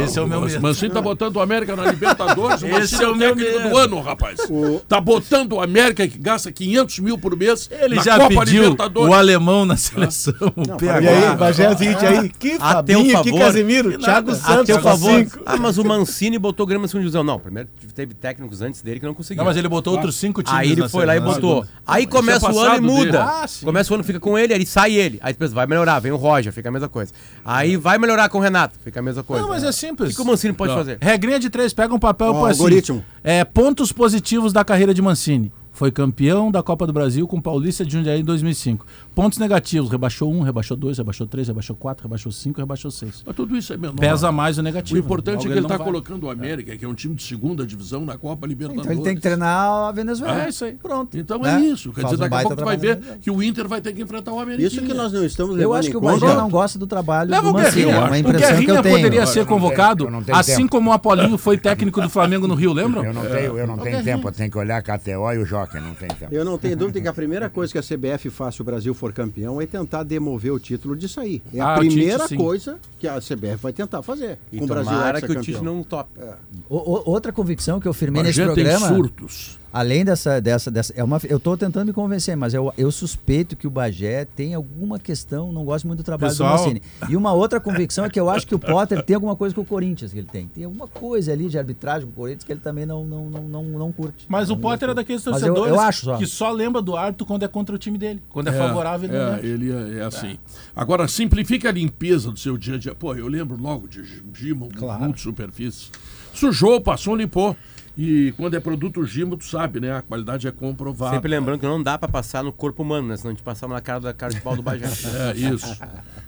[SPEAKER 3] Esse é o meu
[SPEAKER 2] Mas-
[SPEAKER 3] medo.
[SPEAKER 2] Mancini tá botando o América na Libertadores, o Mancini
[SPEAKER 3] Esse
[SPEAKER 2] é
[SPEAKER 3] é
[SPEAKER 2] o
[SPEAKER 3] o meu
[SPEAKER 2] técnico
[SPEAKER 3] medo.
[SPEAKER 2] do ano, rapaz. Tá botando o América que gasta 500 mil por mês
[SPEAKER 3] Ele
[SPEAKER 2] na
[SPEAKER 3] já
[SPEAKER 2] Copa
[SPEAKER 3] pediu
[SPEAKER 2] Libertadores.
[SPEAKER 3] o alemão na seleção. o PH.
[SPEAKER 6] E aí, Bagé é o seguinte aí, que
[SPEAKER 7] Ah,
[SPEAKER 6] Fabinho,
[SPEAKER 7] teu
[SPEAKER 6] que
[SPEAKER 7] favor.
[SPEAKER 6] Casemiro, Thiago
[SPEAKER 7] A
[SPEAKER 6] Santos,
[SPEAKER 7] teu
[SPEAKER 6] Thiago
[SPEAKER 7] favor.
[SPEAKER 6] Cinco.
[SPEAKER 7] Ah, mas o Mancini botou o Grêmio na segunda divisão. Não, primeiro teve técnicos antes dele que não conseguiam.
[SPEAKER 3] Não, mas ele botou outros cinco times
[SPEAKER 7] Aí ele
[SPEAKER 3] na né?
[SPEAKER 7] foi lá e
[SPEAKER 3] seleção.
[SPEAKER 7] botou. Aí
[SPEAKER 2] Isso é
[SPEAKER 7] começa o ano e
[SPEAKER 2] passado dele.
[SPEAKER 7] muda.
[SPEAKER 3] Ah, sim.
[SPEAKER 7] começa o ano, fica com ele, aí sai ele. Aí depois vai melhorar, vem o Roger, fica a mesma coisa. Aí vai melhorar com o Renato, fica a mesma coisa.
[SPEAKER 3] Não, mas é simples.
[SPEAKER 7] O que o Mancini pode
[SPEAKER 3] Ó,
[SPEAKER 7] fazer?
[SPEAKER 3] Regrinha de três, pega um papel e
[SPEAKER 8] Ó,
[SPEAKER 3] põe assim.
[SPEAKER 8] algoritmo.
[SPEAKER 3] É, pontos positivos da carreira de Mancini. Foi campeão da Copa do Brasil com Paulista de Jundiaí em 2005. Pontos negativos, rebaixou um, rebaixou dois, rebaixou três, rebaixou quatro, rebaixou cinco, rebaixou seis.
[SPEAKER 2] Mas tudo isso é menor.
[SPEAKER 3] Pesa mais o
[SPEAKER 2] O
[SPEAKER 3] negativo. né?
[SPEAKER 2] importante é que ele
[SPEAKER 3] não
[SPEAKER 2] está
[SPEAKER 3] vai.
[SPEAKER 2] colocando o América, que é um time de segunda divisão, na Copa Libertadores.
[SPEAKER 4] Então ele tem que treinar a Venezuela.
[SPEAKER 2] É isso aí.
[SPEAKER 4] Pronto.
[SPEAKER 2] Então é
[SPEAKER 4] Né?
[SPEAKER 2] isso. Quer
[SPEAKER 4] Faz
[SPEAKER 2] dizer, daqui
[SPEAKER 4] um
[SPEAKER 2] a
[SPEAKER 4] baita
[SPEAKER 2] pouco tu vai ver
[SPEAKER 4] trabalho.
[SPEAKER 2] que o Inter vai ter que enfrentar o América.
[SPEAKER 8] Isso que nós não estamos levando
[SPEAKER 4] Eu acho
[SPEAKER 8] em
[SPEAKER 4] que o
[SPEAKER 8] conta.
[SPEAKER 4] Bagé não gosta do trabalho
[SPEAKER 3] Leva
[SPEAKER 4] do
[SPEAKER 3] o
[SPEAKER 4] Mancini.
[SPEAKER 3] Guerrinha.
[SPEAKER 4] É uma
[SPEAKER 3] o
[SPEAKER 4] impressão que eu
[SPEAKER 3] Guerrinha
[SPEAKER 4] tenho.
[SPEAKER 3] poderia ser
[SPEAKER 5] Eu não tenho-
[SPEAKER 3] convocado,
[SPEAKER 5] eu não tenho
[SPEAKER 3] assim
[SPEAKER 5] tempo.
[SPEAKER 3] como o Apolinho foi técnico do Flamengo no Rio, lembram?
[SPEAKER 5] Eu não tenho, eu
[SPEAKER 4] É.
[SPEAKER 5] não tenho tempo, eu tenho que olhar a KTO e o Joker, não tem tempo.
[SPEAKER 8] Eu não tenho dúvida que a primeira coisa que a CBF faz se o Brasil for campeão é tentar demover o título disso aí. É a
[SPEAKER 3] Ah, o Tite,
[SPEAKER 8] primeira
[SPEAKER 3] sim.
[SPEAKER 8] coisa que a CBF vai tentar fazer.
[SPEAKER 7] E
[SPEAKER 8] com o Brasil
[SPEAKER 7] tomara que o
[SPEAKER 8] hexacampeão.
[SPEAKER 7] Tite não top.
[SPEAKER 3] é,
[SPEAKER 4] O- o- outra convicção que eu firmei
[SPEAKER 2] Bagé
[SPEAKER 4] nesse
[SPEAKER 2] tem
[SPEAKER 4] programa,
[SPEAKER 2] surtos.
[SPEAKER 4] além dessa, dessa, dessa é uma, eu tô tentando me convencer, mas eu, eu suspeito que o Bagé tem alguma questão, não gosto muito do trabalho
[SPEAKER 3] Pessoal.
[SPEAKER 4] do Mancini. E uma outra convicção é que eu acho que o Potter tem alguma coisa com o Corinthians que ele tem. Tem alguma coisa ali de arbitragem com o Corinthians que ele também não, não, não, não, não curte.
[SPEAKER 3] Mas o
[SPEAKER 4] Não-
[SPEAKER 3] Potter é daqueles
[SPEAKER 4] Mas eu-
[SPEAKER 3] torcedores
[SPEAKER 4] eu acho só.
[SPEAKER 3] que só lembra do árbitro quando é contra o time dele. Quando é, favorável, ele não
[SPEAKER 2] é,
[SPEAKER 3] lembra.
[SPEAKER 2] ele é, é assim. Agora, simplifica a limpeza do seu dia a dia. Pô, eu lembro logo de Gimo,
[SPEAKER 3] Claro.
[SPEAKER 2] muito superfície. Sujou, passou, limpou. E quando é produto Gimo, tu sabe, né? A qualidade é comprovada.
[SPEAKER 7] Sempre lembrando que não dá pra passar no corpo humano, né? Senão a gente passava na cara da cara de pau do Bajé.
[SPEAKER 2] É, isso.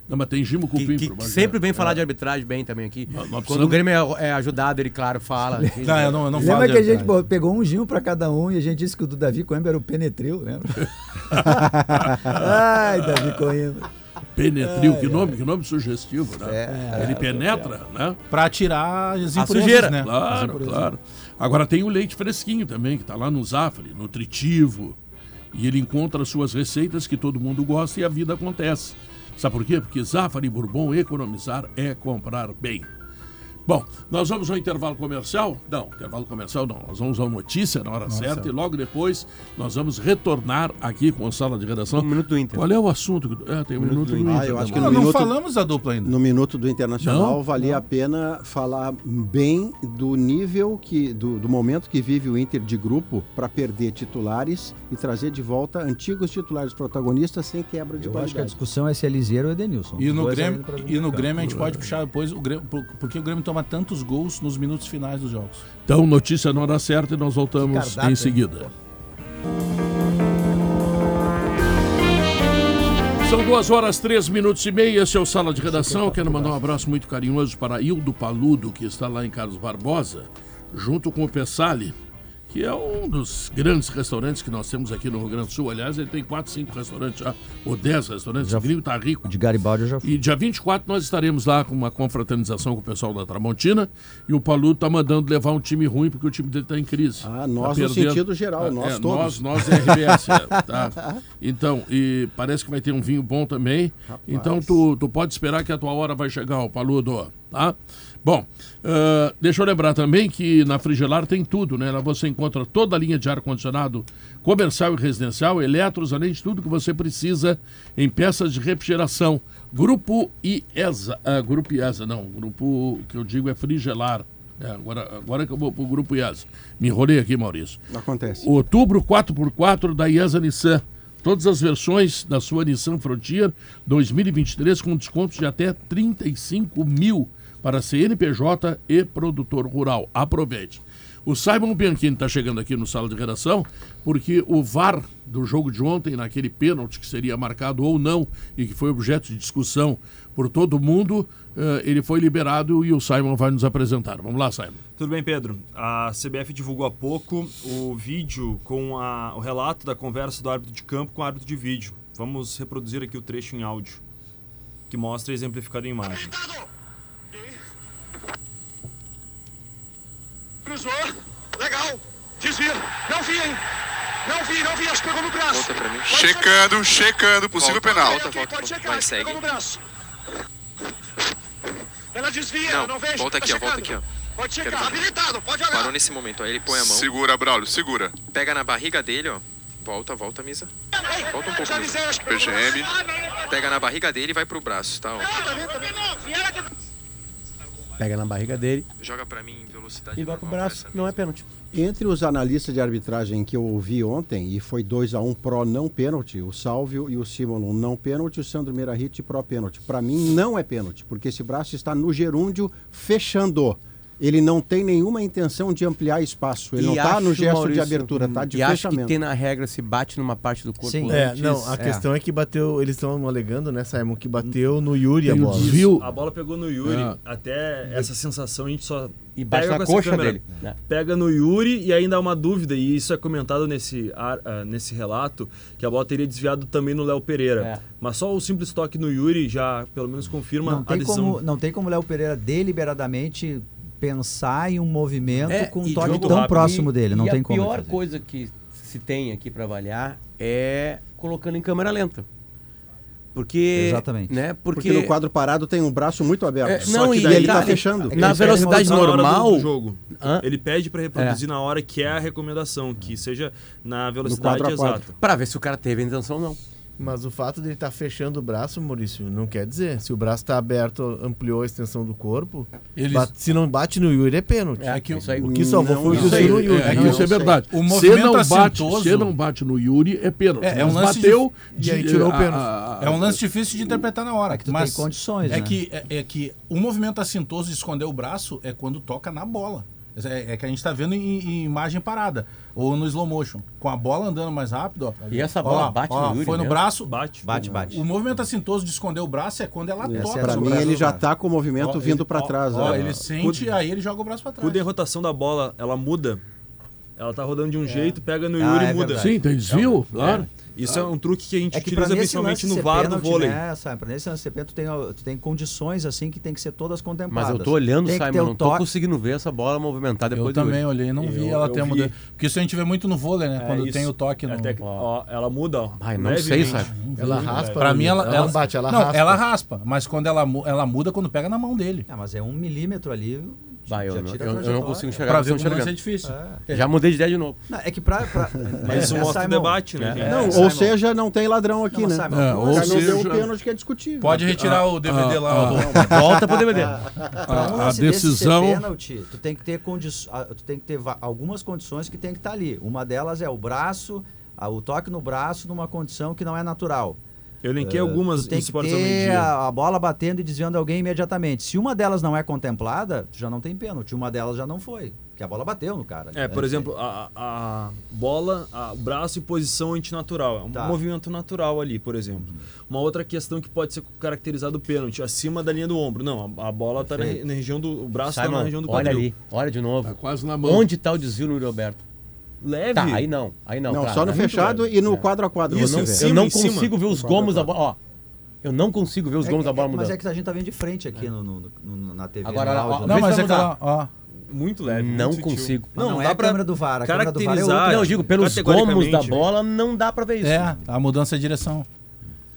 [SPEAKER 2] Não, mas tem Gimo com
[SPEAKER 7] Que, que
[SPEAKER 2] pimpro, Bagé.
[SPEAKER 7] sempre
[SPEAKER 3] É.
[SPEAKER 7] vem falar de arbitragem bem também aqui.
[SPEAKER 2] nós
[SPEAKER 7] Quando o
[SPEAKER 2] precisamos-
[SPEAKER 7] Grêmio é, é ajudado, ele, claro, fala.
[SPEAKER 3] Não, eu não, eu não falo
[SPEAKER 4] Lembra
[SPEAKER 3] de
[SPEAKER 4] que a gente
[SPEAKER 3] arbitragem.
[SPEAKER 4] pô, pegou um gimo pra cada um e a gente disse que o do Davi Coimbra era o penetril, lembra? Ai, Davi Coimbra.
[SPEAKER 7] É,
[SPEAKER 2] Penetril, que nome, que nome sugestivo, né? Ele penetra, né?
[SPEAKER 3] Pra tirar as
[SPEAKER 7] A
[SPEAKER 3] impurezas,
[SPEAKER 7] sujeira.
[SPEAKER 3] né? As
[SPEAKER 2] Claro,
[SPEAKER 3] impurezas.
[SPEAKER 2] claro. Agora tem o leite fresquinho também, que está lá no Zafre, nutritivo. E ele encontra suas receitas que todo mundo gosta e a vida acontece. Sabe por quê? Porque Zafari Bourbon economizar é comprar bem. Bom, nós vamos ao intervalo comercial? Não, intervalo comercial não. Nós vamos ao notícia na hora certa e logo depois nós vamos retornar aqui com a sala de redação.
[SPEAKER 7] Um minuto do Inter.
[SPEAKER 2] Qual é o assunto? que- É, tem um minuto, do Inter.
[SPEAKER 8] Ah, eu acho que
[SPEAKER 2] também.
[SPEAKER 3] Não,
[SPEAKER 8] No
[SPEAKER 3] não
[SPEAKER 8] minuto-
[SPEAKER 3] falamos da dupla ainda.
[SPEAKER 8] No minuto do Internacional,
[SPEAKER 2] Não?
[SPEAKER 8] valia a pena falar bem do nível que do, do momento que vive o Inter de grupo para perder titulares e trazer de volta antigos titulares protagonistas sem quebra de
[SPEAKER 4] Eu acho que a
[SPEAKER 8] qualidade.
[SPEAKER 4] discussão é se é Liseiro ou Edenilson.
[SPEAKER 3] E
[SPEAKER 4] Os
[SPEAKER 3] no,
[SPEAKER 4] dois
[SPEAKER 3] Grêmio,
[SPEAKER 4] ainda pra mim.
[SPEAKER 3] e no Grêmio a gente pode puxar depois o Grêmio, por- porque o Grêmio toma tantos gols nos minutos finais dos jogos.
[SPEAKER 2] Então, notícia na hora certa e nós voltamos
[SPEAKER 4] cardápio, né?
[SPEAKER 2] em
[SPEAKER 4] hein?
[SPEAKER 2] seguida. São duas horas, três minutos e meia. Esse é o Sala de Redação. Quero mandar um abraço muito carinhoso para Hildo Paludo, que está lá em Carlos Barbosa, junto com o Pessali, que é um dos grandes restaurantes que nós temos aqui no Rio Grande do Sul. Aliás, ele tem quatro, cinco restaurantes já, ou dez restaurantes. O gringo tá rico.
[SPEAKER 4] De Garibaldi eu já fui.
[SPEAKER 2] E dia 24 nós estaremos lá com uma confraternização com o pessoal da Tramontina. E o Palu tá mandando levar um time ruim porque o time dele está em crise.
[SPEAKER 8] Ah, nós
[SPEAKER 2] Tá
[SPEAKER 8] no
[SPEAKER 2] perdendo.
[SPEAKER 8] sentido geral,
[SPEAKER 2] É,
[SPEAKER 8] nós
[SPEAKER 2] é,
[SPEAKER 8] todos.
[SPEAKER 2] Nós, nós é RBS. é, tá? Então, e parece que vai ter um vinho bom também. Então tu, tu pode esperar que a tua hora vai chegar, o Paludo. Tá? Bom, ah, deixa eu lembrar também que na Frigelar tem tudo, né? Lá você encontra toda a linha de ar-condicionado comercial e residencial, eletros, além de tudo que você precisa em peças de refrigeração. Grupo IESA, ah, Grupo IESA, não, grupo que eu digo é Frigelar. É, agora, agora que eu vou pro Grupo IESA. Me enrolei aqui, Maurício.
[SPEAKER 8] Acontece.
[SPEAKER 2] Outubro 4x4 da IESA Nissan. Todas as versões da sua Nissan Frontier 2023 com descontos de até 35 mil para CNPJ e produtor rural. Aproveite. O Simon Bianchini está chegando aqui no sala de redação, porque o VAR do jogo de ontem, naquele pênalti que seria marcado ou não, e que foi objeto de discussão por todo mundo, eh, ele foi liberado e o Simon vai nos apresentar. Vamos lá, Simon.
[SPEAKER 10] Tudo bem, Pedro. A CBF divulgou há pouco o vídeo com a- o relato da conversa do árbitro de campo com o árbitro de vídeo. Vamos reproduzir aqui o trecho em áudio, que mostra exemplificado em imagem.
[SPEAKER 11] Cruzou. Legal. Desvio. Não vi, hein? Não vi, não vi. Acho que pegou no braço. Pode
[SPEAKER 12] Checando, checando, possível
[SPEAKER 11] checar.
[SPEAKER 12] penal.
[SPEAKER 11] Ok, ok, é Pode checar. acho que Pegou no braço. Ela desvia.
[SPEAKER 12] Não,
[SPEAKER 11] eu não vejo. tá
[SPEAKER 12] volta aqui, ó, volta aqui, ó.
[SPEAKER 11] Pode checar.
[SPEAKER 12] Quero ver.
[SPEAKER 11] Habilitado. Pode olhar.
[SPEAKER 12] Parou nesse momento, aí ele põe a mão.
[SPEAKER 13] Segura, Braulio, segura.
[SPEAKER 12] Pega na barriga dele, ó. Volta, volta, Misa. Volta um pouco, Misa.
[SPEAKER 13] PGM.
[SPEAKER 12] Pega na barriga dele e vai pro braço, tá? Ó.
[SPEAKER 7] Pega na barriga dele.
[SPEAKER 12] Joga pra mim em velocidade.
[SPEAKER 7] E vai pro braço. Não é pênalti.
[SPEAKER 8] Entre os analistas de arbitragem que eu ouvi ontem, e foi 2 a 1 pró não pênalti, o Salvio e o Simon um não pênalti, o Sandro Meirahit pró pênalti. Para mim não é pênalti, porque esse braço está no gerúndio fechando. Ele não tem nenhuma intenção de ampliar espaço. Ele não está no
[SPEAKER 7] acho,
[SPEAKER 8] gesto de
[SPEAKER 7] Maurício,
[SPEAKER 8] abertura, está de
[SPEAKER 7] e acho que
[SPEAKER 8] fechamento.
[SPEAKER 7] tem na regra se bate numa parte do corpo.
[SPEAKER 6] É,
[SPEAKER 7] antes.
[SPEAKER 6] não, a questão é que bateu, eles estão alegando, né, Simon, que bateu no Yuri a
[SPEAKER 10] Tem o
[SPEAKER 6] bola.
[SPEAKER 10] desvio. A bola pegou no Yuri.
[SPEAKER 6] Ah.
[SPEAKER 10] Até essa sensação a gente só
[SPEAKER 7] E bate na
[SPEAKER 10] com essa
[SPEAKER 7] coxa
[SPEAKER 10] câmera.
[SPEAKER 7] dele. É.
[SPEAKER 10] Pega no Yuri e ainda há uma dúvida, e isso é comentado nesse, ar- ah, nesse relato, que a bola teria desviado também no Léo Pereira.
[SPEAKER 4] É.
[SPEAKER 10] Mas só o simples toque no Yuri já pelo menos confirma
[SPEAKER 4] Não
[SPEAKER 10] a
[SPEAKER 4] tem,
[SPEAKER 10] decisão.
[SPEAKER 4] como, não tem como o Léo Pereira deliberadamente pensar em um movimento
[SPEAKER 7] É,
[SPEAKER 4] com um
[SPEAKER 7] e
[SPEAKER 4] toque
[SPEAKER 7] jogo
[SPEAKER 4] tão
[SPEAKER 7] rápido.
[SPEAKER 4] próximo
[SPEAKER 7] E-
[SPEAKER 4] dele. Não
[SPEAKER 7] e
[SPEAKER 4] tem
[SPEAKER 7] a
[SPEAKER 4] como. ele
[SPEAKER 7] pior
[SPEAKER 4] fazer.
[SPEAKER 7] coisa que se tem aqui para avaliar é colocando em câmera lenta. Porque.
[SPEAKER 8] Exatamente.
[SPEAKER 7] Né, porque,
[SPEAKER 8] Porque no quadro parado tem um braço muito aberto.
[SPEAKER 7] É,
[SPEAKER 8] só
[SPEAKER 7] não,
[SPEAKER 8] que
[SPEAKER 7] e
[SPEAKER 8] daí
[SPEAKER 7] ele
[SPEAKER 8] ele está
[SPEAKER 7] tá-
[SPEAKER 8] fechando.
[SPEAKER 7] na
[SPEAKER 8] Ele
[SPEAKER 3] é
[SPEAKER 8] tá
[SPEAKER 7] velocidade
[SPEAKER 10] Na hora do-
[SPEAKER 7] normal-
[SPEAKER 10] do jogo.
[SPEAKER 7] Hã?
[SPEAKER 10] Ele pede para reproduzir na hora que é a recomendação, que seja na velocidade exata.
[SPEAKER 7] Pra ver se o cara teve intenção ou não.
[SPEAKER 6] Mas o fato dele estar fechando o braço, Maurício, não quer dizer. Se o braço está aberto, ampliou a extensão do corpo,
[SPEAKER 2] Eles-
[SPEAKER 6] bate- se não bate no Yuri, é pênalti.
[SPEAKER 7] É, que- isso aí.
[SPEAKER 6] O que salvou
[SPEAKER 7] Não,
[SPEAKER 6] foi o
[SPEAKER 7] isso aí.
[SPEAKER 6] desvio no Yuri.
[SPEAKER 2] É,
[SPEAKER 6] Não,
[SPEAKER 2] isso é
[SPEAKER 6] sei.
[SPEAKER 2] verdade.
[SPEAKER 6] O
[SPEAKER 2] se,
[SPEAKER 6] movimento
[SPEAKER 2] não bate,
[SPEAKER 6] assintoso-
[SPEAKER 2] se não bate no Yuri, é pênalti.
[SPEAKER 3] É, é um
[SPEAKER 2] Mas
[SPEAKER 3] lance de-
[SPEAKER 2] bateu
[SPEAKER 3] e aí tirou o pênalti. É um lance
[SPEAKER 6] difícil
[SPEAKER 3] de interpretar na hora.
[SPEAKER 6] É que tu
[SPEAKER 3] mas
[SPEAKER 6] tem condições,
[SPEAKER 3] É
[SPEAKER 6] né?
[SPEAKER 3] que é, é que o movimento assintoso de esconder o braço é quando toca na bola. É, é que a gente tá vendo em, em imagem parada ou no slow motion, com a bola andando mais rápido. Ó.
[SPEAKER 7] E essa
[SPEAKER 3] Ó
[SPEAKER 7] bola
[SPEAKER 3] lá,
[SPEAKER 7] bate
[SPEAKER 3] ó
[SPEAKER 7] no
[SPEAKER 3] lá,
[SPEAKER 7] Yuri
[SPEAKER 3] Foi no
[SPEAKER 7] mesmo?
[SPEAKER 3] braço.
[SPEAKER 10] Bate.
[SPEAKER 4] Bate, bate.
[SPEAKER 3] O movimento assintoso de esconder o braço é quando ela
[SPEAKER 8] Esse
[SPEAKER 3] toca.
[SPEAKER 8] é pra
[SPEAKER 3] no
[SPEAKER 8] mim,
[SPEAKER 3] braço
[SPEAKER 8] ele
[SPEAKER 3] do
[SPEAKER 8] já
[SPEAKER 3] braço.
[SPEAKER 8] tá com o movimento
[SPEAKER 3] Ó,
[SPEAKER 8] vindo
[SPEAKER 3] ele-
[SPEAKER 8] pra
[SPEAKER 3] ó,
[SPEAKER 8] trás,
[SPEAKER 3] Ó,
[SPEAKER 8] né?
[SPEAKER 3] ele sente,
[SPEAKER 10] Quando-
[SPEAKER 3] aí ele joga o braço pra trás.
[SPEAKER 10] Quando a rotação da bola ela muda, ela tá rodando de um jeito, pega no
[SPEAKER 2] Ah,
[SPEAKER 10] Yuri
[SPEAKER 2] é
[SPEAKER 10] e muda.
[SPEAKER 2] verdade. Sim, tem desvio, claro.
[SPEAKER 10] Isso é um truque que a gente
[SPEAKER 4] É que pra
[SPEAKER 10] utiliza
[SPEAKER 4] mim esse
[SPEAKER 10] principalmente
[SPEAKER 4] lance
[SPEAKER 10] no
[SPEAKER 4] ser
[SPEAKER 10] VAR do
[SPEAKER 4] pênalti,
[SPEAKER 10] vôlei.
[SPEAKER 4] Né, sabe? Pra mim esse lance ser pênalti, tu tem, tu tem condições assim que tem que ser todas contempladas.
[SPEAKER 7] Mas eu tô olhando,
[SPEAKER 4] tem que
[SPEAKER 7] Simon,
[SPEAKER 4] ter o
[SPEAKER 7] não tô
[SPEAKER 4] toque.
[SPEAKER 7] conseguindo ver essa bola movimentar depois
[SPEAKER 3] Eu
[SPEAKER 7] do Yuri.
[SPEAKER 3] também olhei, não vi
[SPEAKER 7] Eu-
[SPEAKER 3] ela
[SPEAKER 7] eu
[SPEAKER 3] ter
[SPEAKER 7] vi.
[SPEAKER 3] mudado. Porque isso a gente vê muito no vôlei, né?
[SPEAKER 7] É
[SPEAKER 3] quando
[SPEAKER 7] isso.
[SPEAKER 3] tem o toque no.
[SPEAKER 10] Até que- ó, ela muda, ó.
[SPEAKER 7] Ai, não sei,
[SPEAKER 10] Levemente.
[SPEAKER 7] sabe?
[SPEAKER 6] Ela raspa.
[SPEAKER 3] Pra mim, é ela,
[SPEAKER 6] Ela
[SPEAKER 3] ela-
[SPEAKER 6] bate, ela
[SPEAKER 3] não,
[SPEAKER 6] raspa.
[SPEAKER 3] Ela raspa, mas quando ela, mu- ela muda quando pega na mão dele.
[SPEAKER 4] Ah, mas é um milímetro ali.
[SPEAKER 7] Vai, eu,
[SPEAKER 4] já
[SPEAKER 7] não-
[SPEAKER 4] tira a
[SPEAKER 7] eu- eu não
[SPEAKER 4] trajetória.
[SPEAKER 7] consigo enxergar.
[SPEAKER 3] Pra
[SPEAKER 7] vocês
[SPEAKER 3] ver
[SPEAKER 7] não
[SPEAKER 3] como vai
[SPEAKER 7] enxergando.
[SPEAKER 3] ser difícil.
[SPEAKER 4] É.
[SPEAKER 7] Já mudei de ideia de novo.
[SPEAKER 4] Não, é que pra. pra
[SPEAKER 10] Mas um outro
[SPEAKER 4] Simon,
[SPEAKER 10] debate, né,
[SPEAKER 4] é,
[SPEAKER 10] gente?
[SPEAKER 8] Não,
[SPEAKER 4] Simon.
[SPEAKER 8] ou seja, não tem ladrão aqui,
[SPEAKER 4] Não,
[SPEAKER 8] né?
[SPEAKER 4] mas Simon, É, ou
[SPEAKER 8] Já não deu
[SPEAKER 2] seja-
[SPEAKER 8] o pênalti que é discutível.
[SPEAKER 3] Pode retirar o DVD
[SPEAKER 2] ah,
[SPEAKER 3] lá.
[SPEAKER 2] ah.
[SPEAKER 3] Rodolfo.
[SPEAKER 7] Volta pro DVD.
[SPEAKER 4] Pra um
[SPEAKER 2] a
[SPEAKER 4] lance desse
[SPEAKER 2] decisão-
[SPEAKER 4] ser pênalti, tu tem que ter condi- ah, tu tem que ter va- algumas condições que tem que estar ali. Uma delas é o braço, ah, o toque no braço numa condição que não é natural.
[SPEAKER 10] Eu linkei
[SPEAKER 4] Eh,
[SPEAKER 10] algumas
[SPEAKER 4] tu tem
[SPEAKER 10] em
[SPEAKER 4] que
[SPEAKER 10] Sports ao
[SPEAKER 4] ter
[SPEAKER 10] Meio-Dia.
[SPEAKER 4] a, a bola batendo e desviando alguém imediatamente. Se uma delas não é contemplada, tu já não tem pênalti. Uma delas já não foi, que a bola bateu no cara.
[SPEAKER 10] É, por
[SPEAKER 4] Né?
[SPEAKER 10] exemplo, a, a bola, a- o braço em posição antinatural. É um
[SPEAKER 4] Tá. Uhum.
[SPEAKER 10] movimento natural ali, por exemplo. Uma outra questão que pode ser caracterizado pênalti, acima da linha do ombro. Não, a, a bola tá na,
[SPEAKER 7] Perfeito.
[SPEAKER 10] na região do. O braço tá na
[SPEAKER 7] Simon,
[SPEAKER 10] região do
[SPEAKER 7] olha
[SPEAKER 10] quadril.
[SPEAKER 7] ali, olha de novo.
[SPEAKER 2] Tá quase na mão.
[SPEAKER 7] Onde tá o desvio no Yuri Alberto?
[SPEAKER 10] Leve.
[SPEAKER 7] Tá, aí não, aí não.
[SPEAKER 8] Não,
[SPEAKER 7] claro,
[SPEAKER 8] só no
[SPEAKER 7] né?
[SPEAKER 8] fechado e no quadro a quadro.
[SPEAKER 7] Eu
[SPEAKER 8] você
[SPEAKER 7] não,
[SPEAKER 8] vê.
[SPEAKER 7] eu
[SPEAKER 10] cima,
[SPEAKER 7] não
[SPEAKER 10] em cima.
[SPEAKER 7] consigo ver os gomos da bola. Ó, eu não consigo ver os
[SPEAKER 4] É
[SPEAKER 7] gomos
[SPEAKER 4] que-
[SPEAKER 7] da bola
[SPEAKER 4] é- Mas
[SPEAKER 7] mudando.
[SPEAKER 4] é que a gente tá vendo de frente aqui
[SPEAKER 10] É.
[SPEAKER 4] no- no- no- na TV.
[SPEAKER 7] Agora,
[SPEAKER 4] no
[SPEAKER 7] ó,
[SPEAKER 4] áudio,
[SPEAKER 7] ó,
[SPEAKER 4] né?
[SPEAKER 3] Não, mas
[SPEAKER 7] Talvez vai
[SPEAKER 3] é aquela.
[SPEAKER 7] mudar.
[SPEAKER 3] Ó,
[SPEAKER 10] Muito leve.
[SPEAKER 7] Não
[SPEAKER 10] muito sutil.
[SPEAKER 7] consigo.
[SPEAKER 4] Mas não é a câmera do VAR, a câmera do VAR é
[SPEAKER 10] caracterizar-
[SPEAKER 4] outra.
[SPEAKER 7] Não, eu digo, pelos gomos
[SPEAKER 10] Categoricamente,
[SPEAKER 7] da bola não dá pra ver isso.
[SPEAKER 3] é, a mudança de direção.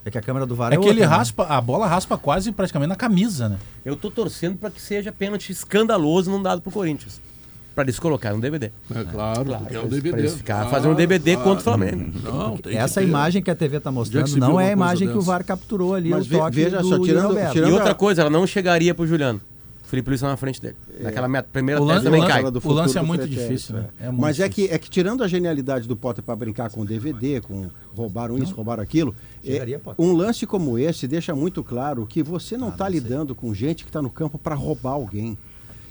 [SPEAKER 4] É que a câmera do VAR
[SPEAKER 3] É,
[SPEAKER 4] é,
[SPEAKER 3] que ele
[SPEAKER 4] outra, né?
[SPEAKER 3] raspa, a bola raspa quase praticamente na camisa, né?
[SPEAKER 7] Eu tô torcendo pra que seja pênalti escandaloso não dado pro Corinthians. Pra eles colocarem um no DVD.
[SPEAKER 2] É claro, porque é um DVD.
[SPEAKER 7] Pra eles ficar
[SPEAKER 2] Claro,
[SPEAKER 7] fazendo um DVD
[SPEAKER 2] claro.
[SPEAKER 7] contra o Flamengo.
[SPEAKER 2] Não, tem que
[SPEAKER 4] Essa
[SPEAKER 2] ter.
[SPEAKER 4] imagem que a TV está
[SPEAKER 2] Onde é que
[SPEAKER 4] mostrando
[SPEAKER 2] se viu
[SPEAKER 4] não
[SPEAKER 2] uma
[SPEAKER 4] é a
[SPEAKER 2] coisa
[SPEAKER 4] imagem que o
[SPEAKER 2] dessa?
[SPEAKER 4] VAR capturou ali,
[SPEAKER 8] Mas
[SPEAKER 4] o
[SPEAKER 8] ve-
[SPEAKER 4] toque
[SPEAKER 8] veja
[SPEAKER 4] é do
[SPEAKER 8] só,
[SPEAKER 4] Yuri
[SPEAKER 8] tirando-
[SPEAKER 4] Alberto.
[SPEAKER 8] tirando-
[SPEAKER 7] E
[SPEAKER 8] Não,
[SPEAKER 7] outra
[SPEAKER 8] não.
[SPEAKER 7] coisa, ela não chegaria pro Juliano. O Felipe Luiz tá na frente dele.
[SPEAKER 8] É.
[SPEAKER 7] Naquela minha- primeira
[SPEAKER 3] O
[SPEAKER 7] testa
[SPEAKER 3] lance, o
[SPEAKER 7] também
[SPEAKER 3] lance-
[SPEAKER 7] cai.
[SPEAKER 8] do
[SPEAKER 3] o lance
[SPEAKER 8] futuro
[SPEAKER 3] é
[SPEAKER 8] do
[SPEAKER 3] muito
[SPEAKER 8] pretérito,
[SPEAKER 3] difícil, né? muito
[SPEAKER 8] Mas é
[SPEAKER 3] difícil.
[SPEAKER 8] que, é que tirando a genialidade do Potter para brincar com DVD, com roubaram isso, roubaram aquilo, é,
[SPEAKER 4] Chegaria, Potter.
[SPEAKER 8] um lance como tá esse deixa muito claro que você não está lidando com gente que está no campo para roubar alguém.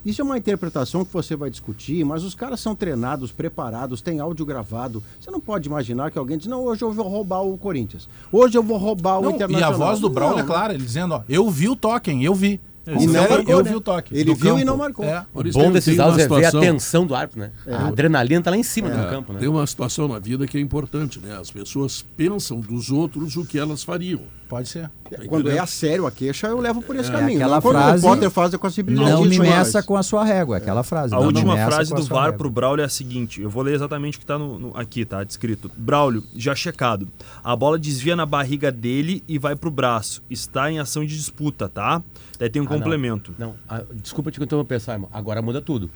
[SPEAKER 8] Isso é uma interpretação que você vai discutir, mas os caras são treinados, preparados, tem áudio gravado. Você não pode imaginar que alguém diz: não, hoje eu vou roubar o Corinthians. Hoje eu vou roubar o
[SPEAKER 3] Não, e a
[SPEAKER 8] Internacional.
[SPEAKER 3] voz do Braulio é
[SPEAKER 8] Não,
[SPEAKER 3] clara, ele dizendo, ó, eu vi o toque, hein, eu vi.
[SPEAKER 8] E
[SPEAKER 3] Confere,
[SPEAKER 8] não marcou,
[SPEAKER 3] eu
[SPEAKER 8] né?
[SPEAKER 3] vi o toque.
[SPEAKER 8] Ele
[SPEAKER 3] do
[SPEAKER 8] viu e
[SPEAKER 3] campo.
[SPEAKER 8] não marcou.
[SPEAKER 3] É.
[SPEAKER 2] Por
[SPEAKER 7] O
[SPEAKER 2] isso
[SPEAKER 7] bom
[SPEAKER 2] tem- tem
[SPEAKER 7] desses
[SPEAKER 2] uma
[SPEAKER 7] áudios é ver a
[SPEAKER 2] situação-
[SPEAKER 7] tensão do árbitro, né?
[SPEAKER 2] É.
[SPEAKER 7] A adrenalina tá lá em cima do campo, né?
[SPEAKER 2] Tem uma situação na vida que é importante, né? As pessoas pensam dos outros o que elas fariam. Tá
[SPEAKER 3] Pode ser.
[SPEAKER 8] Quando é a sério a queixa, eu levo por esse
[SPEAKER 4] É
[SPEAKER 8] caminho.
[SPEAKER 4] aquela
[SPEAKER 8] não quando
[SPEAKER 4] frase-
[SPEAKER 8] o Potter faz com a simplicidade.
[SPEAKER 4] Não me
[SPEAKER 8] disso, mas-
[SPEAKER 4] meça com a sua régua, aquela frase.
[SPEAKER 8] A
[SPEAKER 4] não me
[SPEAKER 8] última
[SPEAKER 4] meça
[SPEAKER 10] frase
[SPEAKER 4] com a
[SPEAKER 10] do
[SPEAKER 4] sua
[SPEAKER 10] VAR
[SPEAKER 4] régua.
[SPEAKER 10] pro Braulio é a seguinte: eu vou ler exatamente o que tá no, no- aqui, tá? Descrito. Braulio, já checado. A bola desvia na barriga dele e vai pro braço. Está em ação de disputa, tá? Daí tem um
[SPEAKER 7] Ah, não.
[SPEAKER 10] complemento.
[SPEAKER 7] Não, ah, desculpa te interromper, Simon. Agora muda tudo.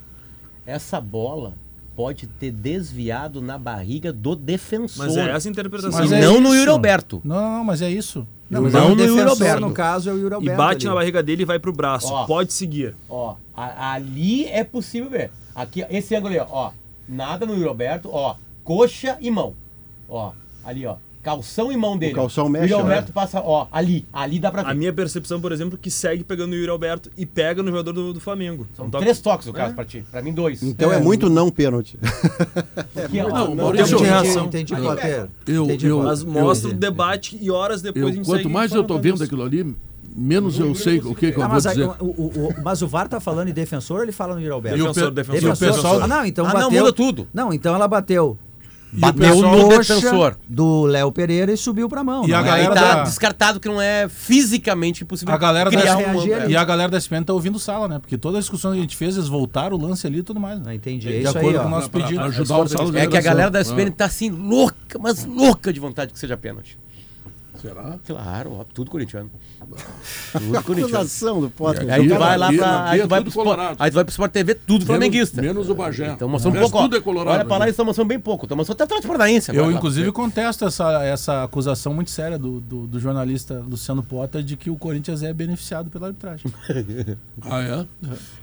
[SPEAKER 7] Essa bola pode ter desviado na barriga do defensor.
[SPEAKER 10] Mas é essa a interpretação.
[SPEAKER 7] Mas
[SPEAKER 10] Mas é
[SPEAKER 7] assim, não no
[SPEAKER 10] isso.
[SPEAKER 7] Yuri Alberto.
[SPEAKER 3] Não, não, mas é isso.
[SPEAKER 7] Não, mas é o defensor,
[SPEAKER 4] um no caso, é o Yuri
[SPEAKER 10] E
[SPEAKER 4] Alberto
[SPEAKER 10] bate
[SPEAKER 4] ali.
[SPEAKER 10] na barriga dele e vai pro braço.
[SPEAKER 7] Ó.
[SPEAKER 10] Pode seguir.
[SPEAKER 7] Ó, a- ali é possível ver. Aqui, ó, esse ângulo ali, ó, ó. Nada no Yuri Alberto, ó. Coxa e mão. Ó, ali, ó. Calção e mão dele.
[SPEAKER 8] calção mexe,
[SPEAKER 7] Yuri
[SPEAKER 8] né?
[SPEAKER 7] Alberto passa, ó, ali. Ali dá pra ver.
[SPEAKER 10] A minha percepção, por exemplo, que segue pegando o Yuri Alberto e pega no jogador do, do Flamengo. Então, É.
[SPEAKER 7] São Três toques, no caso, pra ti. Pra mim, dois.
[SPEAKER 8] Então é, muito não pênalti.
[SPEAKER 7] Porque, é ó,
[SPEAKER 2] é Não,
[SPEAKER 7] o
[SPEAKER 2] Maurício,
[SPEAKER 7] Maurício-
[SPEAKER 2] eu,
[SPEAKER 4] Entendi,
[SPEAKER 7] Ali,
[SPEAKER 4] Potter.
[SPEAKER 2] eu,
[SPEAKER 4] Entendi,
[SPEAKER 2] eu,
[SPEAKER 10] Mas mostra o debate e horas depois a
[SPEAKER 2] eu-
[SPEAKER 10] gente
[SPEAKER 2] quanto
[SPEAKER 10] segue
[SPEAKER 2] mais eu tô
[SPEAKER 10] falando
[SPEAKER 2] vendo
[SPEAKER 10] isso.
[SPEAKER 2] aquilo ali, menos eu sei o que, que eu
[SPEAKER 4] Ah,
[SPEAKER 2] vou
[SPEAKER 4] mas, aí,
[SPEAKER 2] dizer.
[SPEAKER 4] o, o- o- mas o VAR tá falando em defensor ou ele fala no Yuri Alberto?
[SPEAKER 2] E o
[SPEAKER 10] Defensor,
[SPEAKER 2] pe-
[SPEAKER 10] defensor,
[SPEAKER 2] e o
[SPEAKER 10] defensor.
[SPEAKER 2] pessoal-
[SPEAKER 4] Ah, não, então
[SPEAKER 7] Ah, não,
[SPEAKER 4] bateu.
[SPEAKER 7] muda tudo.
[SPEAKER 4] Não, então ela bateu.
[SPEAKER 7] Bateu
[SPEAKER 4] na
[SPEAKER 7] no
[SPEAKER 4] coxa
[SPEAKER 7] defensor.
[SPEAKER 4] Do Léo Pereira e subiu pra mão.
[SPEAKER 3] E
[SPEAKER 4] não
[SPEAKER 3] a
[SPEAKER 4] é?
[SPEAKER 3] galera
[SPEAKER 7] Aí tá
[SPEAKER 3] da-
[SPEAKER 7] descartado que não é fisicamente impossível
[SPEAKER 3] A galera tá da
[SPEAKER 7] criar um
[SPEAKER 4] reagir
[SPEAKER 7] ângulo.
[SPEAKER 4] ali.
[SPEAKER 3] E a galera da SPN tá ouvindo sala, né? Porque toda a discussão que a gente fez, eles voltaram o lance ali e tudo mais.
[SPEAKER 4] Ah,
[SPEAKER 3] Né?
[SPEAKER 4] entendi.
[SPEAKER 3] De
[SPEAKER 4] É isso aí,
[SPEAKER 3] acordo com
[SPEAKER 4] ó.
[SPEAKER 3] o nosso
[SPEAKER 2] Pra- pra
[SPEAKER 3] pedido.
[SPEAKER 2] ajudar o Saulo
[SPEAKER 7] É que a
[SPEAKER 3] né?
[SPEAKER 7] galera da
[SPEAKER 2] Federação.
[SPEAKER 3] Ah.
[SPEAKER 7] SPN tá assim louca, mas louca de vontade que seja pênalti.
[SPEAKER 2] Ah, será?
[SPEAKER 7] Claro, ó, tudo corintiano. Tudo corintiano.
[SPEAKER 8] acusação do Potter.
[SPEAKER 7] Aí tu
[SPEAKER 2] Aqui,
[SPEAKER 7] vai lá
[SPEAKER 2] aqui,
[SPEAKER 7] pra.
[SPEAKER 2] aqui
[SPEAKER 7] Aí
[SPEAKER 2] é
[SPEAKER 7] tu vai
[SPEAKER 2] tudo
[SPEAKER 7] pro, Sport,
[SPEAKER 2] colorado.
[SPEAKER 7] aí tu vai pro Sport TV, tudo flamenguista.
[SPEAKER 2] Menos o Bagé.
[SPEAKER 7] Então mostrou um
[SPEAKER 2] Mas
[SPEAKER 7] pouco. ó.
[SPEAKER 2] tudo é colorado.
[SPEAKER 7] Olha pra lá,
[SPEAKER 2] né?
[SPEAKER 7] eles estão mostrando bem pouco. Estão mostrando até atrás de Paranaense agora
[SPEAKER 3] Eu,
[SPEAKER 7] lá.
[SPEAKER 3] inclusive, contesto essa, essa acusação muito séria do, do, do jornalista Luciano Potter de que o Corinthians é beneficiado pela arbitragem.
[SPEAKER 2] Ah, é?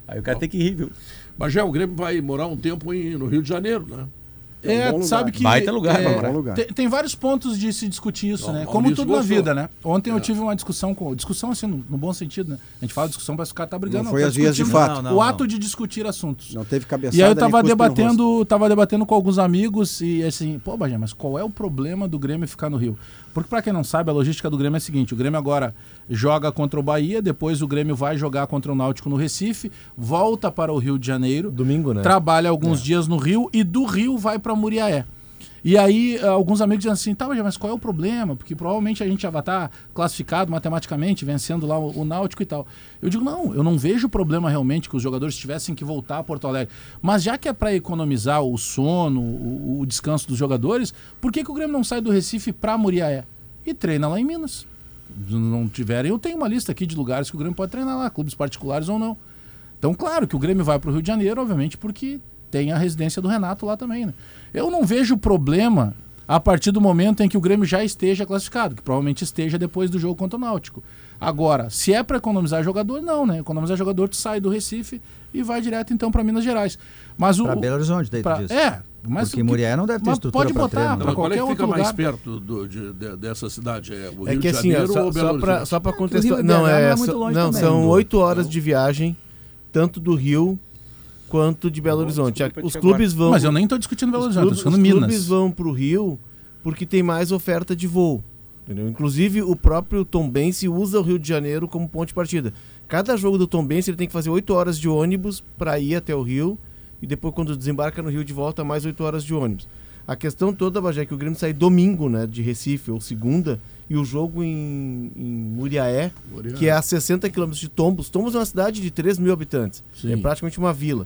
[SPEAKER 7] Aí o cara tem que rir, viu?
[SPEAKER 2] Bagé, o Grêmio vai morar um tempo em- no Rio de Janeiro, né?
[SPEAKER 3] É,
[SPEAKER 8] bom lugar.
[SPEAKER 3] sabe que.
[SPEAKER 7] Baita lugar
[SPEAKER 3] é,
[SPEAKER 7] pra morar.
[SPEAKER 8] Bom lugar.
[SPEAKER 3] Tem, tem vários pontos de se discutir isso,
[SPEAKER 2] Não,
[SPEAKER 3] né?
[SPEAKER 2] Maurício
[SPEAKER 3] Como tudo na
[SPEAKER 2] gostou. É.
[SPEAKER 3] vida, né? Ontem eu tive uma discussão com. Discussão assim, no, no bom sentido, né? A gente fala discussão, parece que o cara tá brigando.
[SPEAKER 8] Não foi
[SPEAKER 3] tá
[SPEAKER 8] as vias de
[SPEAKER 3] discutindo
[SPEAKER 8] fato.
[SPEAKER 3] O
[SPEAKER 4] Não, não, não.
[SPEAKER 3] ato de discutir assuntos.
[SPEAKER 8] Não teve cabeçada.
[SPEAKER 3] E aí eu
[SPEAKER 8] nem
[SPEAKER 3] tava
[SPEAKER 8] cuspe no rosto.
[SPEAKER 3] debatendo, tava debatendo com alguns amigos e assim, pô, Bajé, mas qual é o problema do Grêmio ficar no Rio? Porque pra quem não sabe, a logística do Grêmio é a seguinte, o Grêmio agora joga contra o Bahia, depois o Grêmio vai jogar contra o Náutico no Recife, volta para o Rio de Janeiro,
[SPEAKER 6] Domingo, né?
[SPEAKER 3] trabalha alguns dias no Rio e do Rio vai pra Muriaé. E aí, ah, alguns amigos dizem assim, tá, Bajé, mas qual é o problema? Porque provavelmente a gente já vai estar classificado matematicamente, vencendo lá o, o Náutico e tal. Eu digo, não, eu não vejo problema realmente que os jogadores tivessem que voltar a Porto Alegre. Mas já que é para economizar o sono, o, o descanso dos jogadores, por que, que o Grêmio não sai do Recife pra Muriaé? E treina lá em Minas. Se Não tiverem, eu tenho uma lista aqui de lugares que o Grêmio pode treinar lá, clubes particulares ou não. Então, claro que o Grêmio vai para o Rio de Janeiro, obviamente, porque tem a residência do Renato lá também, né? Eu não vejo problema a partir do momento em que o Grêmio já esteja classificado, que provavelmente esteja depois do jogo contra o Náutico. Agora, se é para economizar jogador, não, né? Economizar jogador, tu sai do Recife e vai direto então para Minas Gerais. Mas o
[SPEAKER 4] Pra Belo Horizonte, daí tu
[SPEAKER 3] pra-
[SPEAKER 4] diz.
[SPEAKER 3] É, mas
[SPEAKER 4] Porque
[SPEAKER 3] o que-
[SPEAKER 4] Muriaé não deve ter
[SPEAKER 3] mas
[SPEAKER 4] estrutura
[SPEAKER 3] pode
[SPEAKER 4] pra
[SPEAKER 3] botar
[SPEAKER 7] né?
[SPEAKER 4] treino,
[SPEAKER 3] pra
[SPEAKER 2] Não, qual é
[SPEAKER 3] qualquer
[SPEAKER 2] que
[SPEAKER 3] outro
[SPEAKER 2] fica mais
[SPEAKER 3] lugar.
[SPEAKER 2] perto do- de- de- dessa cidade? É o Rio
[SPEAKER 6] É que
[SPEAKER 2] de
[SPEAKER 6] assim, ó,
[SPEAKER 2] Janeiro
[SPEAKER 6] só,
[SPEAKER 2] ou Belo
[SPEAKER 6] só pra,
[SPEAKER 2] Horizonte?
[SPEAKER 6] só pra
[SPEAKER 4] Rio
[SPEAKER 6] contextualizar.
[SPEAKER 4] de
[SPEAKER 6] Não,
[SPEAKER 4] Janeiro
[SPEAKER 6] é,
[SPEAKER 4] não é muito
[SPEAKER 6] só-
[SPEAKER 4] longe
[SPEAKER 6] não
[SPEAKER 4] também.
[SPEAKER 6] são oito horas de viagem, tanto do Rio quanto de Belo Horizonte.
[SPEAKER 7] desculpa,
[SPEAKER 6] Os
[SPEAKER 7] eu te
[SPEAKER 6] clubes vão.
[SPEAKER 3] Mas eu nem tô discutindo Belo
[SPEAKER 6] os
[SPEAKER 3] Horizonte, tô
[SPEAKER 6] clubes,
[SPEAKER 3] discutindo
[SPEAKER 6] os clubes
[SPEAKER 3] Minas.
[SPEAKER 6] vão pro Rio porque tem mais oferta de voo. Entendeu? Inclusive, o próprio Tombense usa o Rio de Janeiro como ponto de partida. Cada jogo do Tombense ele tem que fazer oito horas de ônibus para ir até o Rio e depois, quando desembarca no Rio de volta, mais oito horas de ônibus. A questão toda, Bajé, é que o Grêmio sai domingo né, de Recife ou segunda e o jogo em, em Muriaé,
[SPEAKER 2] Muriaé.
[SPEAKER 6] que é a 60 quilômetros de Tombos. Tombos é uma cidade de 3 mil habitantes.
[SPEAKER 2] Sim.
[SPEAKER 6] É praticamente uma vila.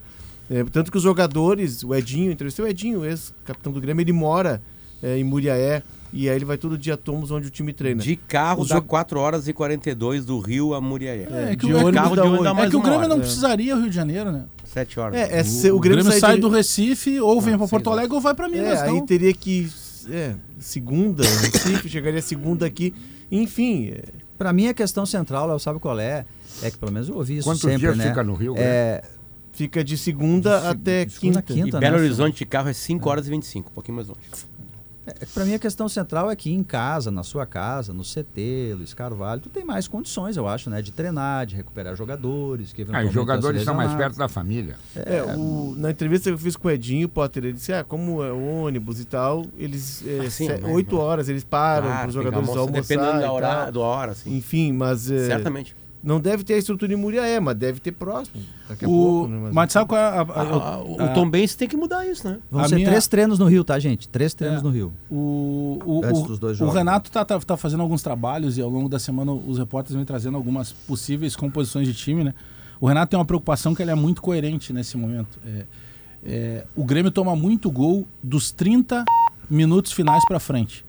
[SPEAKER 6] É, tanto que os jogadores, o Edinho, entrevistei o Edinho, ex-capitão do Grêmio, ele mora é, em Muriaé e aí ele vai todo dia a Tombos onde o time treina.
[SPEAKER 7] De carro
[SPEAKER 6] Os
[SPEAKER 7] dá
[SPEAKER 6] jogo-
[SPEAKER 7] 4 horas e 42 do Rio a Muriaé.
[SPEAKER 3] É, que
[SPEAKER 7] de
[SPEAKER 3] o- é que o-
[SPEAKER 7] carro de ônibus dá
[SPEAKER 3] É
[SPEAKER 7] mais
[SPEAKER 3] que o
[SPEAKER 7] uma
[SPEAKER 3] Grêmio
[SPEAKER 7] hora.
[SPEAKER 3] não precisaria Rio de Janeiro, né?
[SPEAKER 7] 7 horas.
[SPEAKER 6] É, é se- o,
[SPEAKER 3] O Grêmio, sai
[SPEAKER 6] de-
[SPEAKER 3] do Ah, Recife, ou vem
[SPEAKER 7] Não,
[SPEAKER 3] pra
[SPEAKER 7] sei
[SPEAKER 3] Porto
[SPEAKER 7] lá.
[SPEAKER 3] Alegre, ou vai pra Minas.
[SPEAKER 6] É,
[SPEAKER 3] então,
[SPEAKER 6] aí teria que. É, segunda, né? Recife, chegaria segunda aqui. Enfim, é,
[SPEAKER 4] Pra mim, a questão central, Léo, sabe qual é? É que pelo menos eu ouvi isso
[SPEAKER 5] Quantos
[SPEAKER 4] sempre,
[SPEAKER 5] dias
[SPEAKER 4] né?
[SPEAKER 5] fica no Rio,
[SPEAKER 4] É,
[SPEAKER 6] fica de segunda até
[SPEAKER 4] segunda,
[SPEAKER 6] quinta.
[SPEAKER 4] quinta.
[SPEAKER 7] E
[SPEAKER 4] né?
[SPEAKER 7] Belo Horizonte de carro é 5 horas e 25, um pouquinho mais longe.
[SPEAKER 4] Para mim, a questão central é que em casa, na sua casa, no CT, Luiz Carvalho, tu tem mais condições, eu acho, né? De treinar, de recuperar jogadores. Que eventualmente
[SPEAKER 5] Ah,
[SPEAKER 4] é
[SPEAKER 5] os jogadores
[SPEAKER 4] vão
[SPEAKER 5] estão
[SPEAKER 4] se
[SPEAKER 5] mais
[SPEAKER 4] lesionar.
[SPEAKER 5] perto da família.
[SPEAKER 6] É, o- na entrevista que eu fiz com o Edinho Potter, ele disse: ah, como é ônibus e tal, eles.
[SPEAKER 7] Ah,
[SPEAKER 6] É,
[SPEAKER 7] sim,
[SPEAKER 6] se-
[SPEAKER 7] né?
[SPEAKER 6] oito horas, eles param
[SPEAKER 7] Ah,
[SPEAKER 6] para os
[SPEAKER 7] tem que
[SPEAKER 6] jogadores
[SPEAKER 7] almoçar,
[SPEAKER 6] almoçar.
[SPEAKER 7] dependendo
[SPEAKER 6] e
[SPEAKER 7] da hora-
[SPEAKER 6] tal.
[SPEAKER 7] da hora, assim. sim.
[SPEAKER 6] Enfim, mas. é,
[SPEAKER 7] Certamente.
[SPEAKER 6] Não deve ter a estrutura em Muriaé, mas deve ter próximo. Daqui a
[SPEAKER 3] O-
[SPEAKER 6] pouco, né?
[SPEAKER 3] mas sabe qual é a- a-
[SPEAKER 6] Ah,
[SPEAKER 3] eu-
[SPEAKER 6] o
[SPEAKER 3] a-
[SPEAKER 6] Tom
[SPEAKER 7] Benz tem que mudar isso, né?
[SPEAKER 4] Vão
[SPEAKER 3] A
[SPEAKER 4] ser
[SPEAKER 3] minha-
[SPEAKER 4] três treinos no Rio, tá, gente? Três
[SPEAKER 8] É,
[SPEAKER 4] treinos no Rio.
[SPEAKER 3] O, o,
[SPEAKER 4] Antes
[SPEAKER 3] o-
[SPEAKER 4] dos dois
[SPEAKER 3] o
[SPEAKER 4] jogos.
[SPEAKER 3] Renato tá, tá, tá fazendo alguns trabalhos e ao longo da semana os repórteres vêm trazendo algumas possíveis composições de time, né? O Renato tem uma preocupação que ele é muito coerente nesse momento. É, é, o Grêmio toma muito gol dos 30 minutos finais pra frente.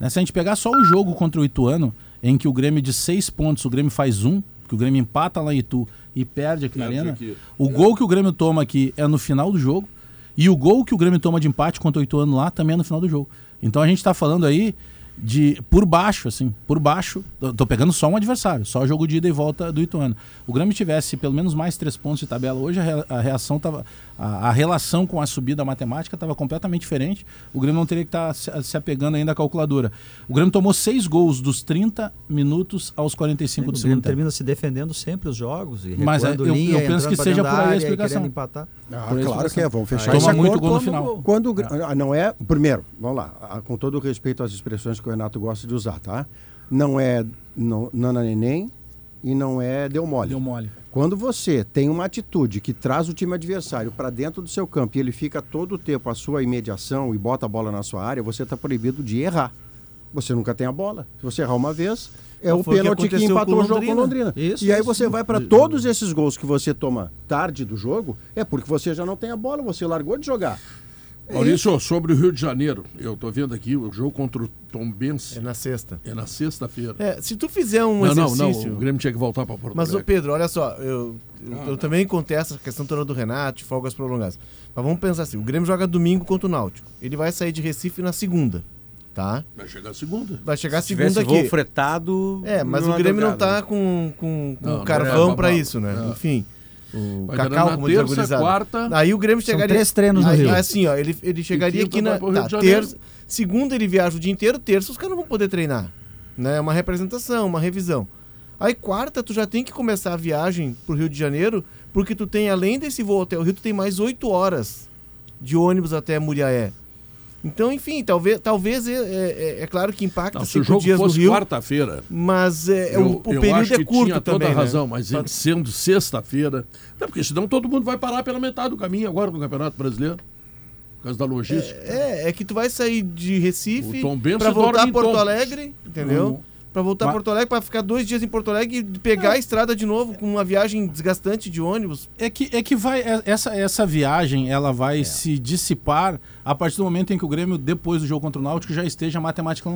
[SPEAKER 3] Né? Se a gente pegar só o jogo contra o Ituano, em que o Grêmio é de seis pontos, o Grêmio faz um, que o Grêmio empata lá em Itu e perde aqui na
[SPEAKER 2] Perde
[SPEAKER 3] arena.
[SPEAKER 2] aqui.
[SPEAKER 3] O gol que o Grêmio toma aqui é no final do jogo. E o gol que o Grêmio toma de empate contra o Ituano lá também é no final do jogo. Então a gente tá falando aí de por baixo, assim, por baixo. Tô, tô pegando só um adversário, só jogo de ida e volta do Ituano. O Grêmio tivesse pelo menos mais três pontos de tabela hoje, a, rea- a reação tava. A, a relação com a subida matemática estava completamente diferente. O Grêmio não teria que estar se, se apegando ainda à calculadora. O Grêmio tomou seis gols dos 30 minutos aos 45 do
[SPEAKER 4] O Grêmio
[SPEAKER 8] tá-
[SPEAKER 3] segundo tempo.
[SPEAKER 4] termina se defendendo sempre os jogos e
[SPEAKER 3] Mas, é,
[SPEAKER 4] recuando
[SPEAKER 3] eu- eu
[SPEAKER 4] linha,
[SPEAKER 3] penso que
[SPEAKER 4] entrando pra
[SPEAKER 3] seja
[SPEAKER 4] dentro da
[SPEAKER 3] por aí a
[SPEAKER 4] área e
[SPEAKER 3] explicação.
[SPEAKER 4] querendo empatar.
[SPEAKER 8] Ah,
[SPEAKER 3] Por isso
[SPEAKER 8] claro
[SPEAKER 3] você-
[SPEAKER 8] que é, vamos
[SPEAKER 3] Aí
[SPEAKER 8] fechar
[SPEAKER 3] toma
[SPEAKER 8] esse acordo
[SPEAKER 3] muito gol no
[SPEAKER 8] quando-
[SPEAKER 3] final.
[SPEAKER 8] Quando, o Gr- ah, não é, primeiro, vamos lá, ah, com todo o respeito às expressões que o Renato gosta de usar, tá? Não é não, nana neném e não é deu mole.
[SPEAKER 3] Deu mole.
[SPEAKER 8] Quando você tem uma atitude que traz o time adversário para dentro do seu campo e ele fica todo o tempo à sua imediação e bota a bola na sua área, você está proibido de errar. Você nunca tem a bola. Se você errar uma vez, é
[SPEAKER 6] Mas
[SPEAKER 8] o
[SPEAKER 6] foi o que
[SPEAKER 8] pênalti que,
[SPEAKER 6] aconteceu
[SPEAKER 8] empatou
[SPEAKER 6] com
[SPEAKER 8] o jogo com
[SPEAKER 6] Londrina.
[SPEAKER 8] Londrina.
[SPEAKER 6] Isso,
[SPEAKER 8] e aí
[SPEAKER 6] isso.
[SPEAKER 8] você vai para todos esses gols que você toma tarde do jogo, é porque você já não tem a bola, você largou de jogar. É.
[SPEAKER 2] Maurício, sobre o Rio de Janeiro, eu tô vendo aqui o jogo contra o Tombense. É
[SPEAKER 6] na sexta.
[SPEAKER 2] É na sexta-feira.
[SPEAKER 6] É, se tu fizer um
[SPEAKER 2] não, não,
[SPEAKER 6] exercício-
[SPEAKER 2] não, o Grêmio tinha que voltar para Porto
[SPEAKER 6] Mas, ô
[SPEAKER 2] Alegre.
[SPEAKER 6] Pedro, olha só, eu, eu,
[SPEAKER 2] Ah,
[SPEAKER 6] eu
[SPEAKER 2] não.
[SPEAKER 6] também contesto essa questão toda do Renato, de folgas prolongadas. Mas vamos pensar assim: o Grêmio joga domingo contra o Náutico. Ele vai sair de Recife na segunda, tá?
[SPEAKER 2] Vai chegar segunda.
[SPEAKER 6] Vai chegar
[SPEAKER 7] Se
[SPEAKER 6] segunda
[SPEAKER 7] tivesse
[SPEAKER 6] aqui.
[SPEAKER 7] voo fretado,
[SPEAKER 6] É, mas
[SPEAKER 7] não né?
[SPEAKER 6] o Grêmio não
[SPEAKER 7] madrugada,
[SPEAKER 6] tá com, com, com
[SPEAKER 7] Não, não
[SPEAKER 6] Um carvão
[SPEAKER 7] é,
[SPEAKER 6] pra
[SPEAKER 7] babá.
[SPEAKER 6] isso, né?
[SPEAKER 7] É.
[SPEAKER 6] Enfim. O
[SPEAKER 7] Vai jogar
[SPEAKER 6] Cacau,
[SPEAKER 7] na
[SPEAKER 6] como diz a
[SPEAKER 7] terça,
[SPEAKER 6] gurizada.
[SPEAKER 7] quarta.
[SPEAKER 6] Aí o Grêmio
[SPEAKER 7] São
[SPEAKER 6] chegaria.
[SPEAKER 7] três treinos no
[SPEAKER 6] aí,
[SPEAKER 7] Rio.
[SPEAKER 6] Assim, ó, ele, ele
[SPEAKER 7] quinta
[SPEAKER 6] chegaria aqui
[SPEAKER 7] vai
[SPEAKER 6] na.
[SPEAKER 7] pro Rio
[SPEAKER 6] Tá,
[SPEAKER 7] de Janeiro.
[SPEAKER 6] terça, segunda ele viaja o dia inteiro, terça os caras não vão poder treinar. Né? É uma representação, uma revisão. Aí quarta tu já tem que começar a viagem pro Rio de Janeiro, porque tu tem, além desse voo até o Rio, tu tem mais oito horas de ônibus até Muriaé. Então, enfim, talvez, talvez é, é- é- é claro que impacta
[SPEAKER 2] Não, se o
[SPEAKER 6] cinco
[SPEAKER 2] jogo
[SPEAKER 6] dias no
[SPEAKER 2] fosse
[SPEAKER 6] Rio.
[SPEAKER 2] quarta-feira,
[SPEAKER 6] Mas é, é
[SPEAKER 2] Eu-
[SPEAKER 6] o, o
[SPEAKER 2] eu
[SPEAKER 6] período
[SPEAKER 2] acho
[SPEAKER 6] é
[SPEAKER 2] que
[SPEAKER 6] curto
[SPEAKER 2] tinha toda
[SPEAKER 6] também.
[SPEAKER 2] a
[SPEAKER 6] né?
[SPEAKER 2] razão, mas ele sendo sexta-feira. Não, porque senão todo mundo vai parar pela metade do caminho agora no Campeonato Brasileiro. Por causa da logística.
[SPEAKER 6] É, é que tu vai sair de Recife
[SPEAKER 2] O Tom Benz
[SPEAKER 6] pra voltar
[SPEAKER 2] dorme
[SPEAKER 6] a
[SPEAKER 2] em
[SPEAKER 6] Porto
[SPEAKER 2] Tombos.
[SPEAKER 6] Alegre, entendeu?
[SPEAKER 2] Hum.
[SPEAKER 6] Pra voltar a
[SPEAKER 2] Mas-
[SPEAKER 6] Porto Alegre, pra ficar dois dias em Porto Alegre e
[SPEAKER 2] É.
[SPEAKER 6] pegar a estrada de novo com uma viagem desgastante de ônibus.
[SPEAKER 3] É que, é que vai. é- Essa, essa viagem ela vai se dissipar a partir do momento em que o Grêmio, depois do jogo contra o Náutico, já esteja matematica-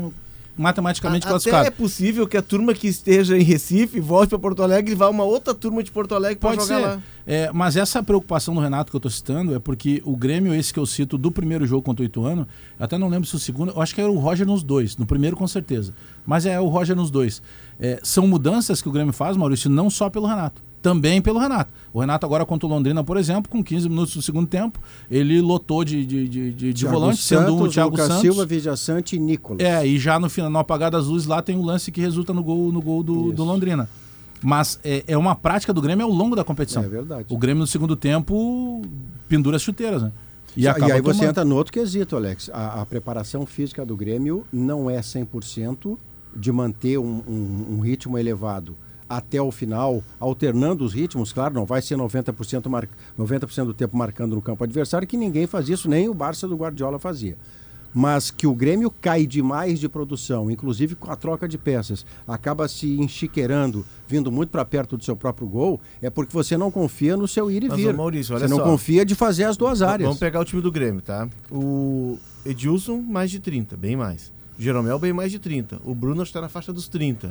[SPEAKER 3] matematicamente
[SPEAKER 6] Até é
[SPEAKER 3] classificado.
[SPEAKER 6] possível que a turma que esteja em Recife volte pra Porto Alegre e vá uma outra turma de Porto Alegre pra
[SPEAKER 3] Pode
[SPEAKER 6] jogar
[SPEAKER 3] ser.
[SPEAKER 6] lá.
[SPEAKER 3] É, mas essa preocupação do Renato que eu tô citando é porque o Grêmio, esse que eu cito do primeiro jogo contra o Ituano, eu até não lembro se o segundo, eu acho que era o Roger nos dois, no primeiro com certeza. Mas é o Roger nos dois. É, são mudanças que o Grêmio faz, Maurício, não só pelo Renato. Também pelo Renato. O Renato agora contra o Londrina, por exemplo, com 15 minutos do segundo tempo, ele lotou de, de, de, de- de
[SPEAKER 8] Thiago
[SPEAKER 3] volante, sendo o
[SPEAKER 8] Santos,
[SPEAKER 3] Thiago
[SPEAKER 8] Lucas
[SPEAKER 3] Santos.
[SPEAKER 8] Silva, Vidia Sante e Nicolas.
[SPEAKER 3] É, e já no final, no apagar das luzes, lá tem um lance que resulta no gol, no gol do, do Londrina. Mas é, é uma prática do Grêmio ao longo da competição.
[SPEAKER 8] É verdade.
[SPEAKER 3] O Grêmio no segundo tempo pendura as chuteiras, né?
[SPEAKER 8] E,
[SPEAKER 3] acaba
[SPEAKER 8] aí você
[SPEAKER 3] tomando.
[SPEAKER 8] entra no outro quesito, Alex. A, a preparação física do Grêmio não é 100% de manter um, um- um ritmo elevado até o final, alternando os ritmos, claro, não vai ser 90%, mar... 90 do tempo marcando no campo adversário, que ninguém faz isso, nem o Barça do Guardiola fazia. Mas que o Grêmio cai demais de produção, inclusive com a troca de peças, acaba se enchiqueirando, vindo muito para perto do seu próprio gol, é porque você não confia no seu ir e
[SPEAKER 6] Mas,
[SPEAKER 8] vir.
[SPEAKER 6] ô, Maurício, olha
[SPEAKER 8] você não
[SPEAKER 6] só.
[SPEAKER 8] confia de fazer as duas áreas.
[SPEAKER 6] Vamos pegar o time do Grêmio, tá? O Edilson, mais de 30, bem mais. Jeromel, bem mais de 30. O Bruno está na faixa dos 30.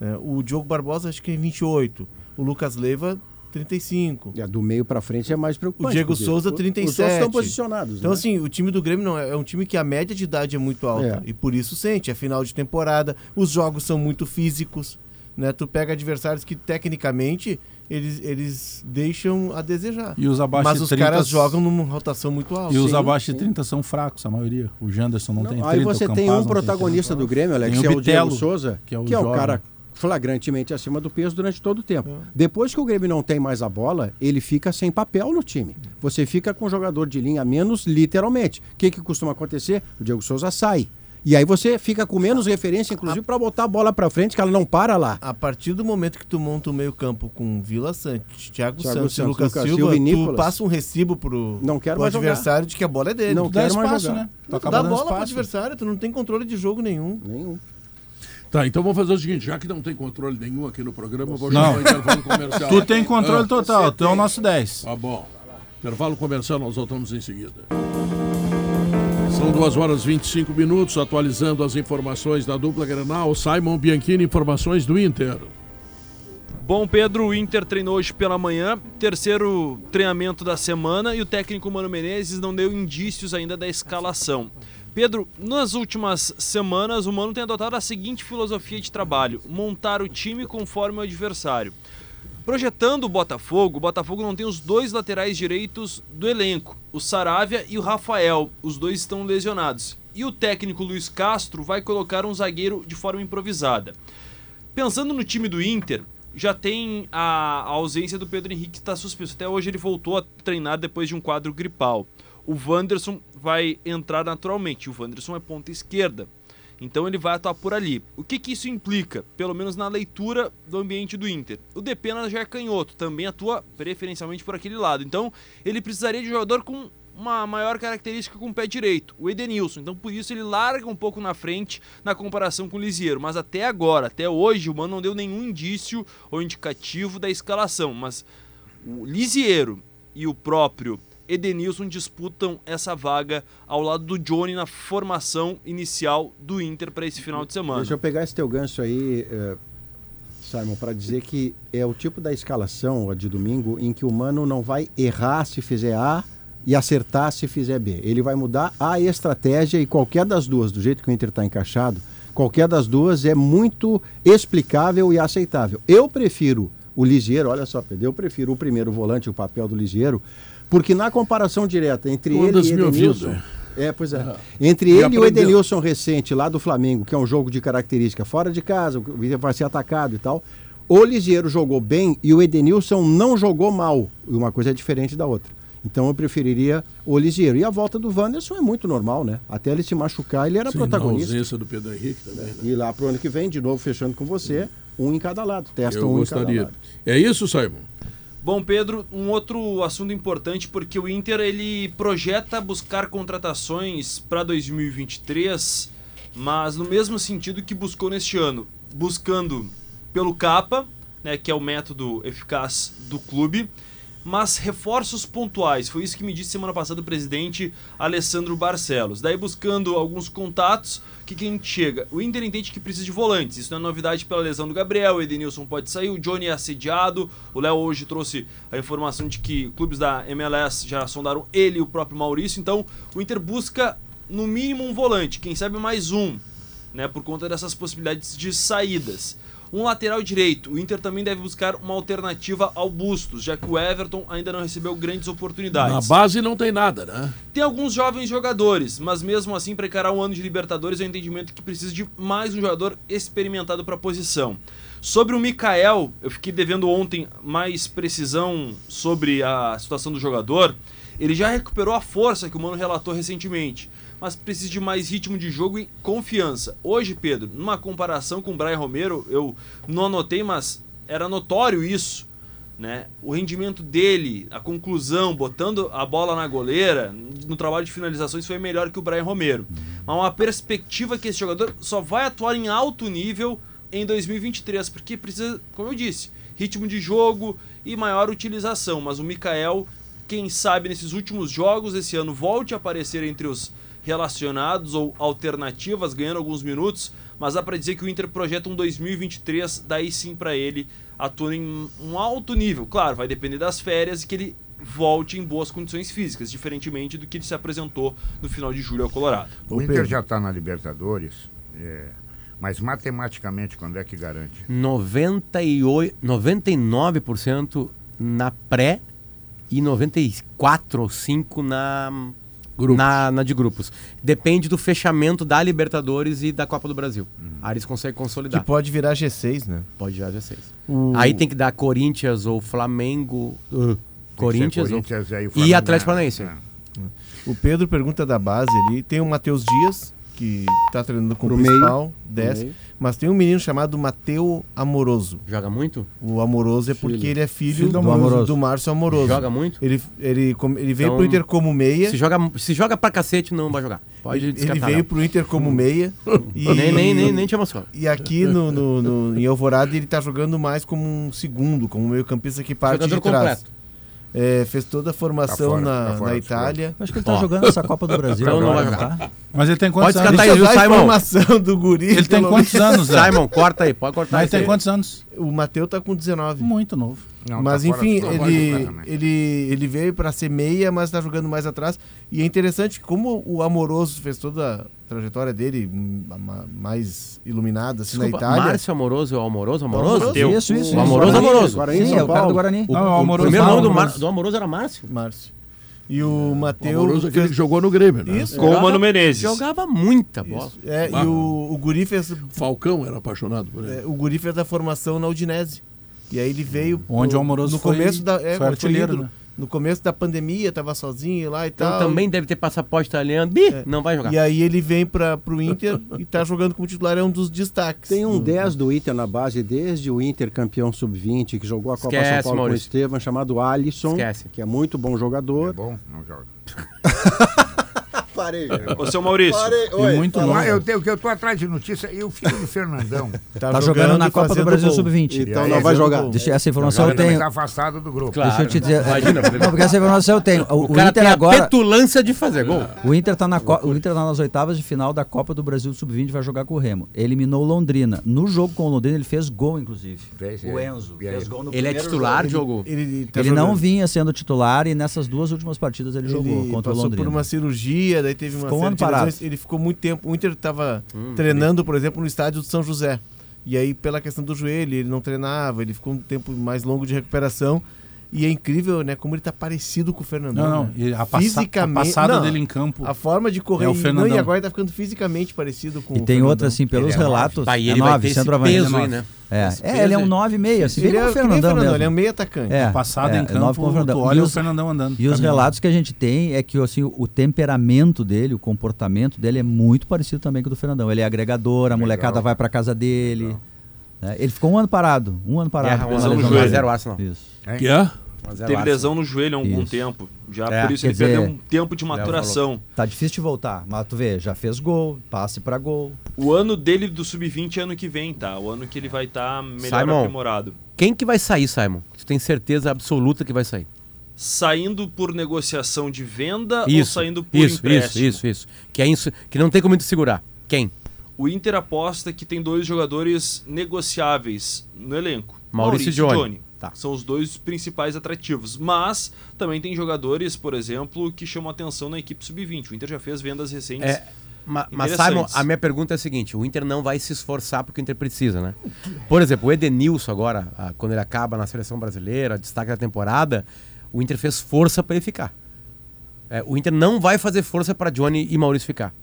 [SPEAKER 6] né? O Diogo Barbosa, acho que é 28. O Lucas Leiva, 35.
[SPEAKER 8] É, do meio pra frente é mais
[SPEAKER 6] O
[SPEAKER 8] preocupante.
[SPEAKER 6] Diego
[SPEAKER 8] porque
[SPEAKER 6] Souza,
[SPEAKER 8] o-
[SPEAKER 6] 37.
[SPEAKER 8] Os outros estão posicionados.
[SPEAKER 6] Então,
[SPEAKER 8] né?
[SPEAKER 6] assim, o time do Grêmio não é, é um time que a média de idade é muito
[SPEAKER 8] É.
[SPEAKER 6] alta. E por isso sente. É final de temporada, os jogos são muito físicos. Né? Tu pega adversários que, tecnicamente, eles, eles deixam a desejar.
[SPEAKER 3] E os abaixo
[SPEAKER 6] Mas
[SPEAKER 3] de
[SPEAKER 6] os
[SPEAKER 3] 30
[SPEAKER 6] caras jogam numa rotação muito alta.
[SPEAKER 3] E os abaixo de 30 são fracos, a maioria. O Janderson não, tem 30.
[SPEAKER 8] Aí você
[SPEAKER 3] o
[SPEAKER 8] tem
[SPEAKER 3] Campazzo não
[SPEAKER 8] um protagonista
[SPEAKER 3] 30.
[SPEAKER 8] do Grêmio, Alex,
[SPEAKER 3] Tem
[SPEAKER 8] que é o Diego
[SPEAKER 3] Bitelo,
[SPEAKER 8] Souza,
[SPEAKER 3] que é o, jovem.
[SPEAKER 8] cara flagrantemente acima do peso durante todo o
[SPEAKER 6] É.
[SPEAKER 8] tempo. Depois que o Grêmio não tem mais a bola, ele fica sem papel no time. Você fica com o jogador de linha a menos, literalmente. O que, que costuma acontecer? O Diego Souza sai. E aí você fica com menos referência, inclusive, para botar a bola para frente, que ela não para lá.
[SPEAKER 6] A partir do momento que tu monta o meio campo com Vila Santos,
[SPEAKER 8] Thiago
[SPEAKER 6] Thiago, Ah, Santos,
[SPEAKER 8] Santos,
[SPEAKER 6] Lucas,
[SPEAKER 8] Lucas
[SPEAKER 6] Silva,
[SPEAKER 8] Silva e
[SPEAKER 6] tu
[SPEAKER 8] Nicolas.
[SPEAKER 6] passa um recibo pro,
[SPEAKER 8] Não quero
[SPEAKER 6] pro
[SPEAKER 8] mais jogar.
[SPEAKER 6] adversário de que a bola é dele.
[SPEAKER 8] Não
[SPEAKER 6] Tu dá
[SPEAKER 8] quero mais
[SPEAKER 6] espaço,
[SPEAKER 8] jogar.
[SPEAKER 6] né?
[SPEAKER 8] Tô
[SPEAKER 6] Tu dá
[SPEAKER 8] acabando
[SPEAKER 6] bola
[SPEAKER 8] dando
[SPEAKER 6] pro
[SPEAKER 8] espaço.
[SPEAKER 6] adversário, tu não tem controle de jogo nenhum.
[SPEAKER 8] Nenhum.
[SPEAKER 2] Tá, então vamos fazer o seguinte, já que não tem controle nenhum aqui no programa, eu vou
[SPEAKER 3] Não.
[SPEAKER 2] chamar o intervalo comercial. Ah,
[SPEAKER 3] Tu tem controle total, tu é o
[SPEAKER 2] tem.
[SPEAKER 3] nosso 10.
[SPEAKER 2] Tá bom. Intervalo comercial, nós voltamos em seguida. São 2 horas e 25 minutos, atualizando as informações da dupla Grenal. Simon Bianchini, informações do Inter.
[SPEAKER 10] Bom, Pedro, o Inter treinou hoje pela manhã, terceiro treinamento da semana e o técnico Mano Menezes não deu indícios ainda da escalação. Pedro, nas últimas semanas o Mano tem adotado a seguinte filosofia de trabalho: montar o time conforme o adversário. Projetando o Botafogo, o Botafogo não tem os dois laterais direitos do elenco, o Saravia e o Rafael. Os dois estão lesionados. E o técnico Luiz Castro vai colocar um zagueiro de forma improvisada. Pensando no time do Inter, já tem a, a ausência do Pedro Henrique que está suspenso. Até hoje ele voltou a treinar depois de um quadro gripal. O Wanderson vai entrar naturalmente. O Wanderson é ponta esquerda. Então ele vai atuar por ali. O que, que isso implica? Pelo menos na leitura do ambiente do Inter. O Depena já é canhoto, também atua preferencialmente por aquele lado. Então ele precisaria de um jogador com uma maior característica com o pé direito, o Edenilson. Então por isso ele larga um pouco na frente na comparação com o Lisieiro. Mas até agora, até hoje, o Mano não deu nenhum indício ou indicativo da escalação. Mas o Lisieiro e o próprio Edenilson disputam essa vaga ao lado do Johnny na formação inicial do Inter para esse final de semana.
[SPEAKER 8] Deixa eu pegar esse teu gancho aí, eh, Simon, para dizer que é o tipo da escalação a de domingo em que o Mano não vai errar se fizer A e acertar se fizer B. Ele vai mudar a estratégia e qualquer das duas, do jeito que o Inter está encaixado, qualquer das duas é muito explicável e aceitável. Eu prefiro o Ligeiro, olha só, Pedro, eu prefiro o primeiro volante, o papel do Ligeiro, porque na comparação direta entre
[SPEAKER 2] Tu
[SPEAKER 8] ele
[SPEAKER 2] andas
[SPEAKER 8] e
[SPEAKER 2] Um me ouvindo.
[SPEAKER 8] Edenilson... É, pois é.
[SPEAKER 2] Ah.
[SPEAKER 8] Entre
[SPEAKER 2] E
[SPEAKER 8] ele e o
[SPEAKER 2] aprendeu.
[SPEAKER 8] Edenilson. Wilson recente lá do Flamengo, que é um jogo de característica fora de casa, o Inter vai ser atacado e tal. O Ligiero jogou bem e o Edenilson não jogou mal. E uma coisa é diferente da outra. Então eu preferiria o Ligiero. E a volta do Wanderson é muito normal, né? Até ele se machucar, ele era
[SPEAKER 2] Sim, Na
[SPEAKER 8] protagonista.
[SPEAKER 2] ausência do Pedro Henrique também. né? É,
[SPEAKER 8] E lá pro ano que vem, de novo, fechando com você, um em cada lado. Testa
[SPEAKER 2] Eu
[SPEAKER 8] um em cada
[SPEAKER 2] gostaria.
[SPEAKER 8] lado.
[SPEAKER 2] É isso, Simon?
[SPEAKER 10] Bom, Pedro, um outro assunto importante porque o Inter ele projeta buscar contratações para 2023, mas no mesmo sentido que buscou neste ano, buscando pelo capa, né, que é o método eficaz do clube, mas reforços pontuais. Foi isso que me disse semana passada o presidente Alessandro Barcelos. Daí buscando alguns contatos, o que, que a gente chega? O Inter entende que precisa de volantes. Isso não é novidade pela lesão do Gabriel, o Edenilson pode sair, o Johnny é assediado. O Léo hoje trouxe a informação de que clubes da MLS já sondaram ele e o próprio Maurício. Então o Inter busca no mínimo um volante, quem sabe mais um né, por conta dessas possibilidades de saídas. Um lateral direito, o Inter também deve buscar uma alternativa ao Bustos, já que o Everton ainda não recebeu grandes
[SPEAKER 2] Na
[SPEAKER 10] oportunidades.
[SPEAKER 2] base não tem nada, né?
[SPEAKER 10] Tem alguns jovens jogadores, mas mesmo assim, para encarar um ano de Libertadores, é o entendimento que precisa de mais um jogador experimentado para a posição. Sobre o Mikael, eu fiquei devendo ontem mais precisão sobre a situação do jogador. Ele já recuperou a força que o Mano relatou recentemente, mas precisa de mais ritmo de jogo e confiança. Hoje, Pedro, numa comparação com o Brian Romero, eu não anotei, mas era notório isso né? O rendimento dele, a conclusão, botando a bola na goleira, no trabalho de finalizações foi melhor que o Brian Romero. Mas uma perspectiva que esse jogador só vai atuar em alto nível em 2023, porque precisa, como eu disse, ritmo de jogo e maior utilização. Mas o Mikael, quem sabe nesses últimos jogos esse ano volte a aparecer entre os relacionados ou alternativas, ganhando alguns minutos, mas dá para dizer que o Inter projeta um 2023, daí sim para ele atuando em um alto nível. Claro, vai depender das férias e que ele volte em boas condições físicas, diferentemente do que ele se apresentou no final de julho ao Colorado.
[SPEAKER 5] O Inter já está na Libertadores. tá é, Mas matematicamente, quando é que garante?
[SPEAKER 7] 98, 99% na pré e 94 ou 5 na, na, na de grupos. Depende do fechamento da Libertadores e da Copa do Brasil.
[SPEAKER 5] Hum.
[SPEAKER 7] Aí eles conseguem
[SPEAKER 6] Que
[SPEAKER 7] consolidar.
[SPEAKER 5] Tipo,
[SPEAKER 6] pode virar G6, né?
[SPEAKER 7] Pode virar G6.
[SPEAKER 6] O-
[SPEAKER 7] Aí tem que dar Corinthians ou Flamengo. uh, Corinthians, ou-
[SPEAKER 5] Corinthians, aí o
[SPEAKER 7] e
[SPEAKER 5] Flamengo né? É.
[SPEAKER 7] Atlético
[SPEAKER 5] ganha.
[SPEAKER 7] Paranaense.
[SPEAKER 6] O Pedro pergunta da base ali. Tem o Matheus Dias, que tá treinando com
[SPEAKER 8] Pro
[SPEAKER 6] o
[SPEAKER 8] meio.
[SPEAKER 6] principal,
[SPEAKER 8] Pro
[SPEAKER 6] 10.
[SPEAKER 8] meio.
[SPEAKER 6] Mas tem um menino chamado Mateu Amoroso.
[SPEAKER 7] Joga muito?
[SPEAKER 6] O Amoroso é porque
[SPEAKER 7] Filho.
[SPEAKER 6] ele é filho,
[SPEAKER 7] Filho do
[SPEAKER 6] do,
[SPEAKER 7] Amoroso.
[SPEAKER 6] Amoroso. do Márcio Amoroso.
[SPEAKER 7] Joga muito?
[SPEAKER 6] Ele, ele, com- ele veio
[SPEAKER 7] Então,
[SPEAKER 6] pro Inter como meia.
[SPEAKER 7] Se joga, se joga pra cacete, não vai jogar. Pode
[SPEAKER 6] ele, ele
[SPEAKER 7] descartar.
[SPEAKER 6] veio
[SPEAKER 7] não.
[SPEAKER 6] pro Inter como meia. e-
[SPEAKER 7] Nem, nem, nem, nem te emociono.
[SPEAKER 6] E aqui no, no- no- em Alvorada ele tá jogando mais como um segundo, como um meio-campista que parte
[SPEAKER 7] Jogador
[SPEAKER 6] de trás.
[SPEAKER 7] completo.
[SPEAKER 6] É, fez toda a formação
[SPEAKER 5] Tá fora,
[SPEAKER 6] na,
[SPEAKER 5] tá fora
[SPEAKER 6] na
[SPEAKER 5] do futebol.
[SPEAKER 6] Itália.
[SPEAKER 4] Acho que ele tá jogando essa Copa do Brasil.
[SPEAKER 7] Então não
[SPEAKER 4] agora,
[SPEAKER 7] vai jogar.
[SPEAKER 4] tá?
[SPEAKER 3] Mas ele tem
[SPEAKER 7] Pode
[SPEAKER 3] quantos anos?
[SPEAKER 7] descartar
[SPEAKER 6] Deixa
[SPEAKER 7] aí,
[SPEAKER 6] eu
[SPEAKER 7] viu,
[SPEAKER 6] dar a
[SPEAKER 7] Simon?
[SPEAKER 6] informação do guri.
[SPEAKER 3] Ele tem
[SPEAKER 6] pelo
[SPEAKER 3] quantos anos, né?
[SPEAKER 7] Simon, corta aí, pode cortar.
[SPEAKER 3] Mas ele
[SPEAKER 7] isso aí.
[SPEAKER 3] tem quantos anos?
[SPEAKER 6] menos. O Matheus tá com 19.
[SPEAKER 3] Muito novo.
[SPEAKER 5] Não, tá
[SPEAKER 6] mas
[SPEAKER 5] fora do
[SPEAKER 6] enfim,
[SPEAKER 5] futebol,
[SPEAKER 6] ele,
[SPEAKER 5] completamente.
[SPEAKER 6] ele, ele veio para ser meia, mas tá jogando mais atrás. E é interessante que como o Amoroso fez toda a trajetória dele hum, ma- mais iluminada assim, na
[SPEAKER 7] Desculpa,
[SPEAKER 6] Itália.
[SPEAKER 7] Márcio Amoroso é o Amoroso? Amoroso?
[SPEAKER 9] Mateu.
[SPEAKER 4] Isso, isso. isso.
[SPEAKER 7] Amoroso,
[SPEAKER 4] Guarani,
[SPEAKER 7] Amoroso.
[SPEAKER 4] Guarani, Sim,
[SPEAKER 8] São
[SPEAKER 4] é o cara
[SPEAKER 8] Paulo.
[SPEAKER 4] do Guarani.
[SPEAKER 3] Não, é o Amoroso.
[SPEAKER 7] primeiro nome do,
[SPEAKER 3] Amoroso.
[SPEAKER 7] Mar- do Amoroso era Márcio.
[SPEAKER 6] Márcio. E o
[SPEAKER 2] O amoroso é
[SPEAKER 6] Matheus
[SPEAKER 2] aquele que jogou no Grêmio, né?
[SPEAKER 6] Isso.
[SPEAKER 9] Com o Mano
[SPEAKER 7] Jogava-
[SPEAKER 9] Menezes.
[SPEAKER 7] Jogava muita bola.
[SPEAKER 6] Isso. É, e o, o Guri fez
[SPEAKER 2] Falcão era apaixonado por ele.
[SPEAKER 6] é, o Guri fez a formação na Udinese. E aí ele veio
[SPEAKER 3] Onde
[SPEAKER 6] no-
[SPEAKER 3] o Amoroso
[SPEAKER 6] no
[SPEAKER 3] foi-
[SPEAKER 6] começo da é,
[SPEAKER 3] foi artilheiro,
[SPEAKER 6] ídolo.
[SPEAKER 3] né?
[SPEAKER 6] No começo da pandemia, tava sozinho lá e
[SPEAKER 7] Então
[SPEAKER 6] tal. É.
[SPEAKER 7] também deve ter passaporte italiano. Bi, não vai jogar.
[SPEAKER 6] E aí ele vem para pro Inter e tá jogando como titular, é um dos destaques.
[SPEAKER 8] Tem
[SPEAKER 7] Uhum.
[SPEAKER 8] um
[SPEAKER 6] do-
[SPEAKER 8] 10 do Inter na base desde o Inter campeão sub-20, que jogou a Copa
[SPEAKER 7] Esquece,
[SPEAKER 8] São Paulo com o
[SPEAKER 7] Maurício.
[SPEAKER 8] Estevam, chamado Alisson,
[SPEAKER 7] Esquece.
[SPEAKER 8] que é muito bom
[SPEAKER 5] É
[SPEAKER 8] jogador.
[SPEAKER 5] bom? Não joga.
[SPEAKER 8] Parei.
[SPEAKER 9] Ô, seu Maurício,
[SPEAKER 3] E muito novo.
[SPEAKER 5] Ah, eu, tenho, eu tô atrás de notícia e o filho do Fernandão.
[SPEAKER 4] Tá jogando na
[SPEAKER 6] e
[SPEAKER 4] Copa do
[SPEAKER 6] fazendo
[SPEAKER 4] Brasil
[SPEAKER 6] gol.
[SPEAKER 4] Sub-20.
[SPEAKER 8] Então
[SPEAKER 5] aí,
[SPEAKER 8] não vai
[SPEAKER 5] fazendo
[SPEAKER 8] jogar.
[SPEAKER 6] gol.
[SPEAKER 4] Deixa- Essa informação
[SPEAKER 5] Agora
[SPEAKER 4] eu
[SPEAKER 5] ele
[SPEAKER 4] tenho.
[SPEAKER 5] tá afastado do grupo.
[SPEAKER 7] Claro.
[SPEAKER 4] é Deixa eu te dizer. é,
[SPEAKER 7] Imagina,
[SPEAKER 4] Não, porque essa informação eu tenho. O,
[SPEAKER 7] O,
[SPEAKER 4] o
[SPEAKER 7] cara
[SPEAKER 4] Inter
[SPEAKER 7] tem a
[SPEAKER 4] agora.
[SPEAKER 7] petulância de fazer gol.
[SPEAKER 4] O Inter, tá na co- o Inter tá nas oitavas de final da Copa do Brasil Sub-20 vai jogar com o Remo. Eliminou o Londrina. No jogo com o Londrina, ele fez gol, inclusive.
[SPEAKER 5] Fez,
[SPEAKER 4] o
[SPEAKER 5] é.
[SPEAKER 4] Enzo.
[SPEAKER 5] E aí?
[SPEAKER 4] Fez gol no
[SPEAKER 7] Ele é
[SPEAKER 4] primeiro
[SPEAKER 7] titular,
[SPEAKER 4] jogo.
[SPEAKER 7] jogou.
[SPEAKER 6] Ele, tá
[SPEAKER 4] Ele não
[SPEAKER 6] jogando.
[SPEAKER 4] vinha sendo titular e nessas duas últimas partidas ele, jogou
[SPEAKER 6] Ele
[SPEAKER 4] contra o
[SPEAKER 6] passou
[SPEAKER 4] Londrina.
[SPEAKER 6] por uma cirurgia, daí teve uma
[SPEAKER 4] Ficou um
[SPEAKER 6] série
[SPEAKER 4] ano
[SPEAKER 6] de lesões.
[SPEAKER 4] parado.
[SPEAKER 6] Ele ficou muito tempo. O Inter estava
[SPEAKER 4] Hum,
[SPEAKER 6] treinando, por exemplo, no estádio do São José. E aí, pela questão do joelho, ele não treinava, ele ficou um tempo mais longo de recuperação. E é incrível, né? Como ele tá parecido com o Fernandão.
[SPEAKER 3] Não, não.
[SPEAKER 6] né?
[SPEAKER 3] e A, passa, a
[SPEAKER 6] Fisicamente-
[SPEAKER 3] passada
[SPEAKER 6] não.
[SPEAKER 3] dele em campo.
[SPEAKER 6] A forma de correr.
[SPEAKER 3] É o
[SPEAKER 6] e- não,
[SPEAKER 3] Fernandão.
[SPEAKER 6] e agora ele tá ficando fisicamente parecido com
[SPEAKER 4] E
[SPEAKER 6] o
[SPEAKER 4] tem
[SPEAKER 6] Fernandão.
[SPEAKER 4] outra, assim, pelos
[SPEAKER 5] Ele é nove.
[SPEAKER 4] relatos.
[SPEAKER 7] Tá, e
[SPEAKER 4] é
[SPEAKER 7] ele vai ter
[SPEAKER 4] nove,
[SPEAKER 7] esse
[SPEAKER 4] centroavante.
[SPEAKER 7] peso
[SPEAKER 4] Ele é
[SPEAKER 7] aí,
[SPEAKER 4] nove.
[SPEAKER 7] né? Esse
[SPEAKER 4] É,
[SPEAKER 7] peso
[SPEAKER 4] é, ele é um
[SPEAKER 7] aí.
[SPEAKER 4] 9 e meio, assim, bem
[SPEAKER 6] Ele é,
[SPEAKER 4] como o
[SPEAKER 6] que nem
[SPEAKER 4] Fernandão mesmo.
[SPEAKER 6] ele é um meio atacante.
[SPEAKER 4] É,
[SPEAKER 3] Passada
[SPEAKER 4] é,
[SPEAKER 3] em
[SPEAKER 4] é nove como o
[SPEAKER 3] campo,
[SPEAKER 4] Fernandão.
[SPEAKER 3] tu
[SPEAKER 4] E
[SPEAKER 3] olha o
[SPEAKER 4] os-
[SPEAKER 3] Fernandão andando.
[SPEAKER 4] E os
[SPEAKER 3] caminhando.
[SPEAKER 4] relatos que a gente tem é que assim, o temperamento dele, o comportamento dele é muito parecido também com o do Fernandão. Ele é agregador, a molecada vai pra casa dele. né? Ele ficou um ano parado, um ano parado.
[SPEAKER 7] Erra
[SPEAKER 4] por
[SPEAKER 7] uma lesão
[SPEAKER 4] uma
[SPEAKER 7] no
[SPEAKER 4] lesão
[SPEAKER 7] joelho.
[SPEAKER 4] na-
[SPEAKER 7] 0 Arsenal.
[SPEAKER 4] Isso.
[SPEAKER 2] Que é?
[SPEAKER 7] Teve
[SPEAKER 10] Teve lesão no joelho há algum
[SPEAKER 4] Isso.
[SPEAKER 10] tempo. Já
[SPEAKER 7] É,
[SPEAKER 10] por isso
[SPEAKER 4] quer
[SPEAKER 10] ele perdeu
[SPEAKER 4] dizer,
[SPEAKER 10] um tempo de maturação.
[SPEAKER 4] Tá difícil de voltar, mas tu vê, já fez gol, passe pra gol.
[SPEAKER 10] O ano dele do sub-20 é ano que vem, tá? O ano que ele vai estar melhor
[SPEAKER 7] Simon.
[SPEAKER 10] aprimorado.
[SPEAKER 7] Quem que vai sair, Simon? Tu tem certeza absoluta que vai sair.
[SPEAKER 10] Saindo por negociação de venda ou
[SPEAKER 7] isso.
[SPEAKER 10] saindo por
[SPEAKER 7] isso, isso,
[SPEAKER 10] empréstimo?
[SPEAKER 7] isso, isso. Que, é isso. que não tem como tu segurar. Quem?
[SPEAKER 10] O Inter aposta que tem dois jogadores negociáveis no elenco.
[SPEAKER 7] Maurício e Johnny. Tá.
[SPEAKER 10] São os dois principais atrativos. Mas também tem jogadores, por exemplo, que chamam atenção na equipe sub-20. O Inter já fez vendas recentes.
[SPEAKER 7] É, ma- mas
[SPEAKER 10] Interessantes.
[SPEAKER 7] Simon, a minha pergunta é a seguinte: o Inter não vai se esforçar porque o Inter precisa, né? Por exemplo, o Edenilson agora, a- quando ele acaba na seleção brasileira, destaque da temporada, o Inter fez força pra ele ficar. É, o Inter não vai fazer força pra Johnny e Maurício ficar.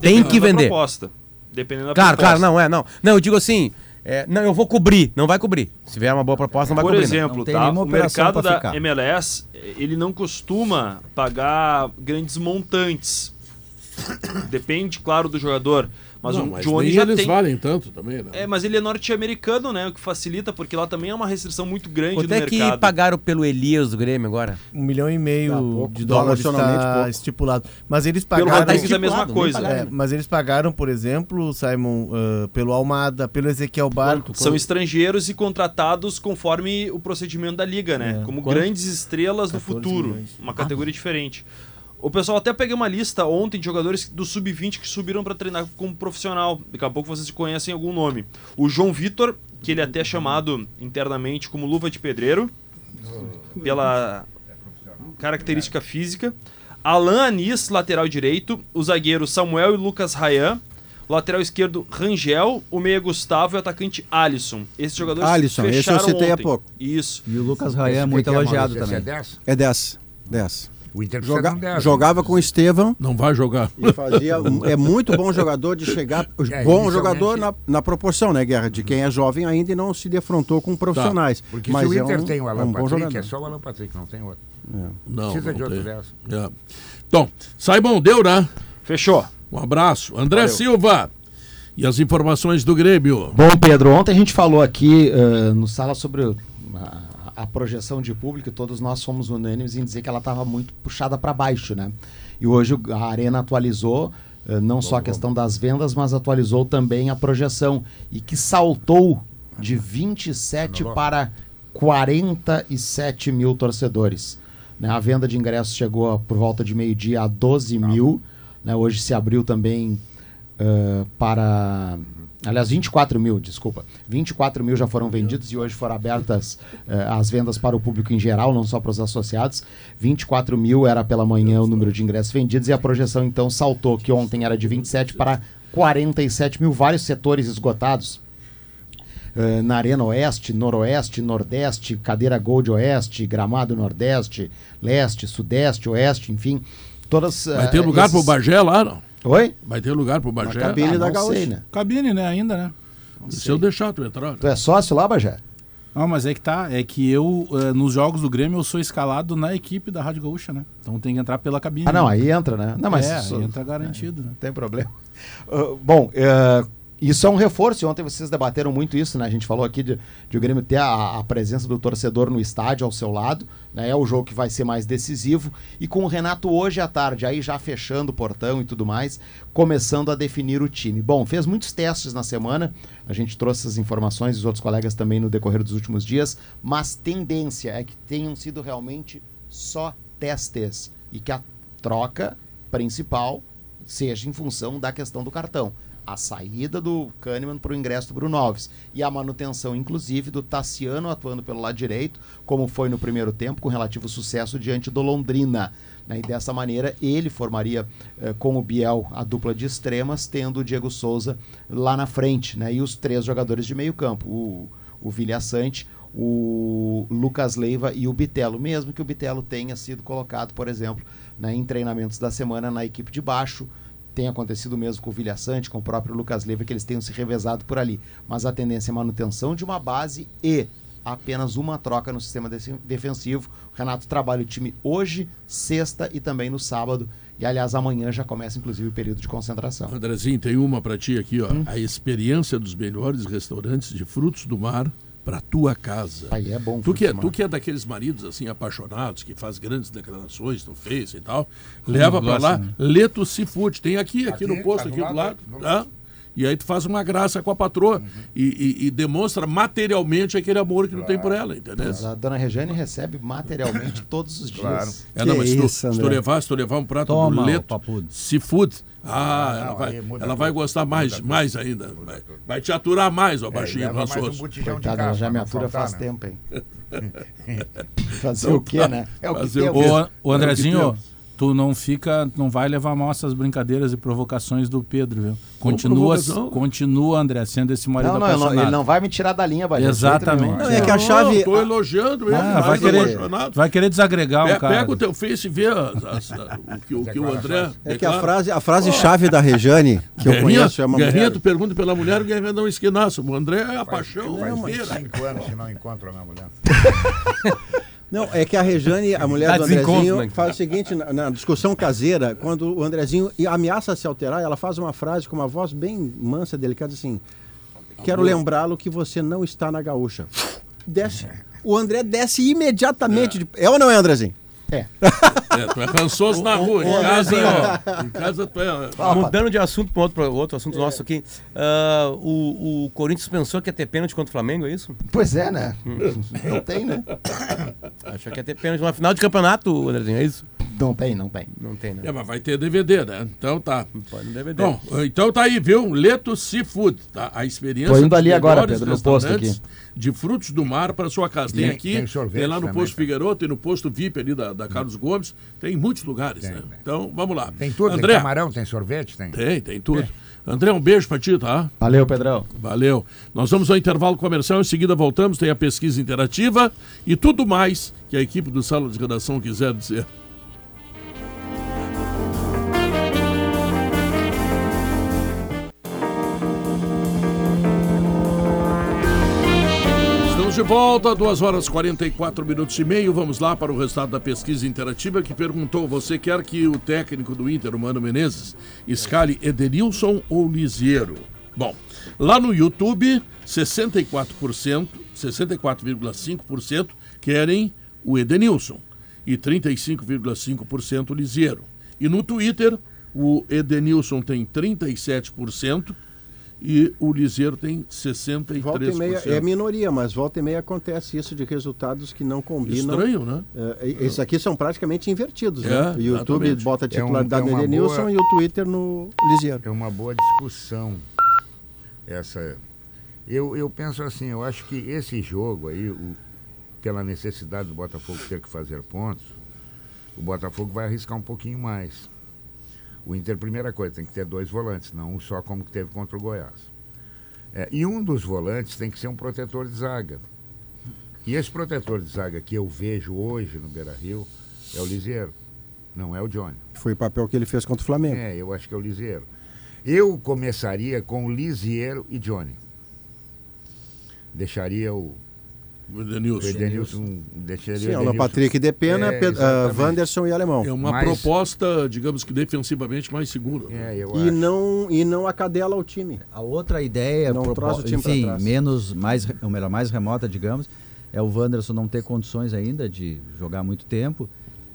[SPEAKER 7] Tem
[SPEAKER 10] Dependendo
[SPEAKER 7] que
[SPEAKER 10] da
[SPEAKER 7] vender.
[SPEAKER 10] Proposta. Dependendo da
[SPEAKER 7] Claro,
[SPEAKER 10] proposta.
[SPEAKER 7] claro, não é, não. Não, eu digo assim, é, não, eu vou cobrir, não vai cobrir. Se vier uma boa proposta, não vai
[SPEAKER 10] Por
[SPEAKER 7] cobrir. né?
[SPEAKER 10] exemplo,
[SPEAKER 4] Não tem
[SPEAKER 10] tá?
[SPEAKER 4] nenhuma
[SPEAKER 10] O
[SPEAKER 4] operação
[SPEAKER 10] mercado
[SPEAKER 4] pra
[SPEAKER 10] da
[SPEAKER 4] ficar.
[SPEAKER 10] MLS, ele não costuma pagar grandes montantes. Depende, claro, do jogador. Mas
[SPEAKER 2] Não,
[SPEAKER 10] o
[SPEAKER 2] mas
[SPEAKER 10] Johnny
[SPEAKER 2] nem
[SPEAKER 10] já
[SPEAKER 2] eles
[SPEAKER 10] tem.
[SPEAKER 2] valem tanto também, né?
[SPEAKER 10] É, mas ele é norte-americano, né? O que facilita, porque lá também é uma restrição muito grande
[SPEAKER 7] Quanto
[SPEAKER 10] no
[SPEAKER 7] é
[SPEAKER 10] mercado.
[SPEAKER 7] que pagaram pelo Elias do Grêmio agora?
[SPEAKER 6] Um milhão e meio
[SPEAKER 8] Tá pouco,
[SPEAKER 6] de dólares
[SPEAKER 8] proporcionalmente
[SPEAKER 6] tá
[SPEAKER 8] pouco.
[SPEAKER 6] estipulado. Mas eles
[SPEAKER 10] Pelo
[SPEAKER 6] pagaram.
[SPEAKER 10] Rodrigues é a mesma
[SPEAKER 7] Estipulado, nem
[SPEAKER 10] coisa.
[SPEAKER 7] pagaram.
[SPEAKER 6] É, mas eles pagaram, por exemplo, Simon, ah, pelo Almada, pelo Ezequiel Barco.
[SPEAKER 10] São estrangeiros e contratados conforme o procedimento da liga, né? Como grandes estrelas do
[SPEAKER 6] 14
[SPEAKER 10] futuro.
[SPEAKER 6] milhões.
[SPEAKER 10] Uma categoria diferente. O pessoal até peguei uma lista ontem de jogadores do sub-20 que subiram pra treinar como profissional. Daqui a pouco vocês conhecem algum nome. O João Vitor, que ele é até chamado internamente como luva de pedreiro, pela característica física. Alan Anis, lateral direito. O zagueiro Samuel e Lucas Rayan.
[SPEAKER 12] Lateral esquerdo, Rangel, o meia Gustavo e o atacante Alisson. Esses jogadores
[SPEAKER 8] Alisson, esse eu
[SPEAKER 12] fecharam
[SPEAKER 8] citei há
[SPEAKER 12] ontem.
[SPEAKER 8] pouco.
[SPEAKER 12] Isso.
[SPEAKER 4] E o Lucas
[SPEAKER 8] Esse
[SPEAKER 4] Raia é
[SPEAKER 8] que
[SPEAKER 4] muito
[SPEAKER 8] que é,
[SPEAKER 4] elogiado
[SPEAKER 8] Maurício?
[SPEAKER 4] também.
[SPEAKER 8] Esse É 10. 10.
[SPEAKER 5] O Inter
[SPEAKER 4] precisa
[SPEAKER 8] Joga-
[SPEAKER 4] de um dez, né?
[SPEAKER 8] jogava com o Estevam.
[SPEAKER 2] Não vai jogar.
[SPEAKER 8] E fazia um- é muito bom jogador de chegar.
[SPEAKER 5] É,
[SPEAKER 8] bom
[SPEAKER 5] inicialmente-
[SPEAKER 8] jogador na, na proporção, né, Guerra? De quem é jovem ainda e não se defrontou com profissionais.
[SPEAKER 5] Tá. Porque
[SPEAKER 8] Mas
[SPEAKER 5] se o
[SPEAKER 8] é
[SPEAKER 5] Inter
[SPEAKER 8] um-
[SPEAKER 5] tem o
[SPEAKER 8] é
[SPEAKER 5] Alan
[SPEAKER 8] um bom
[SPEAKER 5] Patrick,
[SPEAKER 8] jogador.
[SPEAKER 5] é só o Alan Patrick, não tem outro.
[SPEAKER 2] Não,
[SPEAKER 5] Precisa
[SPEAKER 2] não
[SPEAKER 5] de
[SPEAKER 2] tem.
[SPEAKER 5] outro dessa.
[SPEAKER 2] É. Então, saibam, deu, né?
[SPEAKER 12] Fechou.
[SPEAKER 2] Um abraço. André
[SPEAKER 13] Valeu.
[SPEAKER 2] Silva. E as informações do Grêmio.
[SPEAKER 13] Bom, Pedro, ontem a gente falou aqui eh, no sala sobre o- a, a projeção de público, todos nós fomos unânimes em dizer que ela estava muito puxada para baixo, né? E hoje o- a Arena atualizou eh, não só a questão das vendas, mas atualizou também a projeção e que saltou de 27 para 47 mil torcedores. né? A venda de ingressos chegou por volta de meio-dia a 12 mil. né? Hoje se abriu também ah, para. Aliás, 24 mil, desculpa. 24 mil já foram vendidos e hoje foram abertas ah, as vendas para o público em geral, não só para os associados. 24 mil era pela manhã o número de ingressos vendidos e a projeção então saltou, que ontem era de 27 para 47 mil, vários setores esgotados. Eh, na Arena Oeste, Noroeste, Nordeste, Cadeira Gold Oeste, Gramado Nordeste, Leste, Sudeste, Oeste, enfim. Todas,
[SPEAKER 2] Vai
[SPEAKER 13] eh,
[SPEAKER 2] ter lugar pro
[SPEAKER 13] esses-
[SPEAKER 2] Bagé lá, não?
[SPEAKER 13] Oi?
[SPEAKER 2] Vai ter lugar pro Bagé.
[SPEAKER 13] cabine Ah, da não Gaúcha. sei, né?
[SPEAKER 3] Cabine, né? Ainda, né?
[SPEAKER 2] Se eu deixar tu entrar. né?
[SPEAKER 13] Tu é sócio lá, Bajé?
[SPEAKER 3] Não, mas é que tá. É que eu, eh, nos jogos do Grêmio, eu sou escalado na equipe da Rádio Gaúcha, né? Então tem que entrar pela cabine.
[SPEAKER 13] Ah, não, aí entra, né? Não, mas
[SPEAKER 3] é,
[SPEAKER 13] isso-
[SPEAKER 3] aí entra garantido, né?
[SPEAKER 13] Tem problema. Uh, bom, eh, isso é um reforço. e Ontem vocês debateram muito isso, né? A gente falou aqui de, de o Grêmio ter a, a presença do torcedor no estádio ao seu lado. né? É o jogo que vai ser mais decisivo. E com o Renato hoje à tarde, aí já fechando o portão e tudo mais, começando a definir o time. Bom, fez muitos testes na semana. A gente trouxe as informações e os outros colegas também no decorrer dos últimos dias. Mas tendência é que tenham sido realmente só testes. E que a troca principal seja em função da questão do cartão. A saída do Kahneman para o ingresso do Bruno Alves. E a manutenção, inclusive, do Tassiano atuando pelo lado direito, como foi no primeiro tempo, com relativo sucesso diante do Londrina. né? E dessa maneira, ele formaria eh, com o Biel a dupla de extremas, tendo o Diego Souza lá na frente. né? E os três jogadores de meio campo: o, o Vilha Sante, o Lucas Leiva e o Bitelo, mesmo que o Bitelo tenha sido colocado, por exemplo, né, em treinamentos da semana na equipe de baixo. Tem acontecido o mesmo com o Vilha Sante, com o próprio Lucas Leiva, que eles tenham se revezado por ali. Mas a tendência é manutenção de uma base e apenas uma troca no sistema desse- defensivo. O Renato trabalha o time hoje, sexta e também no sábado. E, aliás, amanhã já começa, inclusive, o período de concentração.
[SPEAKER 2] Andrezinho, tem uma pra ti aqui, ó. A experiência dos melhores restaurantes de frutos do mar pra tua casa.
[SPEAKER 13] Aí é bom.
[SPEAKER 2] Tu que é,
[SPEAKER 13] frutos do
[SPEAKER 2] tu
[SPEAKER 13] mar.
[SPEAKER 2] que é daqueles maridos assim apaixonados, que faz grandes declarações no Face e tal, leva pra
[SPEAKER 3] gosta,
[SPEAKER 2] lá,
[SPEAKER 3] né?
[SPEAKER 2] Leto Seafood. Tem aqui, aqui
[SPEAKER 5] Aqui,
[SPEAKER 2] no posto,
[SPEAKER 5] tá do
[SPEAKER 2] aqui do lado.
[SPEAKER 5] lado, Uhum.
[SPEAKER 2] tá? E aí tu faz uma graça com a patroa e, e- e demonstra materialmente aquele amor que tu tem por ela, entendeu?
[SPEAKER 13] Mas a dona Regiane recebe materialmente todos os dias.
[SPEAKER 2] Claro. É, não, mas se tu, se tu levar, se tu levar um prato
[SPEAKER 4] Toma,
[SPEAKER 2] do
[SPEAKER 4] ô
[SPEAKER 2] leto,
[SPEAKER 4] papudo.
[SPEAKER 2] seafood, ah, ela,
[SPEAKER 5] não,
[SPEAKER 2] vai,
[SPEAKER 5] aí é muda
[SPEAKER 2] ela vai
[SPEAKER 5] tudo,
[SPEAKER 2] gostar mais, mais ainda. Vai, vai te aturar mais, ó,
[SPEAKER 5] É, e
[SPEAKER 2] baixinho
[SPEAKER 5] leva mais um
[SPEAKER 2] rançoso.
[SPEAKER 5] botijão de
[SPEAKER 13] Coitada, ela
[SPEAKER 5] carro.
[SPEAKER 13] já me atura faz
[SPEAKER 3] né?
[SPEAKER 13] tempo, hein? Fazer o quê, né? É o que
[SPEAKER 2] Fazer o
[SPEAKER 13] temos.
[SPEAKER 2] quê?
[SPEAKER 3] Ô, ô,
[SPEAKER 2] É o que
[SPEAKER 3] Andrezinho,
[SPEAKER 2] temos.
[SPEAKER 3] tu não fica, não vai levar mal essas brincadeiras e provocações do Pedro, viu? Continua,
[SPEAKER 2] provocação?
[SPEAKER 3] continua, André, sendo esse marido
[SPEAKER 13] Não, não, eu não- ele
[SPEAKER 3] apaixonado.
[SPEAKER 13] não vai me tirar da linha, Bahia.
[SPEAKER 3] Exatamente.
[SPEAKER 8] Não, é que a chave.
[SPEAKER 2] Estou elogiando ele,
[SPEAKER 3] Ah, vai
[SPEAKER 2] mais
[SPEAKER 3] querer,
[SPEAKER 2] apaixonado.
[SPEAKER 3] vai querer desagregar
[SPEAKER 2] Pe-
[SPEAKER 3] o cara.
[SPEAKER 2] Pega o teu Face e vê as- as- o, que, o que o André.
[SPEAKER 8] É que a
[SPEAKER 2] declara.
[SPEAKER 8] frase, a frase chave da Rejane, que eu
[SPEAKER 2] Guerrinha,
[SPEAKER 8] conheço, é uma
[SPEAKER 2] Guerrinha,
[SPEAKER 8] mulher.
[SPEAKER 2] tu pergunta pela mulher, o Guerrinha dá um esquinaço. O André é a paixão,
[SPEAKER 5] Faz
[SPEAKER 2] a feira.
[SPEAKER 5] 25 anos que não encontro a minha mulher.
[SPEAKER 8] Não, é que a Rejane, a mulher
[SPEAKER 7] Tá
[SPEAKER 8] do
[SPEAKER 7] desencontro,
[SPEAKER 8] Andrezinho,
[SPEAKER 7] né?
[SPEAKER 8] faz o seguinte, na, na discussão caseira, quando o Andrezinho ameaça se alterar, ela faz uma frase com uma voz bem mansa, delicada, assim, quero lembrá-lo que você não está na gaúcha.
[SPEAKER 5] É.
[SPEAKER 8] Desce. O André desce imediatamente. de- É, ou não é, Andrezinho?
[SPEAKER 2] É, tu é rançoso na rua. Em casa, ó, em casa tu é.
[SPEAKER 7] Mudando de assunto para outro, pra outro
[SPEAKER 13] É.
[SPEAKER 7] assunto nosso aqui. ah, o, o Corinthians pensou que ia ter pênalti contra o Flamengo, é isso? Hum.
[SPEAKER 13] Pois é, né? Não tem, né?
[SPEAKER 7] Achou que ia ter pênalti na final de campeonato, Andrezinho, é isso?
[SPEAKER 13] Não tem, não tem.
[SPEAKER 7] Não tem,
[SPEAKER 2] É, mas vai ter DVD, né? Então tá.
[SPEAKER 7] Pode no DVD.
[SPEAKER 2] Bom, então tá aí, viu? Leto Seafood, tá? A experiência
[SPEAKER 13] Tô indo ali
[SPEAKER 2] dos
[SPEAKER 13] agora,
[SPEAKER 2] melhores
[SPEAKER 13] Pedro, no posto
[SPEAKER 2] restaurantes
[SPEAKER 13] aqui.
[SPEAKER 2] de frutos do mar para sua casa. Tem,
[SPEAKER 13] Tem-
[SPEAKER 2] aqui,
[SPEAKER 13] tem
[SPEAKER 2] tem,
[SPEAKER 13] sorvete
[SPEAKER 2] lá no
[SPEAKER 13] também,
[SPEAKER 5] tá?
[SPEAKER 2] posto Figueiredo, tem no posto VIP ali da, da Carlos Gomes, tem em muitos lugares, né? Então, vamos lá.
[SPEAKER 5] Hum. Tem tudo,
[SPEAKER 2] André,
[SPEAKER 5] tem camarão, tem sorvete, tem. É.
[SPEAKER 2] tem, tem tudo. André, um beijo pra ti, tá?
[SPEAKER 13] Valeu, Pedrão.
[SPEAKER 2] Valeu. Nós vamos ao intervalo comercial, em seguida voltamos, tem a pesquisa interativa e tudo mais que a equipe do Sala de Redação quiser dizer. Estamos de volta, 2 horas 44 minutos e meio. Vamos lá para o resultado da pesquisa interativa que perguntou: você quer que o técnico do Inter, o Mano Menezes, escale Edenilson ou Lisieiro? Bom, lá no YouTube, 64%, 64,5% querem o Edenilson e 35,5% o Lisieiro. E no Twitter, o Edenilson tem 37% e o Lisieiro tem 63%.
[SPEAKER 8] Volta e meia é minoria, mas volta e meia acontece isso de resultados que não combinam.
[SPEAKER 2] Estranho, né?
[SPEAKER 8] É, e- esses aqui são praticamente invertidos,
[SPEAKER 2] É,
[SPEAKER 8] né? O YouTube
[SPEAKER 2] exatamente.
[SPEAKER 8] bota
[SPEAKER 2] É
[SPEAKER 8] a
[SPEAKER 2] um-
[SPEAKER 8] titularidade
[SPEAKER 5] é
[SPEAKER 8] no
[SPEAKER 5] uma
[SPEAKER 8] Edenilson
[SPEAKER 5] boa-
[SPEAKER 8] e o Twitter no Lisieiro.
[SPEAKER 5] É uma boa discussão essa. Eu, eu penso assim, eu acho que esse jogo aí, o- pela necessidade do Botafogo ter que fazer pontos, o Botafogo vai arriscar um pouquinho mais. O Inter, primeira coisa, tem que ter dois volantes, não um só como que teve contra o Goiás. É, e um dos volantes tem que ser um protetor de zaga. E esse protetor de zaga que eu vejo hoje no Beira Rio é o Liseiro, não é o Johnny.
[SPEAKER 8] Foi o papel que ele fez contra o Flamengo.
[SPEAKER 5] É, eu acho que é o Liseiro. Eu começaria com Liseiro e Johnny. Deixaria o.
[SPEAKER 2] O Edenilson.
[SPEAKER 5] O Edenilson. hum, Deixaria
[SPEAKER 4] é
[SPEAKER 8] Sim,
[SPEAKER 5] o
[SPEAKER 8] Alan
[SPEAKER 5] Edenilson.
[SPEAKER 8] Patrick de Pena,
[SPEAKER 5] É,
[SPEAKER 8] Ped- ah,
[SPEAKER 5] exatamente.
[SPEAKER 8] Wanderson e Alemão.
[SPEAKER 2] É uma
[SPEAKER 8] Mas-
[SPEAKER 2] proposta, digamos que defensivamente mais segura. né?
[SPEAKER 5] É, eu
[SPEAKER 8] E não, e não acadela o time.
[SPEAKER 4] A outra ideia,
[SPEAKER 8] não
[SPEAKER 4] propo-
[SPEAKER 8] traz o time
[SPEAKER 4] enfim,
[SPEAKER 8] pra trás.
[SPEAKER 4] menos, mais, ou melhor, mais remota, digamos, é o Wanderson não ter condições ainda de jogar muito tempo.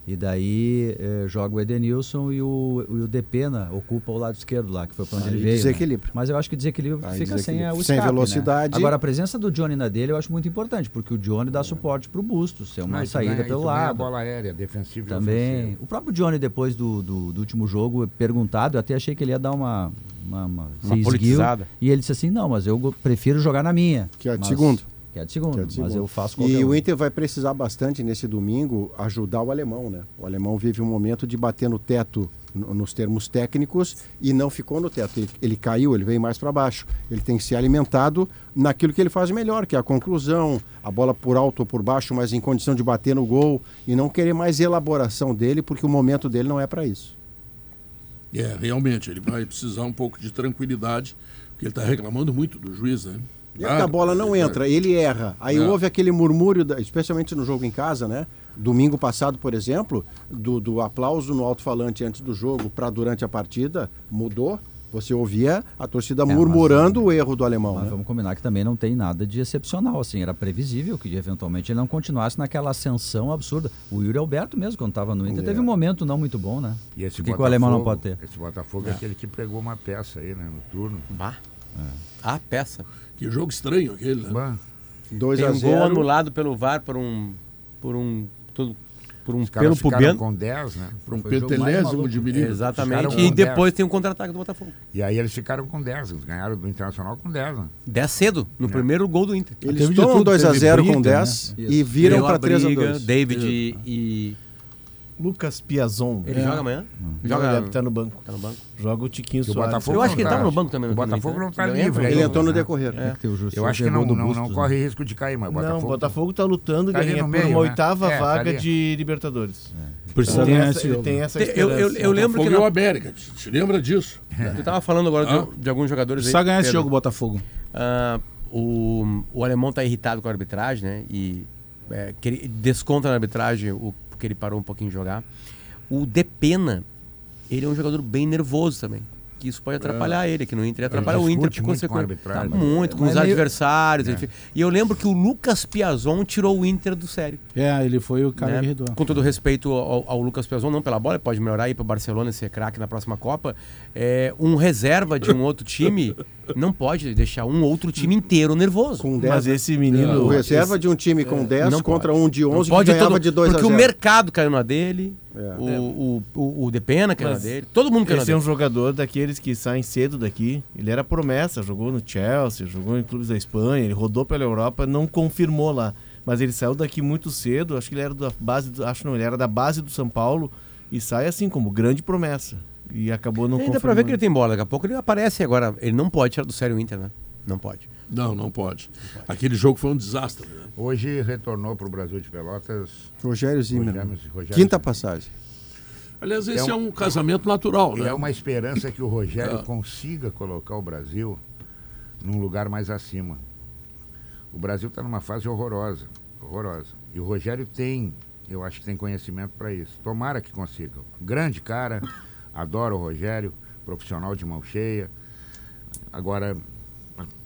[SPEAKER 4] E daí eh, joga o Edenilson e o, e o Depena ocupa o lado esquerdo lá, que foi pra onde
[SPEAKER 8] Aí
[SPEAKER 4] ele veio. né?
[SPEAKER 8] desequilíbrio.
[SPEAKER 4] Mas eu acho que desequilíbrio
[SPEAKER 8] Aí
[SPEAKER 4] fica sem a,
[SPEAKER 8] desequilíbrio.
[SPEAKER 4] o
[SPEAKER 8] Sem
[SPEAKER 4] escape, né?
[SPEAKER 8] velocidade.
[SPEAKER 4] Agora, a presença do Johnny na dele eu acho muito importante, porque o Johnny dá suporte pro Bustos, é uma
[SPEAKER 5] É. Mas também-
[SPEAKER 4] saída pelo
[SPEAKER 5] e também A
[SPEAKER 4] lado.
[SPEAKER 5] bola aérea, defensiva
[SPEAKER 8] Tá
[SPEAKER 5] e
[SPEAKER 4] Também.
[SPEAKER 5] ofensiva.
[SPEAKER 4] O próprio Johnny, depois do, do, do último jogo, é perguntado, eu até achei que ele ia dar uma. Uma, uma, se esguio.
[SPEAKER 7] politizada.
[SPEAKER 4] E ele disse assim: não, mas eu go- prefiro jogar na minha.
[SPEAKER 8] Que é de
[SPEAKER 4] Mas-
[SPEAKER 8] segundo.
[SPEAKER 4] Que é de segundo.
[SPEAKER 8] Que é de
[SPEAKER 4] Mas
[SPEAKER 8] segundo.
[SPEAKER 4] eu faço qualquer
[SPEAKER 8] E
[SPEAKER 4] um.
[SPEAKER 8] o Inter vai precisar bastante nesse domingo ajudar o alemão, né? O alemão vive um momento de bater no teto no- nos termos técnicos e não ficou no teto. Ele, ele caiu, ele veio mais para baixo. Ele tem que ser alimentado naquilo que ele faz melhor, que é a conclusão, a bola por alto ou por baixo, mas em condição de bater no gol e não querer mais elaboração dele, porque o momento dele não é para isso.
[SPEAKER 2] É, realmente, ele vai precisar um pouco de tranquilidade, porque ele está reclamando muito do juiz, né? Ah,
[SPEAKER 8] E é a bola não entra, ele erra. Aí
[SPEAKER 2] É.
[SPEAKER 8] houve aquele murmúrio, da- especialmente no jogo em casa, né? Domingo passado, por exemplo, do, do aplauso no alto-falante antes do jogo para durante a partida, mudou. Você ouvia a
[SPEAKER 3] É,
[SPEAKER 8] torcida
[SPEAKER 4] É, mas-
[SPEAKER 8] tá murmurando o erro do alemão.
[SPEAKER 4] Mas
[SPEAKER 8] né?
[SPEAKER 4] vamos combinar que também não tem nada de excepcional, assim. Era previsível que eventualmente ele não continuasse naquela ascensão absurda. O Yuri Alberto mesmo, quando estava no Inter,
[SPEAKER 5] É.
[SPEAKER 4] teve um momento não muito bom, né?
[SPEAKER 5] E esse
[SPEAKER 4] o que, que
[SPEAKER 5] Botafogo,
[SPEAKER 4] o alemão não pode ter?
[SPEAKER 5] Esse Botafogo é.
[SPEAKER 4] É.
[SPEAKER 5] aquele que pregou uma peça aí, né? No turno.
[SPEAKER 7] Bah. A peça.
[SPEAKER 2] Que jogo estranho aquele, né?
[SPEAKER 5] Bah.
[SPEAKER 8] Dois
[SPEAKER 7] Tem
[SPEAKER 8] a
[SPEAKER 7] um gol
[SPEAKER 8] zero.
[SPEAKER 7] anulado pelo VAR por um. Por um. Todo, por um
[SPEAKER 5] Os caras
[SPEAKER 7] pelo
[SPEAKER 5] ficaram
[SPEAKER 7] pubiano.
[SPEAKER 5] com 10, né?
[SPEAKER 2] Por um Foi o jogo mais pentelésimo maluco. de milímetro.
[SPEAKER 5] Ficaram
[SPEAKER 7] Exatamente.
[SPEAKER 5] com
[SPEAKER 7] E
[SPEAKER 5] 10.
[SPEAKER 7] depois tem um contra-ataque do Botafogo.
[SPEAKER 5] E aí eles ficaram com 10, eles ganharam do Internacional com 10, né?
[SPEAKER 7] 10 cedo, no primeiro gol do Inter.
[SPEAKER 5] Eles
[SPEAKER 7] Teve de
[SPEAKER 5] tomam
[SPEAKER 7] tudo,
[SPEAKER 5] 2 a
[SPEAKER 7] teve
[SPEAKER 5] 0
[SPEAKER 7] briga,
[SPEAKER 5] com
[SPEAKER 8] 10
[SPEAKER 7] né?
[SPEAKER 8] e
[SPEAKER 7] Isso.
[SPEAKER 8] viram
[SPEAKER 7] Deu a
[SPEAKER 8] pra 3 a
[SPEAKER 7] briga,
[SPEAKER 8] 2.
[SPEAKER 7] David e- e.
[SPEAKER 6] Lucas Piazon.
[SPEAKER 7] Ele joga amanhã? Joga-
[SPEAKER 6] Joga. Ele deve estar no banco.
[SPEAKER 7] Tá no banco.
[SPEAKER 6] Joga o Tiquinho
[SPEAKER 7] Que o
[SPEAKER 6] Soares.
[SPEAKER 7] Botafogo Eu acho não que ele tá. tava no banco também,
[SPEAKER 5] O Ah, Botafogo não está
[SPEAKER 6] Ele
[SPEAKER 5] livre.
[SPEAKER 6] entrou. Ele entrou no
[SPEAKER 5] né?
[SPEAKER 6] decorrer.
[SPEAKER 5] É.
[SPEAKER 6] É que tem o Justus
[SPEAKER 5] Eu acho que
[SPEAKER 6] Gregor
[SPEAKER 5] não,
[SPEAKER 6] do
[SPEAKER 5] não, não
[SPEAKER 6] Bustos,
[SPEAKER 5] corre
[SPEAKER 6] né?
[SPEAKER 5] risco de cair, mas o
[SPEAKER 6] Não, o
[SPEAKER 5] Botafogo...
[SPEAKER 6] Botafogo está lutando,
[SPEAKER 5] Tá ali
[SPEAKER 6] Guerrinha,
[SPEAKER 5] no
[SPEAKER 6] por
[SPEAKER 5] meio,
[SPEAKER 6] uma
[SPEAKER 5] né?
[SPEAKER 6] oitava
[SPEAKER 5] É, tá
[SPEAKER 6] vaga
[SPEAKER 5] ali.
[SPEAKER 6] de Libertadores.
[SPEAKER 7] Precisa
[SPEAKER 6] ele tem
[SPEAKER 7] ganhar
[SPEAKER 6] essa,
[SPEAKER 7] esse
[SPEAKER 6] ele
[SPEAKER 7] jogo.
[SPEAKER 6] tem essa
[SPEAKER 5] né?
[SPEAKER 7] Eu- eu-
[SPEAKER 6] esperança.
[SPEAKER 7] eu- eu lembro que
[SPEAKER 2] Botafogo e
[SPEAKER 7] na-
[SPEAKER 2] o América, te te lembra disso?
[SPEAKER 7] Tu tava falando agora de- de, alguns jogadores
[SPEAKER 2] Precisa
[SPEAKER 7] aí.
[SPEAKER 2] ganhar esse
[SPEAKER 7] Pedro.
[SPEAKER 2] jogo,
[SPEAKER 7] Botafogo. o, o alemão tá irritado com a arbitragem, né? E é, que ele desconta na arbitragem o, porque ele parou um pouquinho de jogar. O Depena, ele é um jogador bem nervoso também. Que isso pode atrapalhar ele aqui no Inter. Atrapalha o
[SPEAKER 5] discute
[SPEAKER 7] Inter por
[SPEAKER 5] muito com a
[SPEAKER 7] consequência.
[SPEAKER 5] arbitragem.
[SPEAKER 7] Tá muito, com
[SPEAKER 5] Mas
[SPEAKER 7] os
[SPEAKER 5] meio-
[SPEAKER 7] adversários.
[SPEAKER 5] É.
[SPEAKER 7] enfim. E eu lembro que o Lucas Piazon tirou o Inter do sério.
[SPEAKER 3] É, ele foi o cara
[SPEAKER 7] né?
[SPEAKER 3] que irritou.
[SPEAKER 7] Com todo o respeito ao, ao Lucas Piazon, não pela bola, ele pode melhorar aí para Barcelona e ser craque na próxima Copa. É, um reserva de um outro time não pode deixar um outro time inteiro nervoso. É,
[SPEAKER 8] Mas 10, né? esse menino- um
[SPEAKER 3] é,
[SPEAKER 8] O reserva de um time com 10 contra um de 11 que ganhava de 2 a
[SPEAKER 7] Porque o
[SPEAKER 8] 0.
[SPEAKER 7] mercado caiu na dele,
[SPEAKER 3] É.
[SPEAKER 7] O,
[SPEAKER 3] É.
[SPEAKER 7] o, o, o Depena, que era
[SPEAKER 6] Mas
[SPEAKER 7] dele. Todo mundo que era
[SPEAKER 6] Esse é
[SPEAKER 7] dele.
[SPEAKER 6] um jogador daqueles que saem cedo daqui. Ele era promessa, jogou no Chelsea, jogou em clubes da Espanha, ele rodou pela Europa, não confirmou lá. Mas ele saiu daqui muito cedo, acho que ele era da base do, acho não, ele era da base do São Paulo e sai assim como grande promessa. E acabou não
[SPEAKER 7] Ainda pra ver que ele tem bola. Daqui a pouco ele aparece agora. Ele não pode tirar do sério o Inter, né? Não pode.
[SPEAKER 2] Não, não pode. Aquele jogo foi um desastre.
[SPEAKER 7] né?
[SPEAKER 5] Hoje retornou para o Brasil de Pelotas.
[SPEAKER 8] Rogério Zimmer.
[SPEAKER 5] Rogério- Rogério
[SPEAKER 8] Quinta passagem.
[SPEAKER 2] Aliás,
[SPEAKER 5] É
[SPEAKER 2] esse é um,
[SPEAKER 5] um-
[SPEAKER 2] casamento natural,
[SPEAKER 5] E
[SPEAKER 2] né?
[SPEAKER 5] é uma esperança que o Rogério
[SPEAKER 2] Ah.
[SPEAKER 5] consiga colocar o Brasil num lugar mais acima. O Brasil está numa fase horrorosa, horrorosa. E o Rogério tem, eu acho que tem conhecimento para isso. Tomara que consiga. Grande cara, adoro o Rogério, profissional de mão cheia. Agora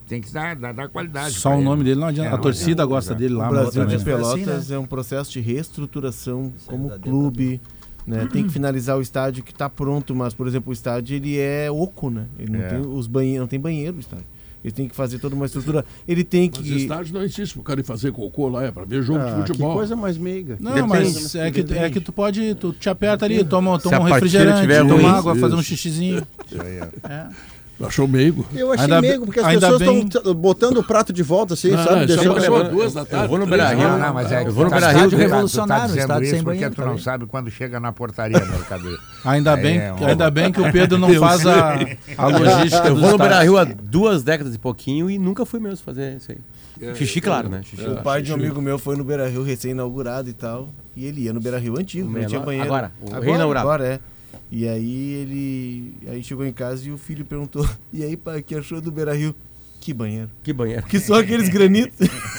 [SPEAKER 5] tem que dar, dar, dar qualidade.
[SPEAKER 3] Só
[SPEAKER 5] pra
[SPEAKER 3] o
[SPEAKER 5] ele. É,
[SPEAKER 3] nome dele É, não adianta. né? A torcida gosta dele lá,
[SPEAKER 6] O Brasil
[SPEAKER 3] mas
[SPEAKER 6] de
[SPEAKER 3] também.
[SPEAKER 6] Pelotas
[SPEAKER 3] Assim,
[SPEAKER 6] é um processo de reestruturação como clube. Né? Tem que finalizar o estádio que está pronto, mas, por exemplo, o estádio ele é oco, né? Ele não,
[SPEAKER 2] É.
[SPEAKER 6] tem os banhe... não tem banheiro o estádio. Ele tem que fazer toda uma estrutura. Ele tem
[SPEAKER 2] Mas
[SPEAKER 6] que.
[SPEAKER 2] estádio não existe pro cara ir fazer cocô lá, é pra ver jogo de
[SPEAKER 6] Ah,
[SPEAKER 2] futebol.
[SPEAKER 6] que coisa
[SPEAKER 8] mais meiga.
[SPEAKER 3] Não, mas é que, é que tu pode, tu te aperta ali, toma,
[SPEAKER 2] Se
[SPEAKER 3] toma
[SPEAKER 2] a
[SPEAKER 3] um
[SPEAKER 2] partilha
[SPEAKER 3] refrigerante,
[SPEAKER 2] tiver
[SPEAKER 3] toma
[SPEAKER 2] ruim,
[SPEAKER 3] água,
[SPEAKER 2] isso.
[SPEAKER 3] fazer um xixizinho. É.
[SPEAKER 2] Achou meigo.
[SPEAKER 8] Eu achei
[SPEAKER 3] Ainda
[SPEAKER 8] meigo,
[SPEAKER 3] bem-
[SPEAKER 8] porque as
[SPEAKER 3] ainda
[SPEAKER 8] pessoas
[SPEAKER 3] bem-
[SPEAKER 8] estão botando o prato de volta, assim,
[SPEAKER 3] Não,
[SPEAKER 8] sabe?
[SPEAKER 3] isso
[SPEAKER 8] Deixando-
[SPEAKER 3] é uma- duas da tarde,
[SPEAKER 7] Eu vou no
[SPEAKER 3] três
[SPEAKER 7] Beira
[SPEAKER 3] da
[SPEAKER 7] Rio.
[SPEAKER 3] manhã.
[SPEAKER 5] Não, mas é
[SPEAKER 7] eu vou no
[SPEAKER 5] tá-
[SPEAKER 7] Beira
[SPEAKER 5] tá
[SPEAKER 7] Rio.
[SPEAKER 5] dizendo
[SPEAKER 3] revolucionário,
[SPEAKER 5] isso, tu tá
[SPEAKER 3] estado
[SPEAKER 5] dizendo
[SPEAKER 3] né? sem
[SPEAKER 5] isso porque
[SPEAKER 3] banheiro
[SPEAKER 5] tu não
[SPEAKER 3] também.
[SPEAKER 5] sabe quando chega na portaria, mercadoria.
[SPEAKER 3] Ainda bem,
[SPEAKER 5] é um-
[SPEAKER 3] ainda bem que o Pedro não faz a, a logística
[SPEAKER 7] Eu
[SPEAKER 3] do
[SPEAKER 7] vou no Beira
[SPEAKER 3] estádio.
[SPEAKER 7] Rio há duas décadas e pouquinho e nunca fui mesmo fazer isso aí.
[SPEAKER 2] É,
[SPEAKER 7] Xixi, claro, né? Xixi,
[SPEAKER 6] o
[SPEAKER 7] claro.
[SPEAKER 6] pai de um
[SPEAKER 7] Xixi.
[SPEAKER 6] amigo meu foi no Beira Rio recém-inaugurado e tal. E ele ia no Beira Rio antigo,
[SPEAKER 7] O
[SPEAKER 6] não tinha
[SPEAKER 7] menor-
[SPEAKER 6] banheiro.
[SPEAKER 7] agora, o
[SPEAKER 6] agora,
[SPEAKER 7] reinaugurado.
[SPEAKER 6] agora, é. E aí ele. Aí chegou em casa e o filho perguntou: E aí, pai, o que achou do Beira Rio? Que banheiro.
[SPEAKER 7] Que banheiro.
[SPEAKER 6] Que só aqueles granitos.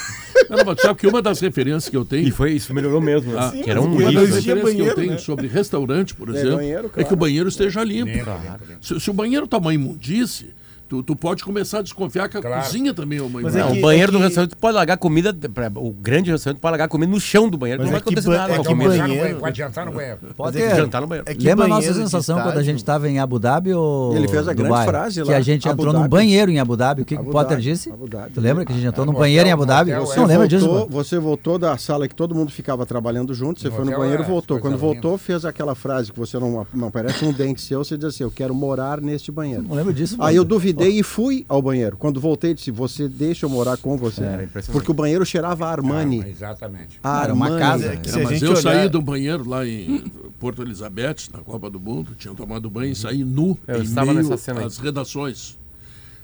[SPEAKER 2] Não, mas sabe que uma das referências que eu tenho.
[SPEAKER 7] E foi isso, melhorou mesmo. né?
[SPEAKER 2] Ah,
[SPEAKER 7] que era um
[SPEAKER 2] uma
[SPEAKER 7] lixo,
[SPEAKER 2] das
[SPEAKER 7] né?
[SPEAKER 2] referências que eu tenho sobre restaurante, por
[SPEAKER 7] É,
[SPEAKER 2] exemplo, é,
[SPEAKER 7] banheiro,
[SPEAKER 2] que o
[SPEAKER 7] claro.
[SPEAKER 2] banheiro esteja limpo.
[SPEAKER 7] Limpo, limpo,
[SPEAKER 2] Se, se o banheiro tá uma imundice, tu, tu pode começar a desconfiar que a cozinha também é uma imundice.
[SPEAKER 7] Não, o banheiro do restaurante tu pode largar comida, pra- o grande restaurante pode largar comida no chão do banheiro,
[SPEAKER 2] Mas
[SPEAKER 7] não vai
[SPEAKER 2] é que
[SPEAKER 7] acontecer
[SPEAKER 2] ban-
[SPEAKER 7] nada.
[SPEAKER 2] é
[SPEAKER 7] com a
[SPEAKER 2] que
[SPEAKER 7] comida.
[SPEAKER 2] banheiro-
[SPEAKER 5] Pode jantar no banheiro.
[SPEAKER 7] Pode ter. jantar no banheiro.
[SPEAKER 4] Lembra a nossa sensação quando a gente estava em Abu Dhabi ou
[SPEAKER 8] Ele fez a grande
[SPEAKER 4] Dubai?
[SPEAKER 8] frase lá.
[SPEAKER 4] Que a gente
[SPEAKER 8] Abu
[SPEAKER 4] entrou num
[SPEAKER 8] Dhabi.
[SPEAKER 4] banheiro em Abu Dhabi. O que, que
[SPEAKER 8] Tá Abu
[SPEAKER 4] o Potter
[SPEAKER 8] Dhabi,
[SPEAKER 4] disse?
[SPEAKER 8] Abu Dhabi.
[SPEAKER 4] Tu lembra que a gente entrou
[SPEAKER 8] É,
[SPEAKER 4] num
[SPEAKER 8] no
[SPEAKER 4] banheiro em
[SPEAKER 8] hotel,
[SPEAKER 4] Abu Dhabi?
[SPEAKER 8] no
[SPEAKER 4] Você
[SPEAKER 8] hotel,
[SPEAKER 4] não lembra
[SPEAKER 8] é.
[SPEAKER 4] disso?
[SPEAKER 8] voltou,
[SPEAKER 4] Potter?
[SPEAKER 8] Você voltou da sala que todo mundo ficava trabalhando junto, você
[SPEAKER 4] No
[SPEAKER 8] foi no
[SPEAKER 4] hotel,
[SPEAKER 8] banheiro
[SPEAKER 4] é,
[SPEAKER 8] e voltou.
[SPEAKER 4] coisa
[SPEAKER 8] Quando
[SPEAKER 4] linda.
[SPEAKER 8] voltou, fez aquela frase que você não, não parece um dente seu, você diz assim, eu quero morar neste banheiro.
[SPEAKER 4] Não lembro disso,
[SPEAKER 8] Aí eu
[SPEAKER 4] Walter.
[SPEAKER 8] duvidei e fui ao banheiro. Quando voltei, disse, você deixa eu morar com você.
[SPEAKER 5] Era impressionante.
[SPEAKER 8] Porque o banheiro cheirava a Armani.
[SPEAKER 5] Ah, exatamente.
[SPEAKER 8] A
[SPEAKER 2] Era uma
[SPEAKER 8] Armani.
[SPEAKER 2] casa.
[SPEAKER 7] né?
[SPEAKER 2] É, mas eu saí do banheiro lá em Porto Elizabeth, na Copa do Mundo, tinha tomado banho e saí nu
[SPEAKER 7] Eu
[SPEAKER 2] em
[SPEAKER 7] estava
[SPEAKER 2] meio
[SPEAKER 7] nessa cena aí.
[SPEAKER 2] às redações.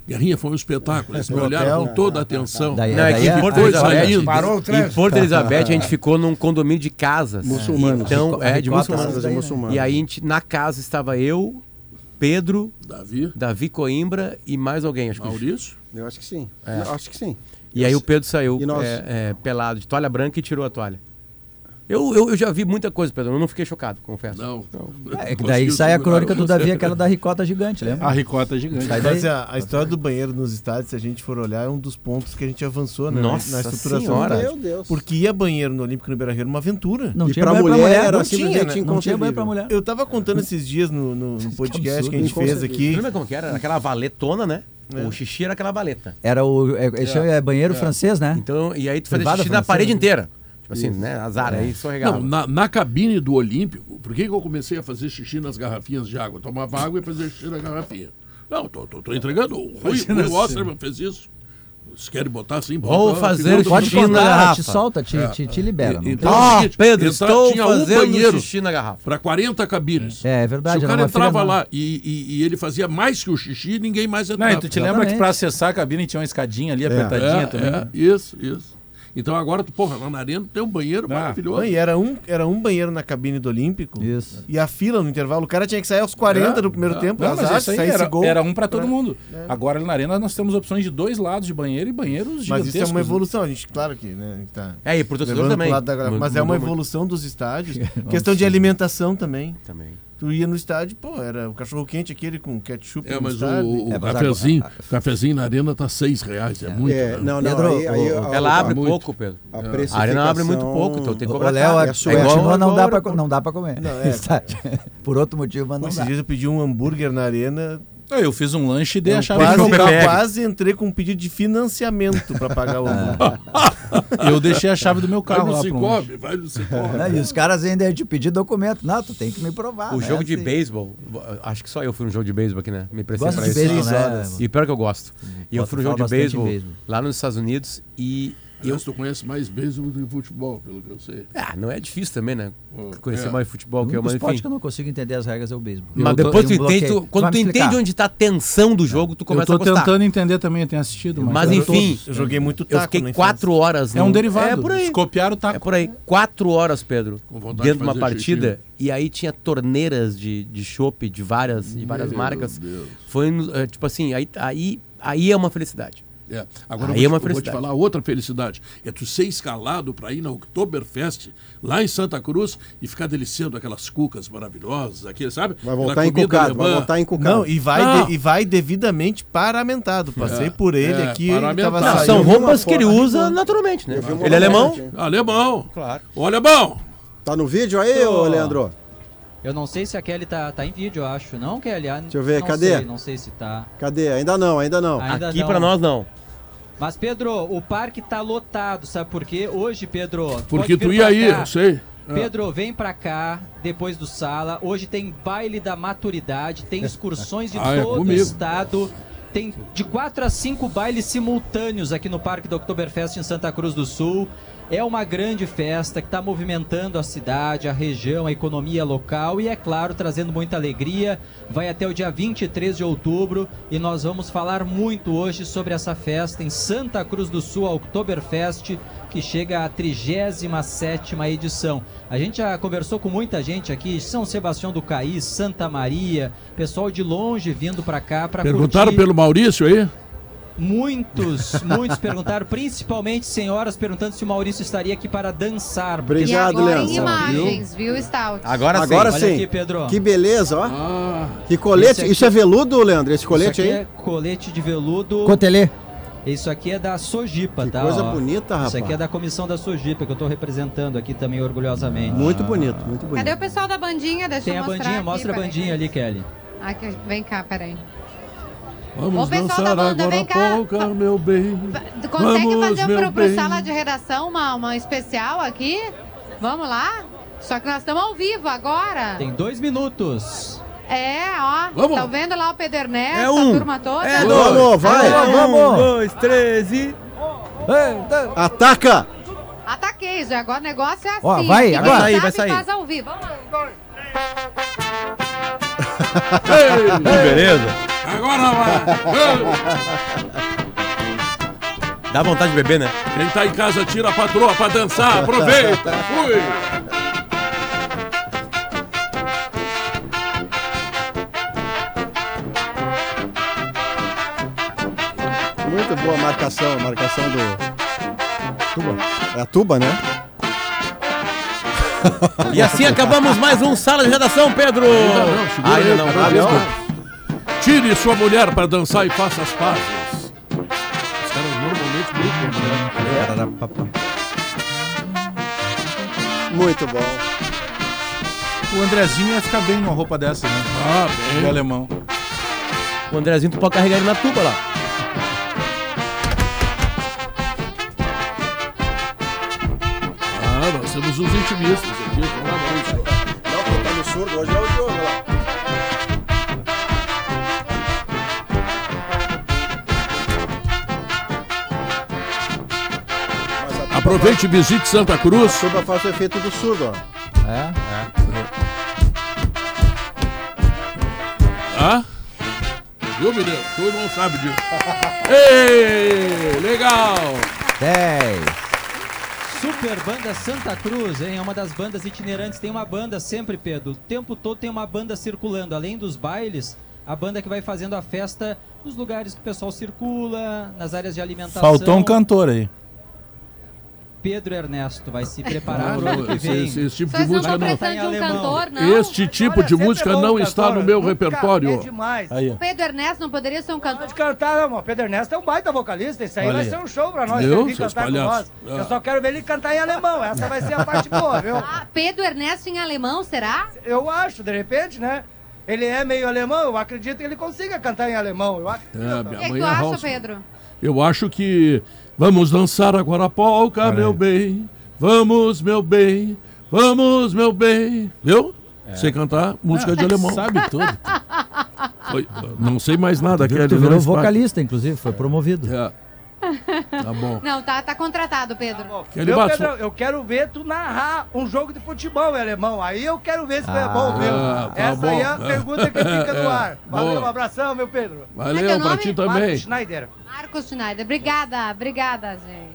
[SPEAKER 2] Guerrinha, foi um espetáculo. Eles me
[SPEAKER 7] No
[SPEAKER 2] olharam
[SPEAKER 7] hotel.
[SPEAKER 2] com toda a atenção.
[SPEAKER 7] Não, é que em Porto Elizabeth, em Porto Elizabeth a gente ficou num condomínio de casas.
[SPEAKER 8] Muçulmanos.
[SPEAKER 7] Então,
[SPEAKER 8] Rico-
[SPEAKER 7] é, de
[SPEAKER 8] ricotas,
[SPEAKER 7] muçulmanos.
[SPEAKER 8] daí, né? muçulmanos.
[SPEAKER 7] E aí, a gente, na casa estava eu, Pedro,
[SPEAKER 2] Davi,
[SPEAKER 7] Coimbra e mais alguém, acho que.
[SPEAKER 2] Maurício?
[SPEAKER 8] Eu acho que sim.
[SPEAKER 7] É.
[SPEAKER 8] Eu acho que sim.
[SPEAKER 7] E aí o Pedro saiu
[SPEAKER 8] E nós-
[SPEAKER 7] é, é, pelado, de toalha branca e tirou a toalha. Eu, eu, eu já vi muita coisa, Pedro. Eu não fiquei chocado, confesso.
[SPEAKER 2] Não.
[SPEAKER 4] É que daí sai a crônica do Davi, aquela da ricota gigante, lembra? Sai daí.
[SPEAKER 6] Mas é, a, a história do banheiro nos estádios, se a gente for olhar, é um dos pontos que a gente avançou né,
[SPEAKER 7] Nossa
[SPEAKER 6] na estruturação. do
[SPEAKER 7] Senhora.
[SPEAKER 6] estádio.
[SPEAKER 7] Meu Deus.
[SPEAKER 6] Porque ia banheiro no Olímpico e no Beira Rio era uma aventura.
[SPEAKER 4] Não
[SPEAKER 6] e
[SPEAKER 4] tinha banheiro pra mulher,
[SPEAKER 6] não
[SPEAKER 4] era
[SPEAKER 6] tinha,
[SPEAKER 4] simplesmente
[SPEAKER 6] né? Não tinha banheiro
[SPEAKER 4] inconcebível.
[SPEAKER 6] pra mulher. Eu tava contando esses dias no, no-
[SPEAKER 4] Tá
[SPEAKER 6] no podcast que a gente fez aqui.
[SPEAKER 7] Lembra como que era? Aquela valetona, né?
[SPEAKER 6] É.
[SPEAKER 7] O xixi era aquela valeta.
[SPEAKER 4] Era o é, é, chama- é banheiro
[SPEAKER 7] É.
[SPEAKER 4] francês, né?
[SPEAKER 7] Então, e aí tu fazia
[SPEAKER 4] Privada
[SPEAKER 7] xixi na
[SPEAKER 4] francesa.
[SPEAKER 7] parede inteira. Tipo assim,
[SPEAKER 4] Isso.
[SPEAKER 7] né? Azar,
[SPEAKER 4] É.
[SPEAKER 7] aí só regava.
[SPEAKER 2] Não, na, na cabine do Olímpico, por que, que eu comecei a fazer xixi nas garrafinhas de água? Eu tomava água e fazia xixi na garrafinha. Não, tô, tô, tô entregando. O Rui,
[SPEAKER 4] Imagina
[SPEAKER 2] Rui
[SPEAKER 4] assim.
[SPEAKER 2] Osterman fez isso. Vocês querem botar assim?
[SPEAKER 4] Vou
[SPEAKER 2] bota,
[SPEAKER 4] fazer
[SPEAKER 2] final do
[SPEAKER 4] pode
[SPEAKER 2] xixi na
[SPEAKER 4] contar,
[SPEAKER 2] garrafa.
[SPEAKER 4] te solta, te- te- te libera, não
[SPEAKER 2] Então, é
[SPEAKER 4] tem.
[SPEAKER 2] o
[SPEAKER 4] Ah,
[SPEAKER 2] seguinte,
[SPEAKER 4] Pedro, estou
[SPEAKER 2] tinha um
[SPEAKER 4] fazendo
[SPEAKER 2] banheiro
[SPEAKER 4] xixi
[SPEAKER 7] na garrafa.
[SPEAKER 2] Para 40 cabines.
[SPEAKER 4] É, é verdade,
[SPEAKER 2] Se o
[SPEAKER 4] era
[SPEAKER 2] cara
[SPEAKER 4] uma fila
[SPEAKER 2] entrava
[SPEAKER 4] enorme.
[SPEAKER 2] lá e, e- e ele fazia mais que o xixi, ninguém mais
[SPEAKER 3] Não,
[SPEAKER 2] entrava.
[SPEAKER 3] e tu te lembra que pra acessar a cabine tinha uma escadinha ali, apertadinha
[SPEAKER 2] É,
[SPEAKER 3] também.
[SPEAKER 2] é, isso, isso. Então agora, tu, porra, lá na arena tem um banheiro maravilhoso.
[SPEAKER 6] Não, e era um, era um banheiro na cabine do Olímpico.
[SPEAKER 4] Isso.
[SPEAKER 6] E a fila no intervalo, o cara tinha que sair aos 40 do primeiro tempo,
[SPEAKER 3] é. Não, mas
[SPEAKER 6] azar,
[SPEAKER 3] isso aí
[SPEAKER 6] saísse
[SPEAKER 3] era,
[SPEAKER 6] gol.
[SPEAKER 3] era um pra todo
[SPEAKER 6] Pra-
[SPEAKER 3] mundo.
[SPEAKER 6] É.
[SPEAKER 3] Agora na arena nós temos opções de dois lados de banheiro e banheiros
[SPEAKER 6] Mas
[SPEAKER 3] gigantescos.
[SPEAKER 6] isso é
[SPEAKER 3] né?
[SPEAKER 6] uma evolução, a gente, claro que, né? a gente Tá
[SPEAKER 3] É, e pro torcedor
[SPEAKER 6] levando
[SPEAKER 3] também.
[SPEAKER 6] lado da galera,
[SPEAKER 3] Mu-
[SPEAKER 6] mas é
[SPEAKER 3] mudou
[SPEAKER 6] uma
[SPEAKER 3] muito.
[SPEAKER 6] evolução dos estádios.
[SPEAKER 3] É um
[SPEAKER 6] Questão
[SPEAKER 3] absurdo.
[SPEAKER 6] de alimentação também.
[SPEAKER 7] Também.
[SPEAKER 6] Tu ia no estádio, pô, era o cachorro quente aquele com ketchup.
[SPEAKER 2] É,
[SPEAKER 6] no
[SPEAKER 2] mas o,
[SPEAKER 6] estádio.
[SPEAKER 2] o cafezinho, cafezinho na arena tá seis reais, é, muito.
[SPEAKER 6] É,
[SPEAKER 2] né? É.
[SPEAKER 6] não, não, Pedro, aí- aí o- a-
[SPEAKER 7] Ela
[SPEAKER 6] a-
[SPEAKER 7] abre
[SPEAKER 2] muito.
[SPEAKER 7] pouco, Pedro.
[SPEAKER 2] A
[SPEAKER 7] A arena abre muito
[SPEAKER 2] precificação-
[SPEAKER 7] pouco, então tem que
[SPEAKER 4] O
[SPEAKER 7] cobrar
[SPEAKER 4] Léo,
[SPEAKER 7] caro.
[SPEAKER 4] a-
[SPEAKER 7] É
[SPEAKER 4] a
[SPEAKER 7] igual-
[SPEAKER 4] continua, não, dá
[SPEAKER 7] agora-
[SPEAKER 4] pra, co- não dá pra comer.
[SPEAKER 6] Não, é,
[SPEAKER 4] Está- Por outro motivo, mas não
[SPEAKER 6] Esses
[SPEAKER 4] dá.
[SPEAKER 6] dias eu pedi um hambúrguer na arena.
[SPEAKER 3] Eu fiz um lanche e dei
[SPEAKER 6] eu
[SPEAKER 3] a chave
[SPEAKER 6] quase,
[SPEAKER 3] pro
[SPEAKER 6] eu
[SPEAKER 3] PPR.
[SPEAKER 6] quase entrei com um pedido de financiamento pra pagar o hambúrguer.
[SPEAKER 3] Eu deixei a chave do meu
[SPEAKER 2] Vai
[SPEAKER 3] carro
[SPEAKER 2] no
[SPEAKER 3] lá. pra um-
[SPEAKER 2] Cicobi, vai no Cicobi.
[SPEAKER 4] Né? E os caras ainda iam te pedir documento. Não, tu tem que me
[SPEAKER 8] Ah,
[SPEAKER 4] provar.
[SPEAKER 7] o
[SPEAKER 8] é
[SPEAKER 4] né?
[SPEAKER 7] jogo de
[SPEAKER 4] Assim.
[SPEAKER 7] beisebol, vo- acho que só eu fui num jogo de beisebol aqui, né? Me prestei
[SPEAKER 4] Gosta
[SPEAKER 7] pra
[SPEAKER 4] de
[SPEAKER 7] isso.
[SPEAKER 4] beisebol, Seis né? horas.
[SPEAKER 7] E pior que eu gosto. E eu
[SPEAKER 4] Gosto,
[SPEAKER 7] fui num
[SPEAKER 4] fala
[SPEAKER 7] jogo de
[SPEAKER 4] bastante em
[SPEAKER 7] beisebol
[SPEAKER 4] beisebol.
[SPEAKER 7] lá nos Estados Unidos e
[SPEAKER 2] Eu tu conhece mais beisebol do que futebol, pelo que eu sei.
[SPEAKER 7] ah, não é difícil também, né?
[SPEAKER 2] Hum,
[SPEAKER 7] Conhecer
[SPEAKER 2] é.
[SPEAKER 7] mais futebol que
[SPEAKER 4] O
[SPEAKER 7] eu, mas
[SPEAKER 4] único esporte
[SPEAKER 7] enfim.
[SPEAKER 4] Um que eu não consigo entender as regras é o beisebol.
[SPEAKER 7] Mas
[SPEAKER 4] Eu tô-
[SPEAKER 7] depois tu
[SPEAKER 4] eu tenho um
[SPEAKER 7] entende, tu-
[SPEAKER 4] bloqueio.
[SPEAKER 7] quando
[SPEAKER 4] Vai
[SPEAKER 7] tu
[SPEAKER 4] me
[SPEAKER 7] entende
[SPEAKER 4] explicar.
[SPEAKER 7] onde tá a tensão do jogo, tu
[SPEAKER 3] Eu
[SPEAKER 7] começa
[SPEAKER 3] tô
[SPEAKER 7] a gostar.
[SPEAKER 3] tentando entender também, eu tenho assistido.
[SPEAKER 7] Mas
[SPEAKER 3] eu tô-
[SPEAKER 7] enfim,
[SPEAKER 6] Eu joguei muito
[SPEAKER 7] eu
[SPEAKER 6] taco
[SPEAKER 7] fiquei
[SPEAKER 6] na infância.
[SPEAKER 7] quatro horas.
[SPEAKER 3] É um
[SPEAKER 7] num-
[SPEAKER 3] derivado.
[SPEAKER 7] É por aí.
[SPEAKER 3] Eles copiaram o taco.
[SPEAKER 7] É por aí. Quatro horas, Pedro.
[SPEAKER 2] Com vontade
[SPEAKER 7] Dentro de
[SPEAKER 2] de
[SPEAKER 7] uma
[SPEAKER 2] fazer
[SPEAKER 7] partida. E aí tinha torneiras de, de chopp de várias, de várias
[SPEAKER 2] Meu
[SPEAKER 7] marcas.
[SPEAKER 2] Deus.
[SPEAKER 7] Foi no- é, tipo assim, aí, aí, aí é uma felicidade.
[SPEAKER 2] É. Agora
[SPEAKER 7] Aí
[SPEAKER 2] eu,
[SPEAKER 7] é
[SPEAKER 2] vou te, eu vou
[SPEAKER 7] uma
[SPEAKER 2] te
[SPEAKER 7] felicidade.
[SPEAKER 2] falar outra felicidade. É tu ser escalado para ir na Oktoberfest, lá em Santa Cruz, e ficar deliciando aquelas cucas maravilhosas aqui, sabe?
[SPEAKER 8] Vai
[SPEAKER 2] Aquela
[SPEAKER 8] voltar
[SPEAKER 2] comida
[SPEAKER 8] encucado,
[SPEAKER 2] alemã.
[SPEAKER 8] vai voltar encucado.
[SPEAKER 6] Não, e vai,
[SPEAKER 2] Não.
[SPEAKER 3] Ah!
[SPEAKER 6] de- e vai devidamente paramentado. Passei
[SPEAKER 2] É,
[SPEAKER 6] por ele
[SPEAKER 2] é,
[SPEAKER 6] aqui. ele
[SPEAKER 2] paramentado.
[SPEAKER 6] tava
[SPEAKER 2] Ah,
[SPEAKER 6] saindo.
[SPEAKER 7] São
[SPEAKER 8] vi uma
[SPEAKER 7] roupas que ele
[SPEAKER 8] foto-
[SPEAKER 7] usa naturalmente, né?
[SPEAKER 8] vi uma
[SPEAKER 7] Ele é alemão?
[SPEAKER 8] foto-
[SPEAKER 2] Alemão!
[SPEAKER 7] Claro.
[SPEAKER 2] Ô, alemão!
[SPEAKER 8] Tá no vídeo aí, ô, Leandro?
[SPEAKER 14] Eu não sei se a Kelly tá, tá em vídeo, eu acho. Não, Kelly? Ah,
[SPEAKER 8] eu ver,
[SPEAKER 14] não
[SPEAKER 8] cadê?
[SPEAKER 14] Sei, não sei se tá.
[SPEAKER 8] Cadê? Ainda não, ainda não.
[SPEAKER 14] Ainda
[SPEAKER 7] Aqui
[SPEAKER 14] não.
[SPEAKER 7] pra nós não.
[SPEAKER 14] Mas, Pedro, o parque tá lotado, sabe por quê? Hoje, Pedro. pode
[SPEAKER 2] Porque
[SPEAKER 14] vir
[SPEAKER 2] tu ia
[SPEAKER 14] pra
[SPEAKER 2] aí,
[SPEAKER 14] cá.
[SPEAKER 2] eu sei. É.
[SPEAKER 14] Pedro, vem pra cá, depois do sala. Hoje tem baile da maturidade, tem excursões de
[SPEAKER 2] Ah, é
[SPEAKER 14] todo o
[SPEAKER 2] comigo.
[SPEAKER 14] estado. Tem de 4 a 5 bailes simultâneos aqui no Parque do Oktoberfest em Santa Cruz do Sul. É uma grande festa que está movimentando a cidade, a região, a economia local e, é claro, trazendo muita alegria. Vai até o dia 23 de outubro e nós vamos falar muito hoje sobre essa festa em Santa Cruz do Sul, a Oktoberfest, que chega à 37ª edição. A gente já conversou com muita gente aqui, São Sebastião do Caí, Santa Maria, pessoal de longe vindo para cá para
[SPEAKER 2] Perguntaram pelo Maurício aí?
[SPEAKER 14] Muitos, muitos perguntaram, principalmente senhoras perguntando se o Maurício estaria aqui para dançar. porque-
[SPEAKER 15] E
[SPEAKER 8] Obrigado,
[SPEAKER 15] agora em
[SPEAKER 8] Leandro.
[SPEAKER 15] imagens, viu, Stout?
[SPEAKER 7] Agora sim.
[SPEAKER 8] Agora
[SPEAKER 14] Olha
[SPEAKER 8] sim.
[SPEAKER 14] aqui, Pedro.
[SPEAKER 8] Que beleza, ó.
[SPEAKER 2] Ah,
[SPEAKER 8] Que colete.
[SPEAKER 14] Esse aqui-
[SPEAKER 8] Isso é veludo, Leandro? Esse colete
[SPEAKER 14] Isso aqui
[SPEAKER 8] aí?
[SPEAKER 14] é colete de veludo.
[SPEAKER 4] Cotelê.
[SPEAKER 14] Isso aqui é da Sojipa,
[SPEAKER 8] Que
[SPEAKER 14] tá?
[SPEAKER 8] coisa
[SPEAKER 14] Ó.
[SPEAKER 8] bonita, rapaz.
[SPEAKER 14] Isso aqui é da comissão da Sojipa, que eu tô representando aqui também orgulhosamente.
[SPEAKER 8] Muito bonito, muito bonito.
[SPEAKER 15] Cadê o pessoal da bandinha? Deixa
[SPEAKER 14] Tem
[SPEAKER 15] eu
[SPEAKER 14] a
[SPEAKER 15] mostrar
[SPEAKER 14] bandinha,
[SPEAKER 15] aqui,
[SPEAKER 14] mostra a
[SPEAKER 15] peraí.
[SPEAKER 14] bandinha ali, Kelly.
[SPEAKER 15] Aqui, vem cá, peraí.
[SPEAKER 2] vamos
[SPEAKER 15] Ô, pessoal tá da
[SPEAKER 2] dançar
[SPEAKER 15] banda,
[SPEAKER 2] agora
[SPEAKER 15] vem cá.
[SPEAKER 2] polka, meu bem.
[SPEAKER 15] Tu consegue
[SPEAKER 2] Vamos,
[SPEAKER 15] fazer
[SPEAKER 2] meu
[SPEAKER 15] pro, pro
[SPEAKER 2] bem.
[SPEAKER 15] sala de redação uma, uma especial aqui? Vamos lá? Só que nós estamos ao vivo agora.
[SPEAKER 14] Tem dois minutos.
[SPEAKER 15] É, ó.
[SPEAKER 2] Vamos.
[SPEAKER 15] Tá vendo lá o Pedro Ernesto,
[SPEAKER 7] É um.
[SPEAKER 15] a turma toda?
[SPEAKER 7] É
[SPEAKER 8] dois. Vamos, vai,
[SPEAKER 7] É um,
[SPEAKER 8] vamos.
[SPEAKER 7] dois, três e...
[SPEAKER 4] Eita.
[SPEAKER 8] Ataca!
[SPEAKER 15] Ah, Ataquei, já. tá Agora o negócio é assim.
[SPEAKER 4] Ó, vai,
[SPEAKER 15] Quem
[SPEAKER 4] agora.
[SPEAKER 7] Vai
[SPEAKER 15] sabe
[SPEAKER 7] sair, vai sair.
[SPEAKER 15] faz ao vivo. Vamos lá.
[SPEAKER 7] Beleza.
[SPEAKER 2] Agora vai!
[SPEAKER 7] Dá vontade de beber, né?
[SPEAKER 2] Ei, Quem tá em casa tira a patroa pra dançar, aproveita! Fui!
[SPEAKER 14] é-
[SPEAKER 8] Muito boa a marcação, a marcação do. Tuba. É a tuba, né?
[SPEAKER 7] E assim acabamos mais um Sala de Redação, Pedro!
[SPEAKER 2] Ainda não, segura Tá, aí,
[SPEAKER 7] não.
[SPEAKER 2] cara,
[SPEAKER 7] Ah,
[SPEAKER 2] desculpa.
[SPEAKER 7] desculpa.
[SPEAKER 2] Tire sua mulher pra dançar e faça as pazes. Os caras normalmente brincam, né?
[SPEAKER 8] Muito bom.
[SPEAKER 3] O Andrezinho ia ficar bem numa roupa dessa, né?
[SPEAKER 2] Ah,
[SPEAKER 3] Do
[SPEAKER 2] bem.
[SPEAKER 3] alemão.
[SPEAKER 7] O Andrezinho tu pode carregar ele na tuba lá.
[SPEAKER 2] Ah, nós temos os intimistas aqui. Vamos lá, vamos lá.
[SPEAKER 8] Não, quem tá no surdo hoje é o Diogo lá. Mas a tuba
[SPEAKER 2] Aproveite e visite Santa
[SPEAKER 8] faz-
[SPEAKER 2] Cruz.
[SPEAKER 8] A tuba faz o efeito do surdo, ó.
[SPEAKER 3] né?
[SPEAKER 4] É.
[SPEAKER 2] Hã? Viu, menino? Tu não sabe disso. Ei, legal!
[SPEAKER 4] 10.
[SPEAKER 14] Super Banda Santa Cruz, hein? É uma das bandas itinerantes. Tem uma banda sempre, Pedro. O tempo todo tem uma banda circulando. Além dos bailes, a banda que vai fazendo a festa nos lugares que o pessoal circula, nas áreas de alimentação.
[SPEAKER 3] Faltou um cantor aí.
[SPEAKER 14] Pedro Ernesto vai se
[SPEAKER 2] Ah,
[SPEAKER 14] preparar para o
[SPEAKER 2] não,
[SPEAKER 14] que
[SPEAKER 2] esse,
[SPEAKER 14] vem.
[SPEAKER 2] esse- esse tipo de
[SPEAKER 15] Vocês não
[SPEAKER 2] música não.
[SPEAKER 15] estão
[SPEAKER 14] Tá em
[SPEAKER 15] precisando de um
[SPEAKER 14] alemão.
[SPEAKER 15] cantor, não?
[SPEAKER 2] Este tipo
[SPEAKER 16] é
[SPEAKER 2] de música não está no meu repertório.
[SPEAKER 16] demais.
[SPEAKER 3] Aí, ó.
[SPEAKER 15] O Pedro Ernesto não poderia ser um cantor?
[SPEAKER 16] Pode cantar, não, mano. Pedro Ernesto é um baita vocalista. Isso aí
[SPEAKER 3] Olha
[SPEAKER 16] vai
[SPEAKER 3] aí.
[SPEAKER 16] ser um show pra nós.
[SPEAKER 2] Meu,
[SPEAKER 16] ele vir
[SPEAKER 2] seus
[SPEAKER 16] cantar com
[SPEAKER 2] palhaços.
[SPEAKER 16] nós.
[SPEAKER 2] Ah.
[SPEAKER 16] Eu só quero ver ele cantar em alemão. Essa vai ser a parte boa, viu?
[SPEAKER 15] Ah, Pedro Ernesto em alemão, será?
[SPEAKER 16] Eu acho, de repente, né? Ele é meio alemão, eu acredito que ele consiga cantar em alemão. Eu acredito.
[SPEAKER 2] É,
[SPEAKER 15] O
[SPEAKER 2] minha
[SPEAKER 15] que, que
[SPEAKER 2] mãe
[SPEAKER 15] tu
[SPEAKER 2] é
[SPEAKER 15] acha,
[SPEAKER 2] Hausmann.
[SPEAKER 15] Pedro?
[SPEAKER 2] Eu acho que vamos dançar agora a polca, meu bem. Vamos, meu bem. Vamos, meu bem. Viu?
[SPEAKER 4] É.
[SPEAKER 2] Sei cantar música
[SPEAKER 4] Ah,
[SPEAKER 2] de alemão.
[SPEAKER 3] Sabe tudo.
[SPEAKER 2] Foi- não sei mais nada, é
[SPEAKER 4] Tu
[SPEAKER 2] Kelly.
[SPEAKER 4] virou
[SPEAKER 2] não espalhe.
[SPEAKER 4] vocalista, inclusive, foi promovido.
[SPEAKER 2] É. Tá bom.
[SPEAKER 15] Não, tá, tá contratado, Pedro.
[SPEAKER 16] Meu Pedrão, eu quero ver tu narrar um jogo de futebol em alemão. Aí eu quero ver se tu é
[SPEAKER 2] Ah,
[SPEAKER 16] bom mesmo.
[SPEAKER 2] tá
[SPEAKER 16] Essa aí é a
[SPEAKER 2] bom.
[SPEAKER 16] pergunta que fica no ar. Valeu,
[SPEAKER 2] Boa.
[SPEAKER 16] um abração, meu Pedro.
[SPEAKER 2] Valeu, Como é que é o pra nome? ti também.
[SPEAKER 16] Marcos Schneider.
[SPEAKER 15] Marcos Schneider. Obrigada, obrigada, gente.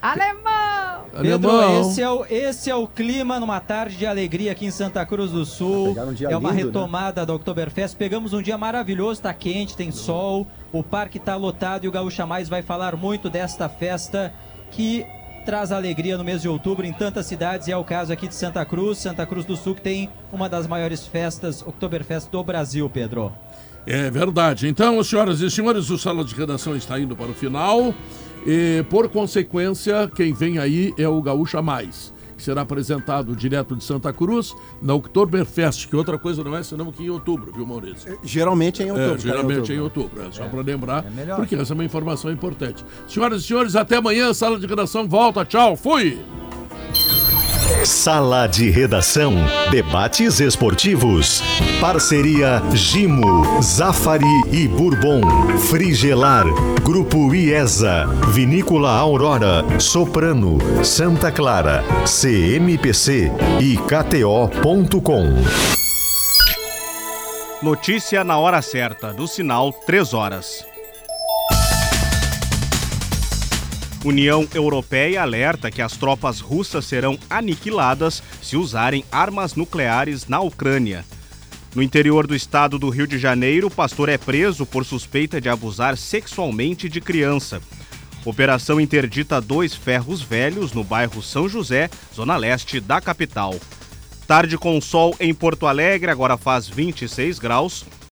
[SPEAKER 15] Alemão!
[SPEAKER 14] Pedro,
[SPEAKER 2] Alemão.
[SPEAKER 14] esse é, o, esse é o clima numa tarde de alegria aqui em Santa Cruz do Sul.
[SPEAKER 13] Pegaram um dia
[SPEAKER 14] é uma
[SPEAKER 13] lindo, né?
[SPEAKER 14] retomada da Oktoberfest. Pegamos um dia maravilhoso, tá quente, tem sol, o parque tá lotado e o Gaúcha Mais vai falar muito desta festa que traz alegria no mês de outubro em tantas cidades e é o caso aqui de Santa Cruz, Santa Cruz do Sul que tem uma das maiores festas Oktoberfest do Brasil, Pedro.
[SPEAKER 2] É verdade. Então, senhoras e senhores, o Sala de Redação está indo para o final. E, por consequência, quem vem aí é o Gaúcha Mais, que será apresentado direto de Santa Cruz na Oktoberfest, que outra coisa não é senão que em outubro, viu, Maurício?
[SPEAKER 8] Geralmente é em outubro.
[SPEAKER 2] É,
[SPEAKER 8] tá?
[SPEAKER 2] geralmente é em outubro, é, só para lembrar,
[SPEAKER 8] melhor.
[SPEAKER 2] porque essa é uma informação importante. Senhoras e senhores, até amanhã, Sala de Redação volta. Tchau, fui!
[SPEAKER 1] Sala de redação. Debates esportivos. Parceria Gimo, Zafari e Bourbon. Frigelar. Grupo IESA. Vinícola Aurora. Soprano. Santa Clara. CMPC e KTO.com.
[SPEAKER 17] Notícia na hora certa, do sinal 3 horas. União Europeia alerta que as tropas russas serão aniquiladas se usarem armas nucleares na Ucrânia. No interior do estado do Rio de Janeiro, o pastor é preso por suspeita de abusar sexualmente de criança. Operação interdita dois ferros velhos no bairro São José, zona leste da capital. Tarde com sol em Porto Alegre, agora faz 26 graus.